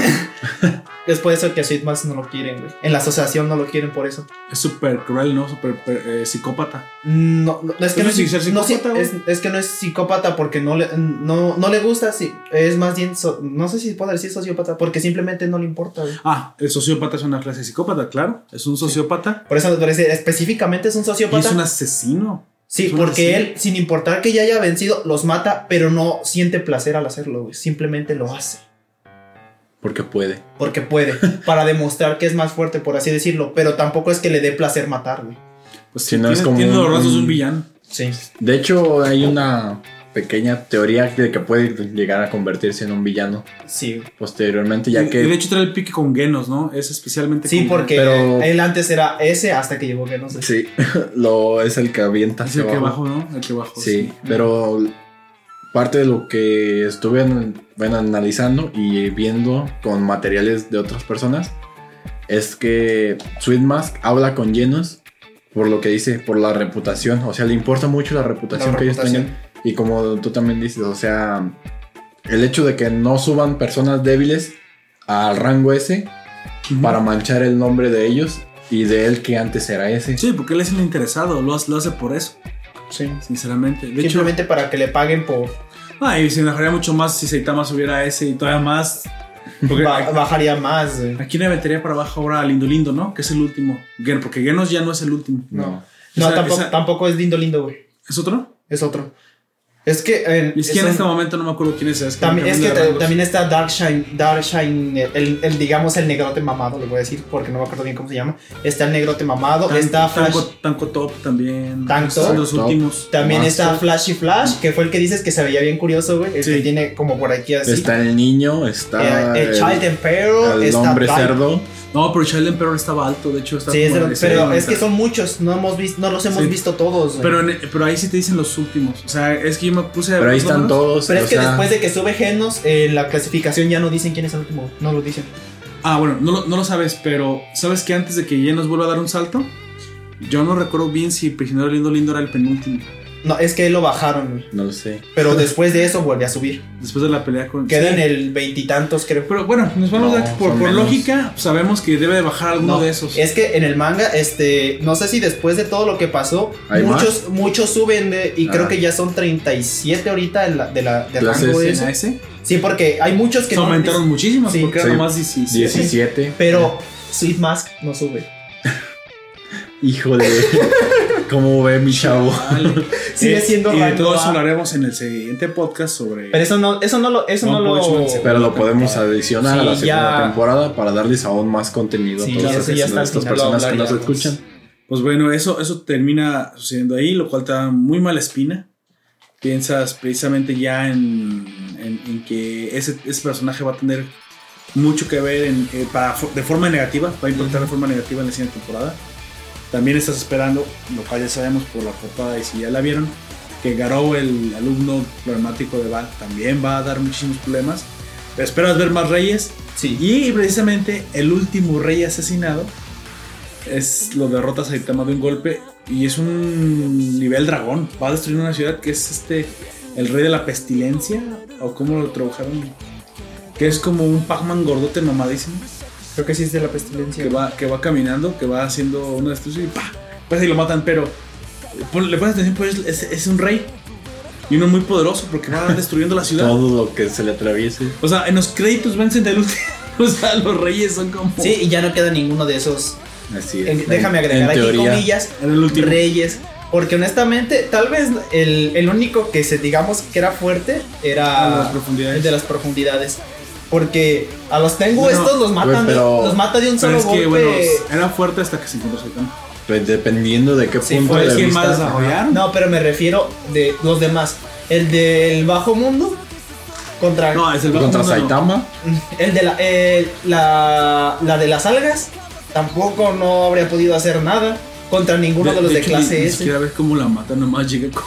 Speaker 5: es por eso que a Sweet Max no lo quieren, güey. En la asociación no lo quieren por eso.
Speaker 3: Es súper cruel, ¿no? Súper per- eh, psicópata.
Speaker 5: No, no, es que
Speaker 3: Eso
Speaker 5: no es,
Speaker 3: sin Pues ser
Speaker 5: no, sí,
Speaker 3: psicópata, güey.
Speaker 5: es, es que no es psicópata porque no le, no, no le gusta, sí, es más bien, so- no sé si puedo decir sociópata, porque simplemente no le importa, güey.
Speaker 3: Ah, el sociópata es una clase de psicópata, claro. Es un sociópata.
Speaker 5: Por eso me parece, específicamente es un
Speaker 3: Y
Speaker 5: sociópata.
Speaker 3: es un asesino.
Speaker 5: sí,
Speaker 3: es un
Speaker 5: porque
Speaker 3: asesino.
Speaker 5: él, sin importar que ya haya vencido, los mata, pero no siente placer al hacerlo, güey. Simplemente lo hace.
Speaker 4: Porque puede.
Speaker 5: Porque puede, para demostrar que es más fuerte, por así decirlo, pero tampoco es que le dé placer matar, güey.
Speaker 3: Pues
Speaker 4: Sí, no, es
Speaker 3: tiene-
Speaker 4: como
Speaker 3: tiene los
Speaker 4: un-
Speaker 3: rasgos de un villano.
Speaker 5: Sí.
Speaker 4: De hecho, hay una pequeña teoría de que puede llegar a convertirse en un villano
Speaker 5: Sí,
Speaker 4: posteriormente, ya
Speaker 3: Y- y de
Speaker 4: que...
Speaker 3: hecho trae el pique con Genos, ¿no? Es especialmente
Speaker 5: sí
Speaker 3: con
Speaker 5: porque
Speaker 4: Pero-
Speaker 5: él antes era ese hasta que llegó que no sé.
Speaker 4: Sí, lo es el que avienta
Speaker 3: Es el
Speaker 4: hacia
Speaker 3: que
Speaker 4: abajo.
Speaker 3: bajó, ¿no? El que bajó.
Speaker 4: Pues Sí, pero parte de lo que estuve an- bueno, analizando y viendo con materiales de otras personas es que Sweet Mask habla con llenos por lo que dice, por la reputación. O sea, le importa mucho la reputación
Speaker 5: La
Speaker 4: que ellos
Speaker 5: reputación.
Speaker 4: tengan. Y como tú también dices, o sea, el hecho de que no suban personas débiles al rango ese para manchar el nombre de ellos y de él que antes era ese.
Speaker 3: Sí, porque él es el interesado, lo, hace- lo hace por eso,
Speaker 5: Sí.
Speaker 3: sinceramente. De hecho,
Speaker 5: Simplemente para que le paguen por.
Speaker 3: ay, se enojaría mucho más si Saitama subiera ese y todavía más. Porque
Speaker 5: ba- bajaría más. güey.
Speaker 3: ¿A quién le metería para abajo ahora a Lindo Lindo, no? Que es el último. Gen, porque Genos ya no es el último.
Speaker 4: No.
Speaker 5: No,
Speaker 3: Esa-
Speaker 5: tampoco,
Speaker 3: esa-
Speaker 5: tampoco es lindo, lindo, güey.
Speaker 3: ¿Es otro?
Speaker 5: Es otro. Es que. eh,
Speaker 3: Ni siquiera en
Speaker 5: son-
Speaker 3: este momento no me acuerdo quién es. es que
Speaker 5: También,
Speaker 3: me
Speaker 5: es que
Speaker 3: cambian de
Speaker 5: ta-
Speaker 3: rangos.
Speaker 5: también está Darkshine, Darkshine el, el, digamos el negrote mamado, le voy a decir porque no me acuerdo bien cómo se llama. Está el negrote mamado,
Speaker 3: Tan-
Speaker 5: está Flash,
Speaker 3: Tanco, Tanco Top también.
Speaker 5: Tanco
Speaker 3: Son
Speaker 5: Top.
Speaker 3: los últimos.
Speaker 5: también está
Speaker 3: Master.
Speaker 5: Flashy Flash, que fue el que dices que se veía bien curioso, güey, el
Speaker 3: Sí.
Speaker 5: que tiene como por aquí así.
Speaker 4: Está el niño, está
Speaker 5: Eh, el, Child Emperor,
Speaker 4: el
Speaker 5: está
Speaker 4: hombre
Speaker 5: Dark-
Speaker 4: cerdo.
Speaker 3: No, pero Child Emperor estaba alto. De hecho, está
Speaker 5: Sí, es
Speaker 3: como
Speaker 5: de-
Speaker 3: de
Speaker 5: pero
Speaker 3: seis,
Speaker 5: es que
Speaker 3: está.
Speaker 5: son muchos, no hemos visto, no los hemos
Speaker 3: Sí.
Speaker 5: visto todos. güey.
Speaker 3: Pero, en- pero ahí sí te dicen los últimos. O sea, es que yo me puse. a
Speaker 4: Pero ahí
Speaker 3: ver
Speaker 4: están
Speaker 3: los números.
Speaker 4: todos.
Speaker 5: Pero
Speaker 4: o
Speaker 5: es que
Speaker 4: sea,
Speaker 5: después de que sube Genos, eh, la clasificación ya no dicen quién es el último, no lo dicen.
Speaker 3: Ah, bueno, no lo, no lo sabes, pero ¿sabes que antes de que ya nos vuelva a dar un salto? Yo no recuerdo bien si Prisionero Lindo Lindo era el penúltimo.
Speaker 5: No, es que lo bajaron, güey,
Speaker 4: No lo sé.
Speaker 5: pero después de eso vuelve a subir.
Speaker 3: Después de la pelea con.
Speaker 5: Queda
Speaker 3: Sí.
Speaker 5: en el veintitantos, creo.
Speaker 3: Pero bueno, nos vamos
Speaker 4: No,
Speaker 3: a- por,
Speaker 4: son
Speaker 3: por
Speaker 4: menos.
Speaker 3: lógica, sabemos que debe de bajar alguno
Speaker 5: No,
Speaker 3: de esos.
Speaker 5: Es que en el manga, este, no sé si después de todo lo que pasó,
Speaker 4: ¿Hay
Speaker 5: muchos, muchos suben de- y creo
Speaker 4: Ah.
Speaker 5: que ya son 37 ahorita de la, de la de
Speaker 4: Clases
Speaker 5: rango
Speaker 4: en
Speaker 5: ese.
Speaker 3: ¿A ese?
Speaker 5: Sí, porque hay muchos
Speaker 3: Se
Speaker 5: que no-
Speaker 3: aumentaron muchísimas
Speaker 5: Sí.
Speaker 3: porque
Speaker 4: Sí.
Speaker 3: eran nomás 17.
Speaker 4: 17.
Speaker 5: Pero Sweet Mask no sube.
Speaker 4: Hijo de. ¿Cómo ve mi chavo?
Speaker 5: Ah,
Speaker 3: Vale.
Speaker 5: Sigue siendo
Speaker 3: Eh, Y de
Speaker 5: rango
Speaker 3: todo eso
Speaker 5: A.
Speaker 3: hablaremos en el siguiente podcast sobre.
Speaker 5: Pero eso no, eso no lo, eso no,
Speaker 3: No,
Speaker 5: lo.
Speaker 3: Punch Man,
Speaker 4: Pero lo podemos adicionar a la
Speaker 5: Sí,
Speaker 4: segunda
Speaker 5: ya.
Speaker 4: temporada para darles aún más contenido
Speaker 5: Sí,
Speaker 4: a todas
Speaker 5: ya,
Speaker 4: esas-
Speaker 5: eso ya está al
Speaker 4: estas
Speaker 5: final, lo
Speaker 4: personas que nos
Speaker 5: hablaríamos.
Speaker 4: escuchan.
Speaker 3: Pues bueno, eso, eso termina sucediendo ahí, lo cual te da muy mala espina. Piensas precisamente ya en, en- en que ese, ese personaje va a tener mucho que ver en, eh, para fo- de forma negativa, va a impactar de forma negativa en la siguiente temporada. También estás esperando, lo cual ya sabemos por la portada y si ya la vieron, que Garou, el alumno problemático de Val, también va a dar muchísimos problemas. Pero esperas ver más reyes.
Speaker 5: Sí.
Speaker 3: Y precisamente el último rey asesinado es lo derrota Saitama de un golpe y es un nivel dragón. Va a destruir una ciudad que es este el rey de la pestilencia o cómo lo tradujeron. Que es como un Pac-Man gordote mamadísimo
Speaker 5: Creo que sí es de la pestilencia.
Speaker 3: que va que va caminando, que va haciendo una destrucción y pa, pues y lo matan, pero pon- le pones atención, pues es, es un rey y uno muy poderoso porque va destruyendo la ciudad.
Speaker 4: Todo lo que se le atraviese.
Speaker 3: O sea, en los créditos vencen del último. O sea, los reyes son como
Speaker 5: Sí, y ya no queda ninguno de esos.
Speaker 4: Así es.
Speaker 5: En- déjame agregar
Speaker 4: En
Speaker 5: aquí
Speaker 4: teoría.
Speaker 5: comillas.
Speaker 3: en el último.
Speaker 5: Reyes. Porque honestamente, tal vez el, el único que se digamos que era fuerte
Speaker 3: En
Speaker 5: era
Speaker 3: Ah, las profundidades.
Speaker 5: el de las profundidades. Porque a los Tengu
Speaker 3: No,
Speaker 5: estos los matan,
Speaker 4: güey, pero-
Speaker 5: de, los mata de un
Speaker 3: Pero
Speaker 5: solo
Speaker 3: es que,
Speaker 5: golpe.
Speaker 3: bueno, era fuerte hasta que se encontró Saitama.
Speaker 4: Pues dependiendo de qué
Speaker 5: Sí,
Speaker 4: punto
Speaker 5: fue
Speaker 4: de
Speaker 3: ¿Sabes quién
Speaker 4: vista.
Speaker 3: más desarrollaron?
Speaker 5: No, pero me refiero de los demás. El del bajo mundo contra
Speaker 3: No, es el bajo
Speaker 4: Contra
Speaker 3: mundo, no.
Speaker 4: Saitama.
Speaker 5: el de la, el- la la de las algas. Tampoco no habría podido hacer nada contra ninguno de, los de
Speaker 3: hecho, ni-
Speaker 5: clase
Speaker 3: Ni
Speaker 5: S.
Speaker 3: siquiera ves cómo la mata, nomás llega con.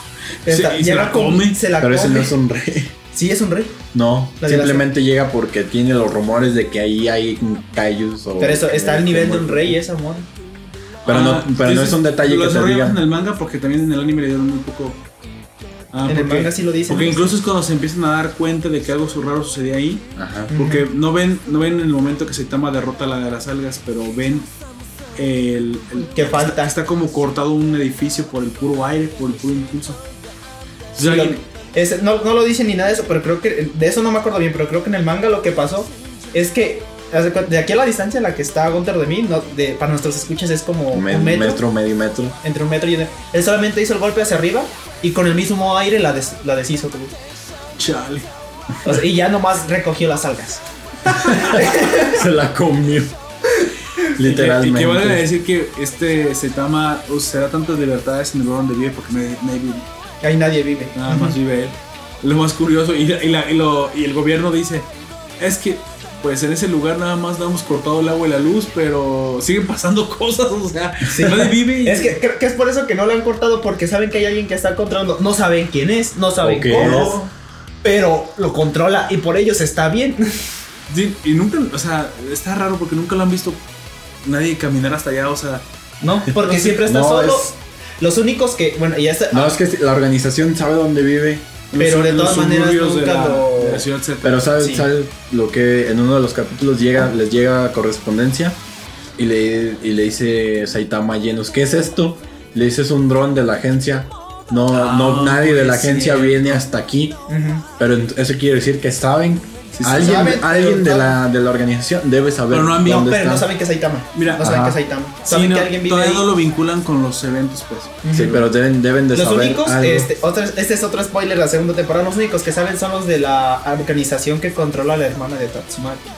Speaker 5: Está-
Speaker 3: se, y se
Speaker 5: llega
Speaker 3: la
Speaker 5: con-
Speaker 3: come.
Speaker 5: se la
Speaker 4: Pero ese
Speaker 5: come.
Speaker 4: no es un rey.
Speaker 5: Sí, es un rey.
Speaker 4: No,
Speaker 5: La de la-
Speaker 4: simplemente llega porque tiene los rumores de que ahí hay Cayus o.
Speaker 5: Pero eso está al nivel de un
Speaker 4: como-
Speaker 5: rey, esa amor.
Speaker 4: Pero,
Speaker 3: Ah,
Speaker 4: no, pero no
Speaker 3: entonces,
Speaker 4: es un detalle
Speaker 3: lo
Speaker 4: que se
Speaker 3: desarrollan
Speaker 4: diga.
Speaker 3: más en el manga porque también en el anime le dieron un poco. Ah,
Speaker 5: en el
Speaker 3: porque-
Speaker 5: manga sí lo dicen.
Speaker 3: Porque incluso es cuando se empiezan a dar cuenta de que algo su- raro sucedía ahí.
Speaker 4: Ajá.
Speaker 3: Porque no ven, no ven el momento que Saitama derrota a la de las algas, pero ven el, el-
Speaker 5: Que falta.
Speaker 3: está como cortado un edificio por el puro aire, por el puro impulso.
Speaker 5: Sí, lo- ese- no, no lo dicen ni nada de eso, pero creo que de eso no me acuerdo bien, pero creo que en el manga lo que pasó es que haz de cu- de aquí a la distancia a la que está Gunter de mí, no- de- para nuestros escuchas es como
Speaker 4: Me-
Speaker 5: un metro,
Speaker 4: metro, medio metro.
Speaker 5: entre un metro y un Él solamente hizo el golpe hacia arriba y con el mismo aire la, des- la deshizo. creo.
Speaker 3: Chale.
Speaker 5: O sea, y ya nomás recogió las algas.
Speaker 4: Se la comió.
Speaker 3: Y
Speaker 4: Literalmente.
Speaker 3: que vale decir que este Saitama o sea, da tantas libertades en el lugar donde vive porque nadie, nadie vive,
Speaker 5: Ahí nadie vive.
Speaker 3: nada más vive él. Lo más curioso, y, y la- y lo- y el gobierno dice, es que pues en ese lugar nada más damos cortado el agua y la luz, pero siguen pasando cosas, o sea, nadie vive. y-
Speaker 5: Es que, creo que es por eso que no lo han cortado, porque saben que hay alguien que está controlando. No saben quién es, no saben
Speaker 4: ¿O qué
Speaker 5: cómo, pero lo controla y por ellos está bien.
Speaker 3: Sí, y nunca, o sea, está raro porque nunca lo han visto nadie caminar hasta allá, o sea,
Speaker 5: No, porque siempre estás
Speaker 4: No,
Speaker 5: solo.
Speaker 4: es-
Speaker 5: Los únicos que, bueno, ya está.
Speaker 4: No, es que la organización sabe dónde vive,
Speaker 5: Pero de todas maneras
Speaker 3: suburbios de
Speaker 5: nunca
Speaker 3: la,
Speaker 5: lo-
Speaker 3: de la ciudad se
Speaker 4: pero sabe,
Speaker 5: Sí.
Speaker 4: sabe lo que en uno de los capítulos llega, les llega correspondencia y le, y le dice Saitama a Llenos, ¿qué es esto? Le dice, es un dron de la agencia. No, no, nadie de la agencia viene hasta aquí.
Speaker 5: Ujú.
Speaker 4: Pero ent- eso quiere decir que saben.
Speaker 5: sí
Speaker 4: alguien
Speaker 5: saben, pero
Speaker 4: alguien de,
Speaker 5: no-
Speaker 4: la, de la organización debe saber
Speaker 3: Pero no han-
Speaker 4: dónde
Speaker 5: Pero
Speaker 4: está.
Speaker 5: no saben que es Saitama.
Speaker 3: Mira,
Speaker 5: no saben
Speaker 4: ajá.
Speaker 5: que es Saitama.
Speaker 3: Sí,
Speaker 5: Saben
Speaker 3: no,
Speaker 5: que alguien vive
Speaker 3: todavía
Speaker 5: ahí.
Speaker 3: no lo vinculan con los eventos, pues.
Speaker 4: Sí, pero deben, deben de
Speaker 5: Los
Speaker 4: saber.
Speaker 5: únicos,
Speaker 4: algo.
Speaker 5: este, otro- este es otro spoiler de la segunda temporada. Los únicos que saben son los de la organización que controla a la hermana de Tatsumaki.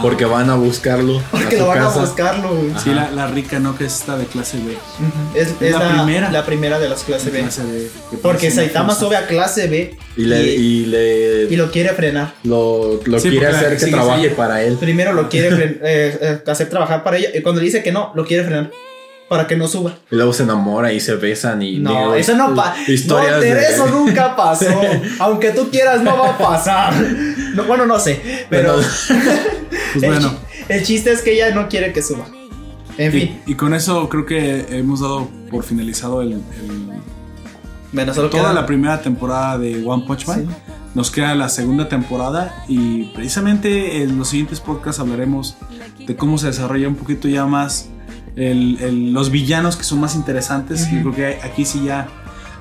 Speaker 4: Porque van a buscarlo. a
Speaker 5: Porque
Speaker 4: su
Speaker 5: lo van
Speaker 4: casa.
Speaker 5: a buscarlo, güey.
Speaker 3: Sí, la, la rica, ¿no? Que es esta de clase B.
Speaker 5: Ujú. Es, es
Speaker 3: la
Speaker 5: la,
Speaker 3: primera.
Speaker 5: la primera de las
Speaker 3: de
Speaker 5: clases B.
Speaker 3: clase B, que
Speaker 5: Porque
Speaker 3: parece una
Speaker 5: Saitama
Speaker 3: cosa.
Speaker 5: sube a clase B
Speaker 4: Y le, y le
Speaker 5: y lo quiere frenar.
Speaker 4: lo, lo
Speaker 3: Sí,
Speaker 4: quiere
Speaker 3: porque
Speaker 4: hacer que
Speaker 3: sigue
Speaker 4: trabaje
Speaker 3: siendo-
Speaker 4: para él.
Speaker 5: Primero lo quiere fren- eh, eh, hacer trabajar para ella. Y cuando le dice que no, lo quiere frenar. Para que no suba.
Speaker 4: Y luego se enamora y se besan y
Speaker 5: No,
Speaker 4: digo,
Speaker 5: eso no pasa.
Speaker 4: historias de-
Speaker 5: eso nunca pasó. Aunque tú quieras, no va a pasar. No, bueno, no sé. Pero
Speaker 4: Bueno,
Speaker 3: Pues
Speaker 5: el,
Speaker 3: bueno,
Speaker 5: chi- el chiste es que ella no quiere que suba. En fin,
Speaker 3: y, y con eso creo que hemos dado por finalizado el, el-
Speaker 5: menos solo
Speaker 3: toda
Speaker 5: queda-
Speaker 3: la primera temporada de One Punch Man. Nos queda la segunda temporada y precisamente en los siguientes podcasts hablaremos de cómo se desarrolla un poquito ya más el- el- los villanos que son más interesantes. Yo creo que aquí sí ya...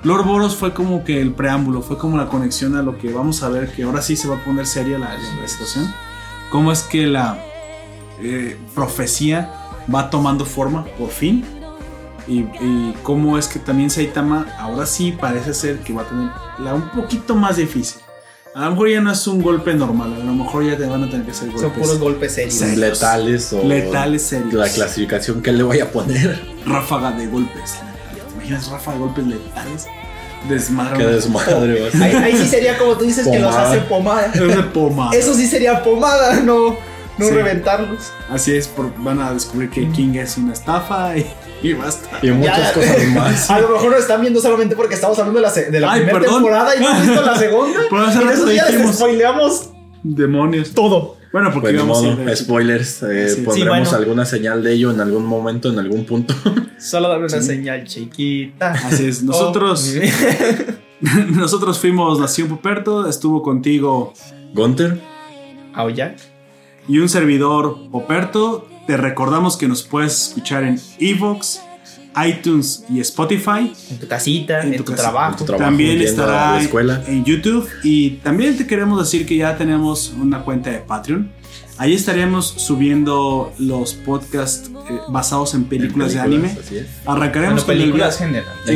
Speaker 3: Lord Boros fue como que el preámbulo, fue como la conexión a lo que vamos a ver, que ahora sí se va a poner seria la, la- la situación. Cómo es que la eh, profecía va tomando forma, por fin. Y, y cómo es que también Saitama ahora sí parece ser que va a tener la un poquito más difícil. A lo mejor ya no es un golpe normal, a lo mejor ya te van a tener que hacer golpes.
Speaker 5: Son puros golpes serios.
Speaker 3: pues, Sí.
Speaker 4: letales o
Speaker 3: Letales serios.
Speaker 4: la clasificación que le voy a poner.
Speaker 3: Ráfaga de golpes letales. ¿Te imaginas ráfaga de golpes letales?
Speaker 4: Qué
Speaker 3: Desmadre.
Speaker 4: desmadre. va a ser.
Speaker 5: Ahí, ahí sí sería como tú dices que los
Speaker 4: Pomada.
Speaker 5: hace pomada.
Speaker 3: Es de pomada.
Speaker 5: Eso sí sería pomada, no, no
Speaker 3: Sí.
Speaker 5: reventarlos.
Speaker 3: Así es, por- van a descubrir que King es una estafa y, y basta.
Speaker 4: Y muchas
Speaker 5: Ya.
Speaker 4: cosas más.
Speaker 5: A lo mejor nos están viendo solamente porque estamos hablando de la, se- de la
Speaker 3: Ay,
Speaker 5: primera
Speaker 3: perdón.
Speaker 5: temporada y no han visto la segunda.
Speaker 3: Pero hace
Speaker 5: Y en
Speaker 3: rato
Speaker 5: esos días les
Speaker 3: dijimos-
Speaker 5: spoileamos
Speaker 3: Demonios.
Speaker 5: todo.
Speaker 3: Bueno, porque
Speaker 4: Pues ni
Speaker 3: íbamos a ir
Speaker 4: modo,
Speaker 3: de-
Speaker 4: spoilers. eh,
Speaker 3: Sí, sí,
Speaker 4: pondremos
Speaker 5: bueno.
Speaker 4: alguna señal de ello en algún momento, en algún punto.
Speaker 5: Solo dame una señal chiquita. Oh,
Speaker 3: Así es, nosotros, nosotros fuimos Nación Poperto, estuvo contigo
Speaker 4: Gunter,
Speaker 5: Aoyak.
Speaker 3: y un servidor Poperto. Te recordamos que nos puedes escuchar en Evox, iTunes y Spotify.
Speaker 5: En tu casita,
Speaker 3: En
Speaker 5: en,
Speaker 3: tu
Speaker 5: tu
Speaker 3: casa,
Speaker 5: trabajo.
Speaker 4: en tu trabajo,
Speaker 3: también
Speaker 4: yendo
Speaker 3: estará
Speaker 4: a la escuela.
Speaker 3: en YouTube y también te queremos decir que ya tenemos una cuenta de Patreon. Ahí estaremos subiendo los podcasts eh, basados en películas, de anime.
Speaker 4: así es.
Speaker 3: Arrancaremos con el-
Speaker 5: general.
Speaker 3: en general,
Speaker 4: Sí,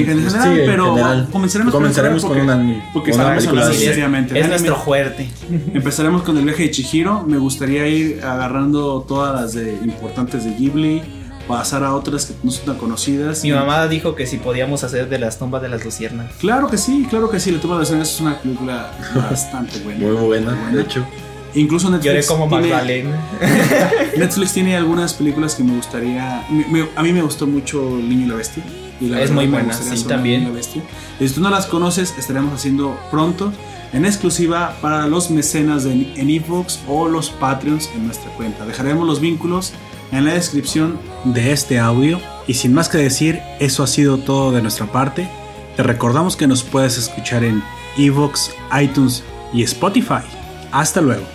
Speaker 4: en
Speaker 3: pero
Speaker 4: general.
Speaker 3: comenzaremos,
Speaker 4: Comenzaremos
Speaker 3: con,
Speaker 4: con
Speaker 3: el-
Speaker 4: una,
Speaker 3: porque
Speaker 4: con una
Speaker 3: estábamos
Speaker 4: película
Speaker 3: hablando
Speaker 4: de-
Speaker 3: de- seriamente,
Speaker 5: Es
Speaker 3: anime.
Speaker 5: nuestro fuerte.
Speaker 3: Empezaremos con el viaje de Chihiro. Me gustaría ir agarrando todas las de importantes de Ghibli, pasar a otras que no son tan conocidas.
Speaker 5: Mi mamá dijo que si podíamos hacer de las tumbas de las luciernas.
Speaker 3: Claro que sí, claro que sí. La tumba de las arañas es una película bastante buena.
Speaker 4: Muy buena, de hecho.
Speaker 3: Incluso
Speaker 5: Lloré
Speaker 3: Netflix
Speaker 5: como
Speaker 3: tiene,
Speaker 5: Magdalena.
Speaker 3: Netflix tiene algunas películas que me gustaría. me- me- a mí me gustó mucho El Niño y la Bestia. y la
Speaker 5: Es
Speaker 3: verdad
Speaker 5: muy
Speaker 3: me
Speaker 5: buena,
Speaker 3: gustaría
Speaker 5: sí,
Speaker 3: hacer una
Speaker 5: también.
Speaker 3: Niño y la Bestia. Y si tú no las conoces, estaremos haciendo pronto en exclusiva para los mecenas de, en Evox o los Patreons en nuestra cuenta. Dejaremos los vínculos en la descripción de este audio. Y sin más que decir, eso ha sido todo de nuestra parte. Te recordamos que nos puedes escuchar en Evox, iTunes y Spotify. Hasta luego.